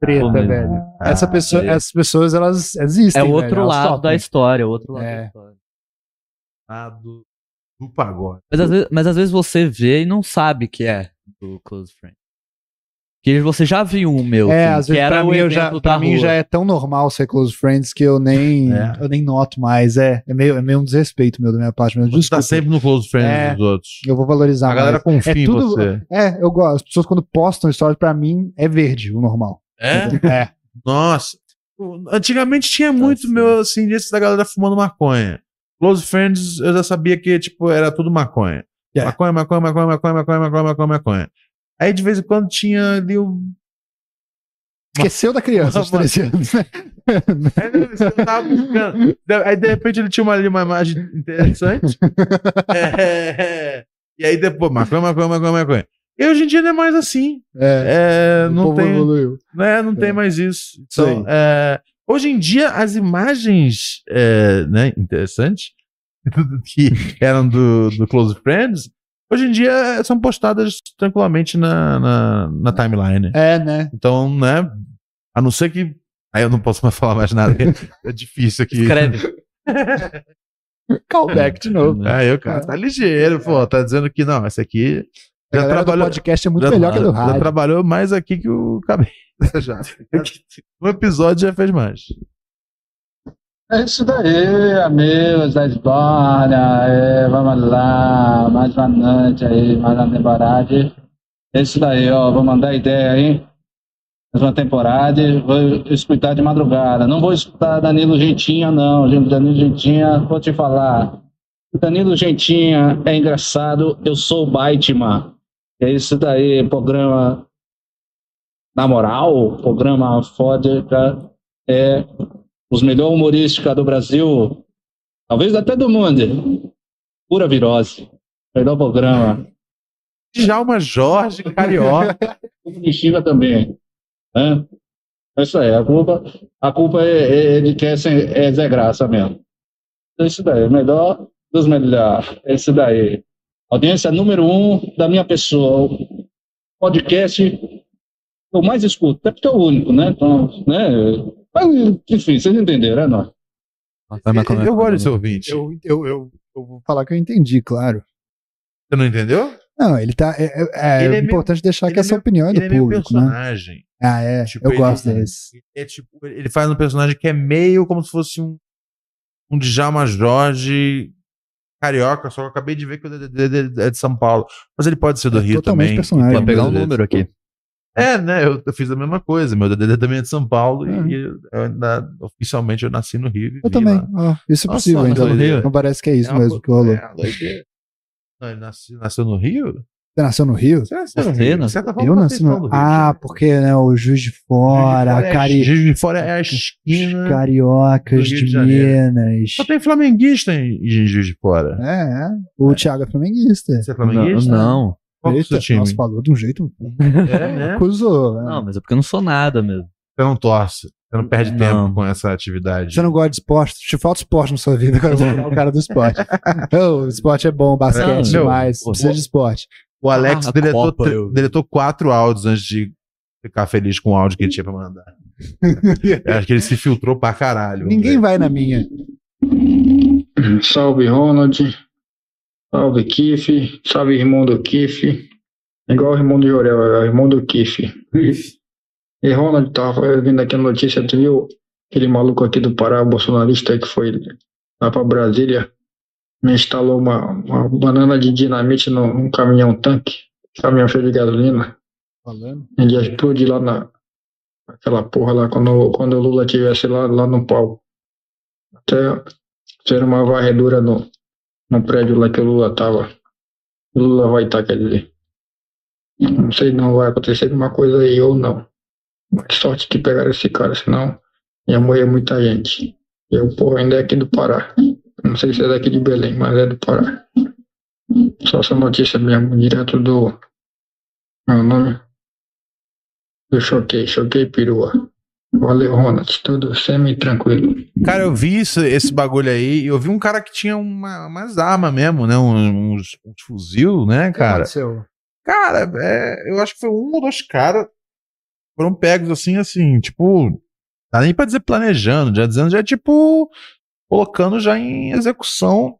Speaker 2: Treta,
Speaker 4: Pô, mas-
Speaker 2: velho.
Speaker 1: Ah,
Speaker 2: Essa pessoa,
Speaker 4: é.
Speaker 2: Essas pessoas, elas existem.
Speaker 4: É o outro
Speaker 2: velho, elas
Speaker 4: lado
Speaker 2: sofrem.
Speaker 4: da história, o outro lado
Speaker 2: É.
Speaker 4: da história.
Speaker 1: Ah, do, do pagode.
Speaker 4: Mas às, vezes, mas às vezes você vê e não sabe que é do Close Friend. Que você já viu um meu.
Speaker 2: É,
Speaker 4: que-
Speaker 2: às
Speaker 4: que
Speaker 2: vezes pra, mim, eu já,
Speaker 4: evento
Speaker 2: pra
Speaker 4: da
Speaker 2: mim
Speaker 4: rua.
Speaker 2: já é tão normal ser close friends que eu nem,
Speaker 1: É.
Speaker 2: eu nem noto mais. É, é, meio, é meio um desrespeito meu da minha parte. Mas
Speaker 1: Você
Speaker 2: desculpa,
Speaker 1: tá sempre no close friends
Speaker 2: É.
Speaker 1: dos outros.
Speaker 2: eu vou valorizar
Speaker 1: A galera
Speaker 2: mais.
Speaker 1: confia
Speaker 2: É
Speaker 1: em
Speaker 2: tudo-
Speaker 1: você.
Speaker 2: É, eu gosto. As pessoas quando postam stories pra mim é verde, o normal.
Speaker 1: É?
Speaker 2: É.
Speaker 1: Nossa. Antigamente tinha
Speaker 2: Tá
Speaker 1: muito
Speaker 4: sim.
Speaker 1: meu, assim, desse da galera fumando maconha. Close Friends, eu já sabia que, tipo, era tudo maconha.
Speaker 2: Yeah.
Speaker 1: Maconha, maconha, maconha, maconha, maconha, maconha, maconha, maconha. Aí, de vez em quando, tinha ali um...
Speaker 2: Esqueceu da criança de 13 anos, né?
Speaker 1: Aí, de vez em quando, eu tava buscando. Da- Aí, de repente, ele tinha uma, ali uma imagem interessante. É. E aí, depois, maconha, maconha, maconha, maconha. E hoje em dia não é mais assim.
Speaker 2: É.
Speaker 1: É,
Speaker 2: o
Speaker 1: não
Speaker 2: povo
Speaker 1: tem...
Speaker 2: evoluiu.
Speaker 1: né? Não tem
Speaker 2: É.
Speaker 1: mais isso.
Speaker 2: Isso
Speaker 1: Então, é, hoje em dia, as imagens é, né, interessantes que eram do, do Close Friends, hoje em dia é, são postadas tranquilamente na, na, na timeline.
Speaker 2: É, né?
Speaker 1: Então, né? A não ser que. Aí eu não posso mais falar mais nada. porque É difícil aqui.
Speaker 4: Escreve.
Speaker 2: Callback de novo.
Speaker 1: Aí o cara tá ligeiro, pô. Tá dizendo que não, esse aqui.
Speaker 2: A
Speaker 1: Já
Speaker 2: galera do
Speaker 1: trabalhou,
Speaker 2: podcast é muito
Speaker 1: já-
Speaker 2: melhor que a do
Speaker 1: já
Speaker 2: rádio.
Speaker 1: trabalhou mais aqui que o cabelo. Já. Um episódio já fez mais.
Speaker 3: É isso daí, amigos da história. É, vamos lá, mais uma noite aí, mais uma temporada. É isso daí, ó, vou mandar ideia aí. Mais uma temporada, vou escutar de madrugada. Não vou escutar Danilo Gentinha, não, gente. Danilo Gentinha, vou te falar. Danilo Gentinha é engraçado, eu sou o Batman. É isso daí, programa. Na moral, programa foda é
Speaker 8: os melhor humorística do Brasil, talvez até do mundo. Pura virose. Melhor programa.
Speaker 1: Djalma Jorge Carioca.
Speaker 8: Comitiva também. Né? É Isso aí, a culpa, a culpa é, é- é de quem é, sem, é Zé Graça mesmo. Então, Isso daí, o melhor dos melhores. Esse daí. Audiência número um da minha pessoa. O Podcast que eu mais escuto, até porque é o único, né? Então, né? Mas, enfim, vocês entenderam, é nóis.
Speaker 1: Eu gosto desse ouvinte.
Speaker 2: Eu, eu, eu, eu vou falar que eu entendi, claro.
Speaker 1: Você não entendeu?
Speaker 2: Não, ele tá. É, é- é
Speaker 1: Ele é meio-
Speaker 2: importante deixar
Speaker 1: ele
Speaker 2: que
Speaker 1: é
Speaker 2: essa
Speaker 1: meio-
Speaker 2: opinião é do
Speaker 1: Ele é meio
Speaker 2: público, né?
Speaker 1: personagem.
Speaker 2: Ah, é.
Speaker 1: Tipo,
Speaker 2: eu
Speaker 1: ele-
Speaker 2: gosto desse.
Speaker 1: Ele é tipo, ele faz um personagem que é meio como se fosse um, um Djalma Jorge carioca, só que eu acabei de ver que o Dedé Dedé é de São Paulo. Mas ele pode ser do
Speaker 2: É
Speaker 1: Rio
Speaker 2: totalmente
Speaker 1: também.
Speaker 2: personagem.
Speaker 1: Pode
Speaker 4: Vou pegar um
Speaker 1: brasileiro.
Speaker 4: número aqui.
Speaker 1: É, né? Eu, eu fiz a mesma coisa. Meu Dedé também é de São Paulo
Speaker 2: Uhum.
Speaker 1: e eu, eu ainda- oficialmente eu nasci no Rio. e vivi
Speaker 2: Eu também.
Speaker 1: lá.
Speaker 2: ó, isso
Speaker 1: Nossa,
Speaker 2: é possível,
Speaker 1: mas
Speaker 2: então.
Speaker 1: eu odeio.
Speaker 2: Não parece que é isso
Speaker 1: É uma
Speaker 2: mesmo
Speaker 1: co-
Speaker 2: que rolou.
Speaker 1: é uma doideira. Não, ele nasce- nasceu no Rio?
Speaker 2: Você nasceu no Rio?
Speaker 1: Você nasceu no
Speaker 4: Você
Speaker 1: Rio?
Speaker 4: nasceu-
Speaker 1: De certa forma,
Speaker 2: Eu
Speaker 1: vocês
Speaker 2: nasci
Speaker 1: são do
Speaker 2: no.
Speaker 1: Rio,
Speaker 2: Ah,
Speaker 1: gente.
Speaker 2: porque, né? O Juiz de Fora,
Speaker 1: Juiz de Fora é-
Speaker 2: Cari...
Speaker 1: Juiz de Fora é a esquina. do
Speaker 2: Cariocas
Speaker 1: Rio
Speaker 2: de,
Speaker 1: de Janeiro.
Speaker 2: Minas.
Speaker 1: Só tem flamenguista em em Juiz de Fora.
Speaker 2: É, é. O Thiago é flamenguista.
Speaker 1: Você é
Speaker 4: Não,
Speaker 1: flamenguista?
Speaker 4: não.
Speaker 1: Qual que é o seu
Speaker 2: Eita,
Speaker 1: time?
Speaker 2: Nossa, falou de um jeito.
Speaker 1: É, né?
Speaker 2: Acusou. né?
Speaker 4: Não, mas é porque eu não sou nada mesmo.
Speaker 1: Você não torce. Você É, não perde
Speaker 4: Não.
Speaker 1: tempo com essa atividade.
Speaker 2: Você não gosta de esporte? Te falta esporte na sua vida. Agora eu vou falar o cara do esporte. Ô, o esporte é bom, basquete
Speaker 4: Não,
Speaker 1: meu,
Speaker 2: demais.
Speaker 4: pô,
Speaker 2: Precisa de esporte.
Speaker 1: O Alex
Speaker 4: Ah, a
Speaker 1: deletou,
Speaker 4: Copa,
Speaker 1: tre-
Speaker 4: eu-
Speaker 1: deletou quatro áudios antes de ficar feliz com o áudio que ele tinha pra mandar. Eu acho que ele se filtrou pra caralho.
Speaker 2: Ninguém vai na minha.
Speaker 9: Salve Ronald, salve Kiff, salve irmão do Kiff, igual o irmão do Jorel, é o irmão do Kiff. E Ronald, tava vendo aqui a notícia, tu viu aquele maluco aqui do Pará, bolsonarista, que foi lá pra Brasília, né, instalou uma, uma banana de dinamite num, num caminhão tanque, caminhão cheio de gasolina,
Speaker 2: Falando.
Speaker 9: ele ia explodir lá na, aquela porra lá, quando, quando o Lula estivesse lá, lá no pau. Até fizeram uma varredura no, no prédio lá que o Lula tava. O Lula vai estar, quer dizer. Não sei não, vai acontecer alguma coisa aí ou não. Mas sorte que pegaram esse cara, senão ia morrer muita gente. E o povo ainda é aqui do Pará. Não sei se é daqui de Belém, mas é do Pará. Só essa notícia mesmo, direto do. Meu nome? Eu choquei, choquei perua. Valeu, Ronald. Tudo semi-tranquilo.
Speaker 1: Cara, eu vi isso, esse bagulho aí. e Eu vi um cara que tinha uma, umas armas mesmo, né? Um- Uns, uns fuzil, né, cara?
Speaker 2: Aconteceu.
Speaker 1: Cara, é, eu acho que foi um ou dois caras foram pegos assim, assim, tipo, tá nem pra dizer planejando, já dizendo, já é tipo, colocando já em execução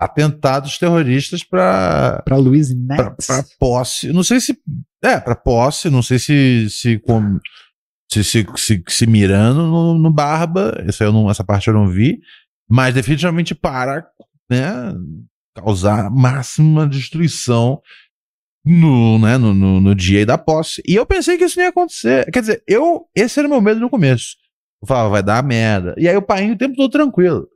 Speaker 1: atentados terroristas pra,
Speaker 2: Pra Luiz
Speaker 1: pra,
Speaker 2: Nets.
Speaker 1: pra posse. Não sei se. É, pra posse, não sei se. se com- se, se, se, se mirando no, no Barba, isso aí eu não, essa parte eu não vi, mas definitivamente para né, causar máxima destruição no, né, no, no, no dia da posse. E eu pensei que isso não ia acontecer. Quer dizer, eu, esse era o meu medo no começo. Eu falava, vai dar merda. E aí o pai o tempo todo tranquilo.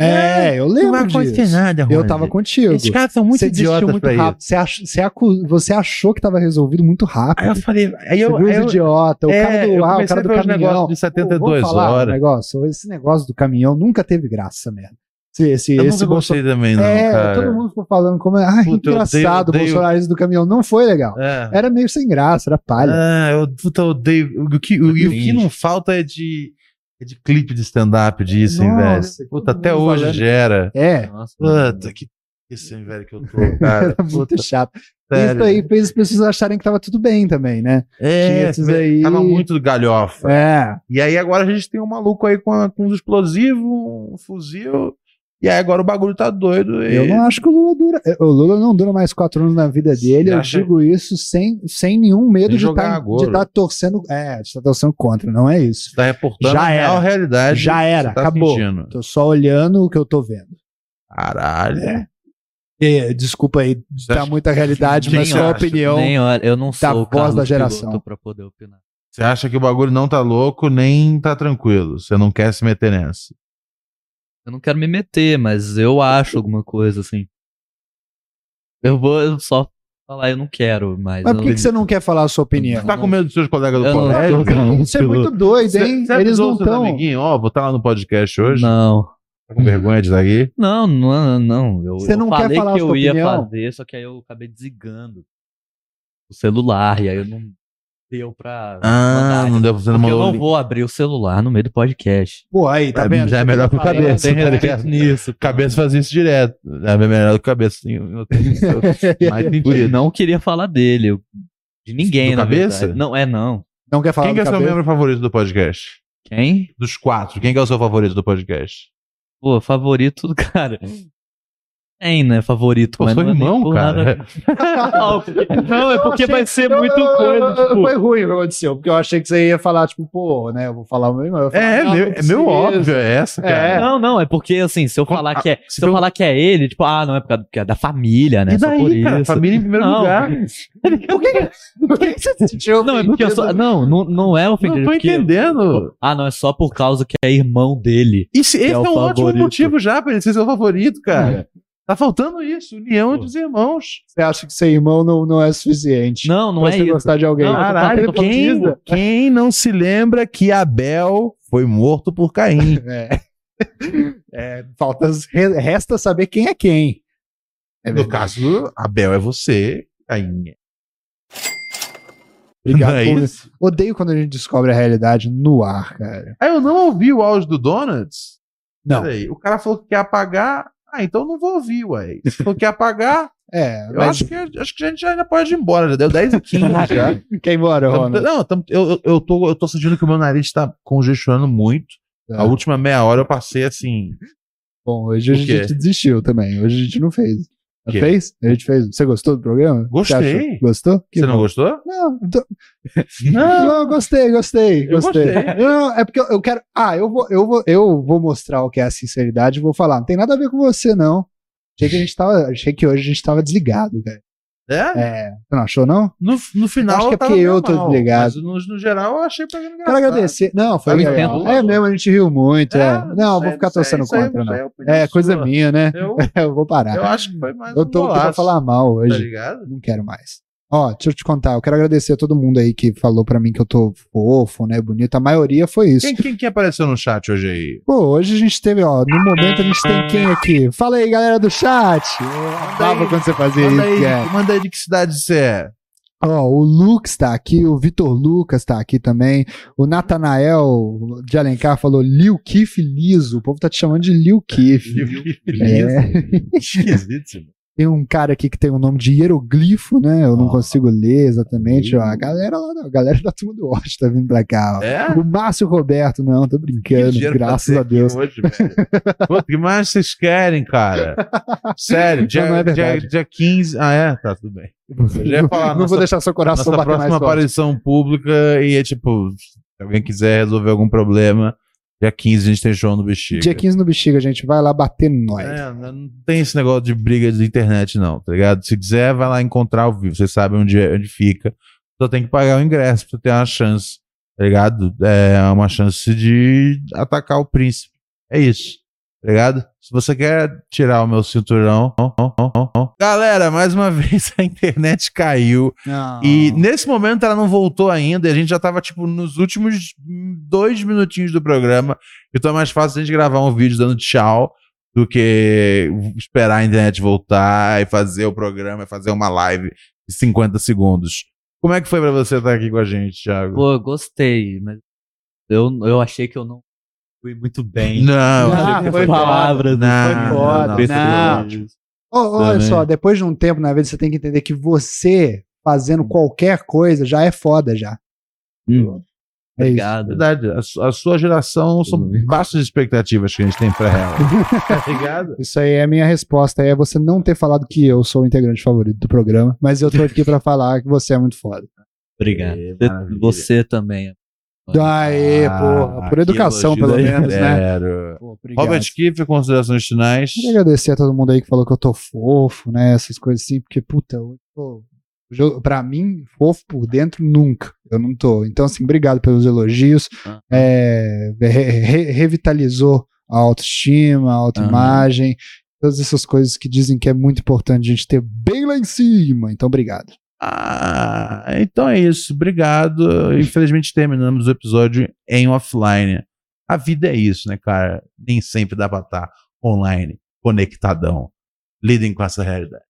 Speaker 2: É, eu lembro disso.
Speaker 1: nada,
Speaker 2: Eu tava contigo.
Speaker 1: caras são
Speaker 2: você é desistiu muito rápido. Você, ach- você acu- você achou que tava resolvido muito rápido.
Speaker 1: Aí eu falei, aí eu,
Speaker 2: você viu
Speaker 1: aí
Speaker 2: os
Speaker 1: eu,
Speaker 2: idiota, o
Speaker 1: É,
Speaker 2: cara do
Speaker 1: eu
Speaker 2: ar, o
Speaker 1: comecei
Speaker 2: cara
Speaker 1: a
Speaker 2: do
Speaker 1: ver uns
Speaker 2: caminhão.
Speaker 1: negócios de
Speaker 2: Pô, vamos
Speaker 1: 72
Speaker 2: falar um
Speaker 1: horas.
Speaker 2: negócio, esse negócio do caminhão nunca teve graça, merda. Esse, esse,
Speaker 1: eu
Speaker 2: esse
Speaker 1: nunca gostei também, não,
Speaker 2: é,
Speaker 1: cara.
Speaker 2: todo mundo ficou falando como é ah,
Speaker 1: Puta, eu
Speaker 2: engraçado,
Speaker 1: odeio-
Speaker 2: o
Speaker 1: odeio-
Speaker 2: bolsonarismo do caminhão não foi legal.
Speaker 1: É.
Speaker 2: Era meio sem graça, era palha.
Speaker 1: Ah, eu puta, eu odeio. O que, o, e o que
Speaker 4: Cringe.
Speaker 1: não falta é de, é de clipe de stand-up disso, hein, velho?
Speaker 2: Nossa,
Speaker 1: É, Puta,
Speaker 2: todo
Speaker 1: até
Speaker 2: mundo
Speaker 1: hoje
Speaker 2: falando.
Speaker 1: gera.
Speaker 2: É,
Speaker 4: Nossa.
Speaker 1: Puta, que isso, hein, velho, que eu tô, cara.
Speaker 2: era muito
Speaker 1: Puta,
Speaker 2: chato.
Speaker 1: sério.
Speaker 2: Isso aí fez as pessoas acharem que tava tudo bem também, né? tinha
Speaker 1: É,
Speaker 2: esses aí-
Speaker 1: tava muito galhofa.
Speaker 2: É,
Speaker 1: E aí agora a gente tem um maluco aí com, a- com uns explosivos, um fuzil. E aí agora o bagulho tá doido. E...
Speaker 2: eu não acho que o Lula dura. eh, O Lula não dura mais quatro anos na vida dele.
Speaker 1: Você
Speaker 2: Eu
Speaker 1: acha-
Speaker 2: digo isso sem, sem nenhum medo
Speaker 1: Sem
Speaker 2: de
Speaker 1: jogar
Speaker 2: estar
Speaker 1: agora.
Speaker 2: torcendo. É, de estar torcendo contra, não é isso.
Speaker 1: Tá reportando
Speaker 2: Já
Speaker 1: a real
Speaker 2: era.
Speaker 1: realidade.
Speaker 2: Já
Speaker 1: que
Speaker 2: era,
Speaker 1: você tá
Speaker 2: acabou.
Speaker 1: sentindo.
Speaker 2: Tô só olhando o que eu tô vendo.
Speaker 1: Caralho.
Speaker 2: É. E, desculpa aí,
Speaker 1: Você
Speaker 2: tá
Speaker 1: acha-
Speaker 2: muita realidade,
Speaker 1: Quem
Speaker 2: mas sua
Speaker 1: acha?
Speaker 2: opinião.
Speaker 4: Nem hora, eu não sou
Speaker 2: da
Speaker 4: o
Speaker 2: voz
Speaker 4: Carlos
Speaker 2: da geração.
Speaker 4: Piloto pra poder opinar.
Speaker 1: Você acha que o bagulho não tá louco, nem tá tranquilo. Você não quer se meter nessa.
Speaker 4: Eu não quero me meter, mas eu acho alguma coisa assim. Eu vou só falar, eu não quero mais.
Speaker 2: Mas
Speaker 4: eu
Speaker 2: por que, que você não quer falar a sua opinião?
Speaker 1: Tá com medo dos seus colegas do
Speaker 4: Eu não-
Speaker 1: colégio?
Speaker 2: Isso é muito doido, hein? Eles não estão.
Speaker 1: amiguinho, ó, vou estar lá no podcast hoje.
Speaker 4: Não.
Speaker 1: Tá com vergonha disso aqui?
Speaker 4: Não, não, não. Eu,
Speaker 2: Você
Speaker 4: eu
Speaker 2: não quer
Speaker 4: falei
Speaker 2: falar a
Speaker 4: que eu
Speaker 2: sua
Speaker 4: ia
Speaker 2: opinião?
Speaker 4: fazer, só que aí eu acabei desligando o celular, e aí eu não deu pra.
Speaker 1: Ah,
Speaker 4: mandar.
Speaker 1: não deu pra você não
Speaker 4: Porque
Speaker 1: mandou.
Speaker 4: eu não
Speaker 1: o link.
Speaker 4: vou abrir o celular no meio do podcast.
Speaker 2: Pô, aí, tá
Speaker 1: É,
Speaker 2: vendo?
Speaker 1: já é melhor pro
Speaker 2: Falei,
Speaker 1: cabeça,
Speaker 2: não tem
Speaker 1: tá
Speaker 2: respeito.
Speaker 1: ligado?
Speaker 4: Nisso.
Speaker 1: Cabeça fazia isso direto. É melhor do que cabeça. sim, eu tenho- eu tenho Mais
Speaker 4: Eu
Speaker 1: sentido.
Speaker 4: não queria falar dele. eu- De ninguém,
Speaker 1: Do
Speaker 4: na
Speaker 1: cabeça?
Speaker 4: verdade. Não, é não.
Speaker 2: Não quer falar
Speaker 1: Quem que
Speaker 2: do
Speaker 1: é o seu
Speaker 2: cabelo?
Speaker 1: membro favorito do podcast?
Speaker 4: Quem?
Speaker 1: Dos quatro, quem que é o seu favorito do podcast?
Speaker 4: Pô, favorito do cara. Tem, né? Favorito.
Speaker 1: Pô,
Speaker 4: mas
Speaker 1: seu
Speaker 4: não é nem
Speaker 1: irmão,
Speaker 4: por
Speaker 1: cara.
Speaker 4: nada- Não, não, é porque
Speaker 2: achei-
Speaker 4: vai ser
Speaker 2: Eu-
Speaker 4: muito
Speaker 2: eu- eu-
Speaker 4: coisa.
Speaker 2: eu-
Speaker 4: Tipo,
Speaker 2: Foi ruim o que aconteceu, porque eu achei que você ia falar, tipo, pô, né? Eu vou falar o meu irmão. eu ia falar,
Speaker 1: É,
Speaker 2: não,
Speaker 1: meu,
Speaker 2: não
Speaker 1: é meu
Speaker 2: precisa.
Speaker 1: óbvio, é essa, cara.
Speaker 2: É.
Speaker 4: Não, não, é porque assim, se eu
Speaker 1: Com-
Speaker 4: falar
Speaker 1: ah,
Speaker 4: que é,
Speaker 1: se
Speaker 4: se eu
Speaker 1: eu-
Speaker 4: falar que é ele, tipo, ah, não é por causa porque é da família, né?
Speaker 1: E
Speaker 4: Só por
Speaker 1: daí, cara?
Speaker 4: isso.
Speaker 1: Família em primeiro
Speaker 4: Não.
Speaker 1: lugar.
Speaker 2: Por que, por que que você se sentiu?
Speaker 4: Não, é porque eu sou,
Speaker 2: ofendido?
Speaker 4: não, não, não é ofendido.
Speaker 1: Não tô
Speaker 4: é porque-
Speaker 1: entendendo.
Speaker 4: Ah, não, é só por causa que é irmão dele.
Speaker 1: Esse, esse é,
Speaker 4: é o
Speaker 1: um ótimo
Speaker 4: favorito.
Speaker 1: motivo já pra ele ser seu favorito, cara. Tá faltando isso, união entre os irmãos.
Speaker 2: Você acha que ser irmão não, não é suficiente?
Speaker 4: Não, não
Speaker 2: pra
Speaker 4: é
Speaker 2: você tá
Speaker 4: isso.
Speaker 2: gostar de alguém.
Speaker 4: Não, eu tô falando- eu tô falando
Speaker 1: quem,
Speaker 4: disso.
Speaker 1: quem não se lembra que Abel foi morto por Caim?
Speaker 2: É. É, falta, re- resta saber quem é quem. É
Speaker 1: no
Speaker 2: verdade.
Speaker 1: caso, Abel é você, Caim é.
Speaker 2: Obrigado
Speaker 1: Não é
Speaker 2: por-
Speaker 1: isso?
Speaker 2: Odeio quando a gente descobre a realidade no ar, cara.
Speaker 1: Ah, eu não ouvi o áudio do Donuts?
Speaker 2: Não.
Speaker 1: Peraí, o cara falou que quer apagar. Ah, então não vou ouvir, ué. Se falou que quer apagar,
Speaker 2: É,
Speaker 1: eu
Speaker 2: mas
Speaker 1: acho que, acho que a gente ainda pode ir embora. Já deu 10 e 15 já.
Speaker 2: quem mora,
Speaker 1: Tam-
Speaker 2: Ronald?
Speaker 1: Não, tam- eu, eu- eu, tô, eu tô sentindo que o meu nariz tá congestionando muito.
Speaker 2: Tá.
Speaker 1: A última meia hora eu passei assim.
Speaker 2: Bom, hoje a
Speaker 1: O
Speaker 2: gente
Speaker 1: quê?
Speaker 2: desistiu também. Hoje a gente não fez.
Speaker 1: O quê?
Speaker 2: Fez? A gente fez. Você gostou do programa?
Speaker 1: Gostei.
Speaker 2: Você achou- Gostou? Que
Speaker 1: Você não
Speaker 2: bom.
Speaker 1: gostou?
Speaker 2: Não, tô-
Speaker 1: Não.
Speaker 2: não, gostei, gostei,
Speaker 1: Eu
Speaker 2: gostei.
Speaker 1: gostei.
Speaker 2: Não, é porque eu- eu quero. Ah, eu vou, eu vou, eu vou mostrar o que é a sinceridade e vou falar. Não tem nada a ver com você, não. Achei que a gente tava. Achei que hoje a gente tava desligado, velho.
Speaker 1: É?
Speaker 2: É, você não achou, não?
Speaker 1: No, no final.
Speaker 2: Acho que é
Speaker 1: eu tava
Speaker 2: porque
Speaker 1: meio
Speaker 2: eu tô
Speaker 1: mal,
Speaker 2: desligado.
Speaker 1: Mas no, no geral eu achei pra engraçado.
Speaker 2: Quero agradecer. Não, foi
Speaker 4: Eu
Speaker 2: legal.
Speaker 4: entendo.
Speaker 2: É mesmo, a gente riu muito. É,
Speaker 1: É,
Speaker 2: não,
Speaker 1: sei,
Speaker 2: vou ficar
Speaker 1: sei,
Speaker 2: torcendo
Speaker 1: isso aí-
Speaker 2: contra,
Speaker 1: isso
Speaker 2: não.
Speaker 1: aí é opinião
Speaker 2: É coisa
Speaker 1: sua.
Speaker 2: minha, né?
Speaker 1: Eu,
Speaker 2: Eu vou parar.
Speaker 1: eu acho que foi mais.
Speaker 2: Eu tô
Speaker 1: um
Speaker 2: aqui pra
Speaker 1: bolaço,
Speaker 2: falar mal
Speaker 1: Tá
Speaker 2: hoje.
Speaker 1: ligado?
Speaker 2: Não quero mais. Ó, deixa eu te contar. Eu quero agradecer a todo mundo aí que falou pra mim que eu tô fofo, né? Bonito. A maioria foi isso.
Speaker 1: Quem, quem, quem apareceu no chat hoje aí?
Speaker 2: Pô, hoje a gente teve, ó. No momento a gente tem quem aqui? Fala aí, galera do chat. Eu amava
Speaker 1: aí,
Speaker 2: quando você fazia
Speaker 1: Manda
Speaker 2: isso,
Speaker 1: aí,
Speaker 2: cara.
Speaker 1: de- manda aí de que cidade você é.
Speaker 2: Ó, o Lux tá aqui, o Vitor Lucas tá aqui também. O Natanael de Alencar falou Lil Kif liso. O povo tá te chamando de Lil Kif.
Speaker 1: Beleza.
Speaker 2: É.
Speaker 1: Esquisito.
Speaker 2: Tem um cara aqui que tem o nome de hieroglifo, né? Eu não
Speaker 1: Ó.
Speaker 2: consigo ler exatamente. Ó, a galera lá, da- a galera da turma do Watch tá vindo pra cá. ó.
Speaker 1: É?
Speaker 2: O Márcio Roberto, não, tô brincando,
Speaker 1: Que dinheiro pra
Speaker 2: graças
Speaker 1: ter
Speaker 2: a Deus.
Speaker 1: aqui Hoje, velho. Pô, o que mais vocês querem, cara? Sério, dia,
Speaker 2: não é
Speaker 1: dia,
Speaker 2: verdade.
Speaker 1: dia 15. Ah, é? Tá, tudo bem. Eu já ia falar,
Speaker 2: não
Speaker 1: nossa,
Speaker 2: vou deixar seu coração
Speaker 1: nossa
Speaker 2: bater mais
Speaker 1: próxima
Speaker 2: forte.
Speaker 1: aparição pública e é tipo, se alguém quiser resolver algum problema, dia 15 a gente tem show no bexiga.
Speaker 2: Dia 15 no Bexiga, gente, vai lá bater nós.
Speaker 1: É, não não tem esse negócio de briga de internet, não, tá ligado? Se quiser, vai lá encontrar ao vivo, vocês sabem onde, é- onde fica. Só tem que pagar o ingresso pra você ter uma chance, tá ligado? É uma chance de atacar o príncipe. É isso, tá ligado? Se você quer tirar o meu cinturão. ó, ó, ó, ó, ó. Galera, mais uma vez a internet caiu.
Speaker 2: Não.
Speaker 1: E nesse momento ela não voltou ainda. E a gente já tava, tipo, nos últimos dois minutinhos do programa. Então é mais fácil a gente gravar um vídeo dando tchau do que esperar a internet voltar e fazer o programa, e fazer uma live de 50 segundos. Como é que foi pra você estar aqui com a gente, Thiago?
Speaker 4: Pô, eu gostei, mas eu, eu achei que eu não fui muito bem.
Speaker 1: Não,
Speaker 2: Não,
Speaker 1: achei que
Speaker 2: foi
Speaker 4: palavras,
Speaker 1: Não,
Speaker 4: foi
Speaker 1: não,
Speaker 4: foda,
Speaker 1: não,
Speaker 4: pensa
Speaker 2: não.
Speaker 4: que eu-
Speaker 2: Ó, olha
Speaker 1: Também.
Speaker 2: só, depois de um tempo na vida, você tem que entender que você fazendo
Speaker 1: Hum.
Speaker 2: qualquer coisa já é foda já. É
Speaker 4: Hum,
Speaker 2: isso.
Speaker 4: obrigado.
Speaker 1: verdade. A, su- a sua geração são baixas expectativas que a gente tem pra ela. tá ligado?
Speaker 2: Isso aí é a minha resposta. É você não ter falado que eu sou o integrante favorito do programa, mas eu tô aqui pra falar que você é muito foda.
Speaker 4: Obrigado.
Speaker 1: É,
Speaker 4: Você-
Speaker 1: maravilha.
Speaker 4: Você também.
Speaker 2: Aê,
Speaker 1: Ah,
Speaker 2: porra. Por educação, pelo menos, né? Pô, obrigado.
Speaker 1: É. Robert Kiefer, considerações finais.
Speaker 2: Queria agradecer a todo mundo aí que falou que eu tô fofo, né? Essas coisas assim, porque, puta, hoje eu tô- hoje eu- pra mim, fofo por dentro nunca. Eu não tô. Então, assim, obrigado pelos elogios.
Speaker 4: Ah.
Speaker 2: É, re- re- revitalizou a autoestima, a autoimagem. Todas essas coisas que dizem que é muito importante a gente ter bem lá em cima. Então, obrigado.
Speaker 1: Ah, então é isso. Obrigado. Infelizmente terminamos o episódio em offline. A vida é isso, né, cara? Nem sempre dá pra estar online, conectadão. tá Lidem com essa realidade.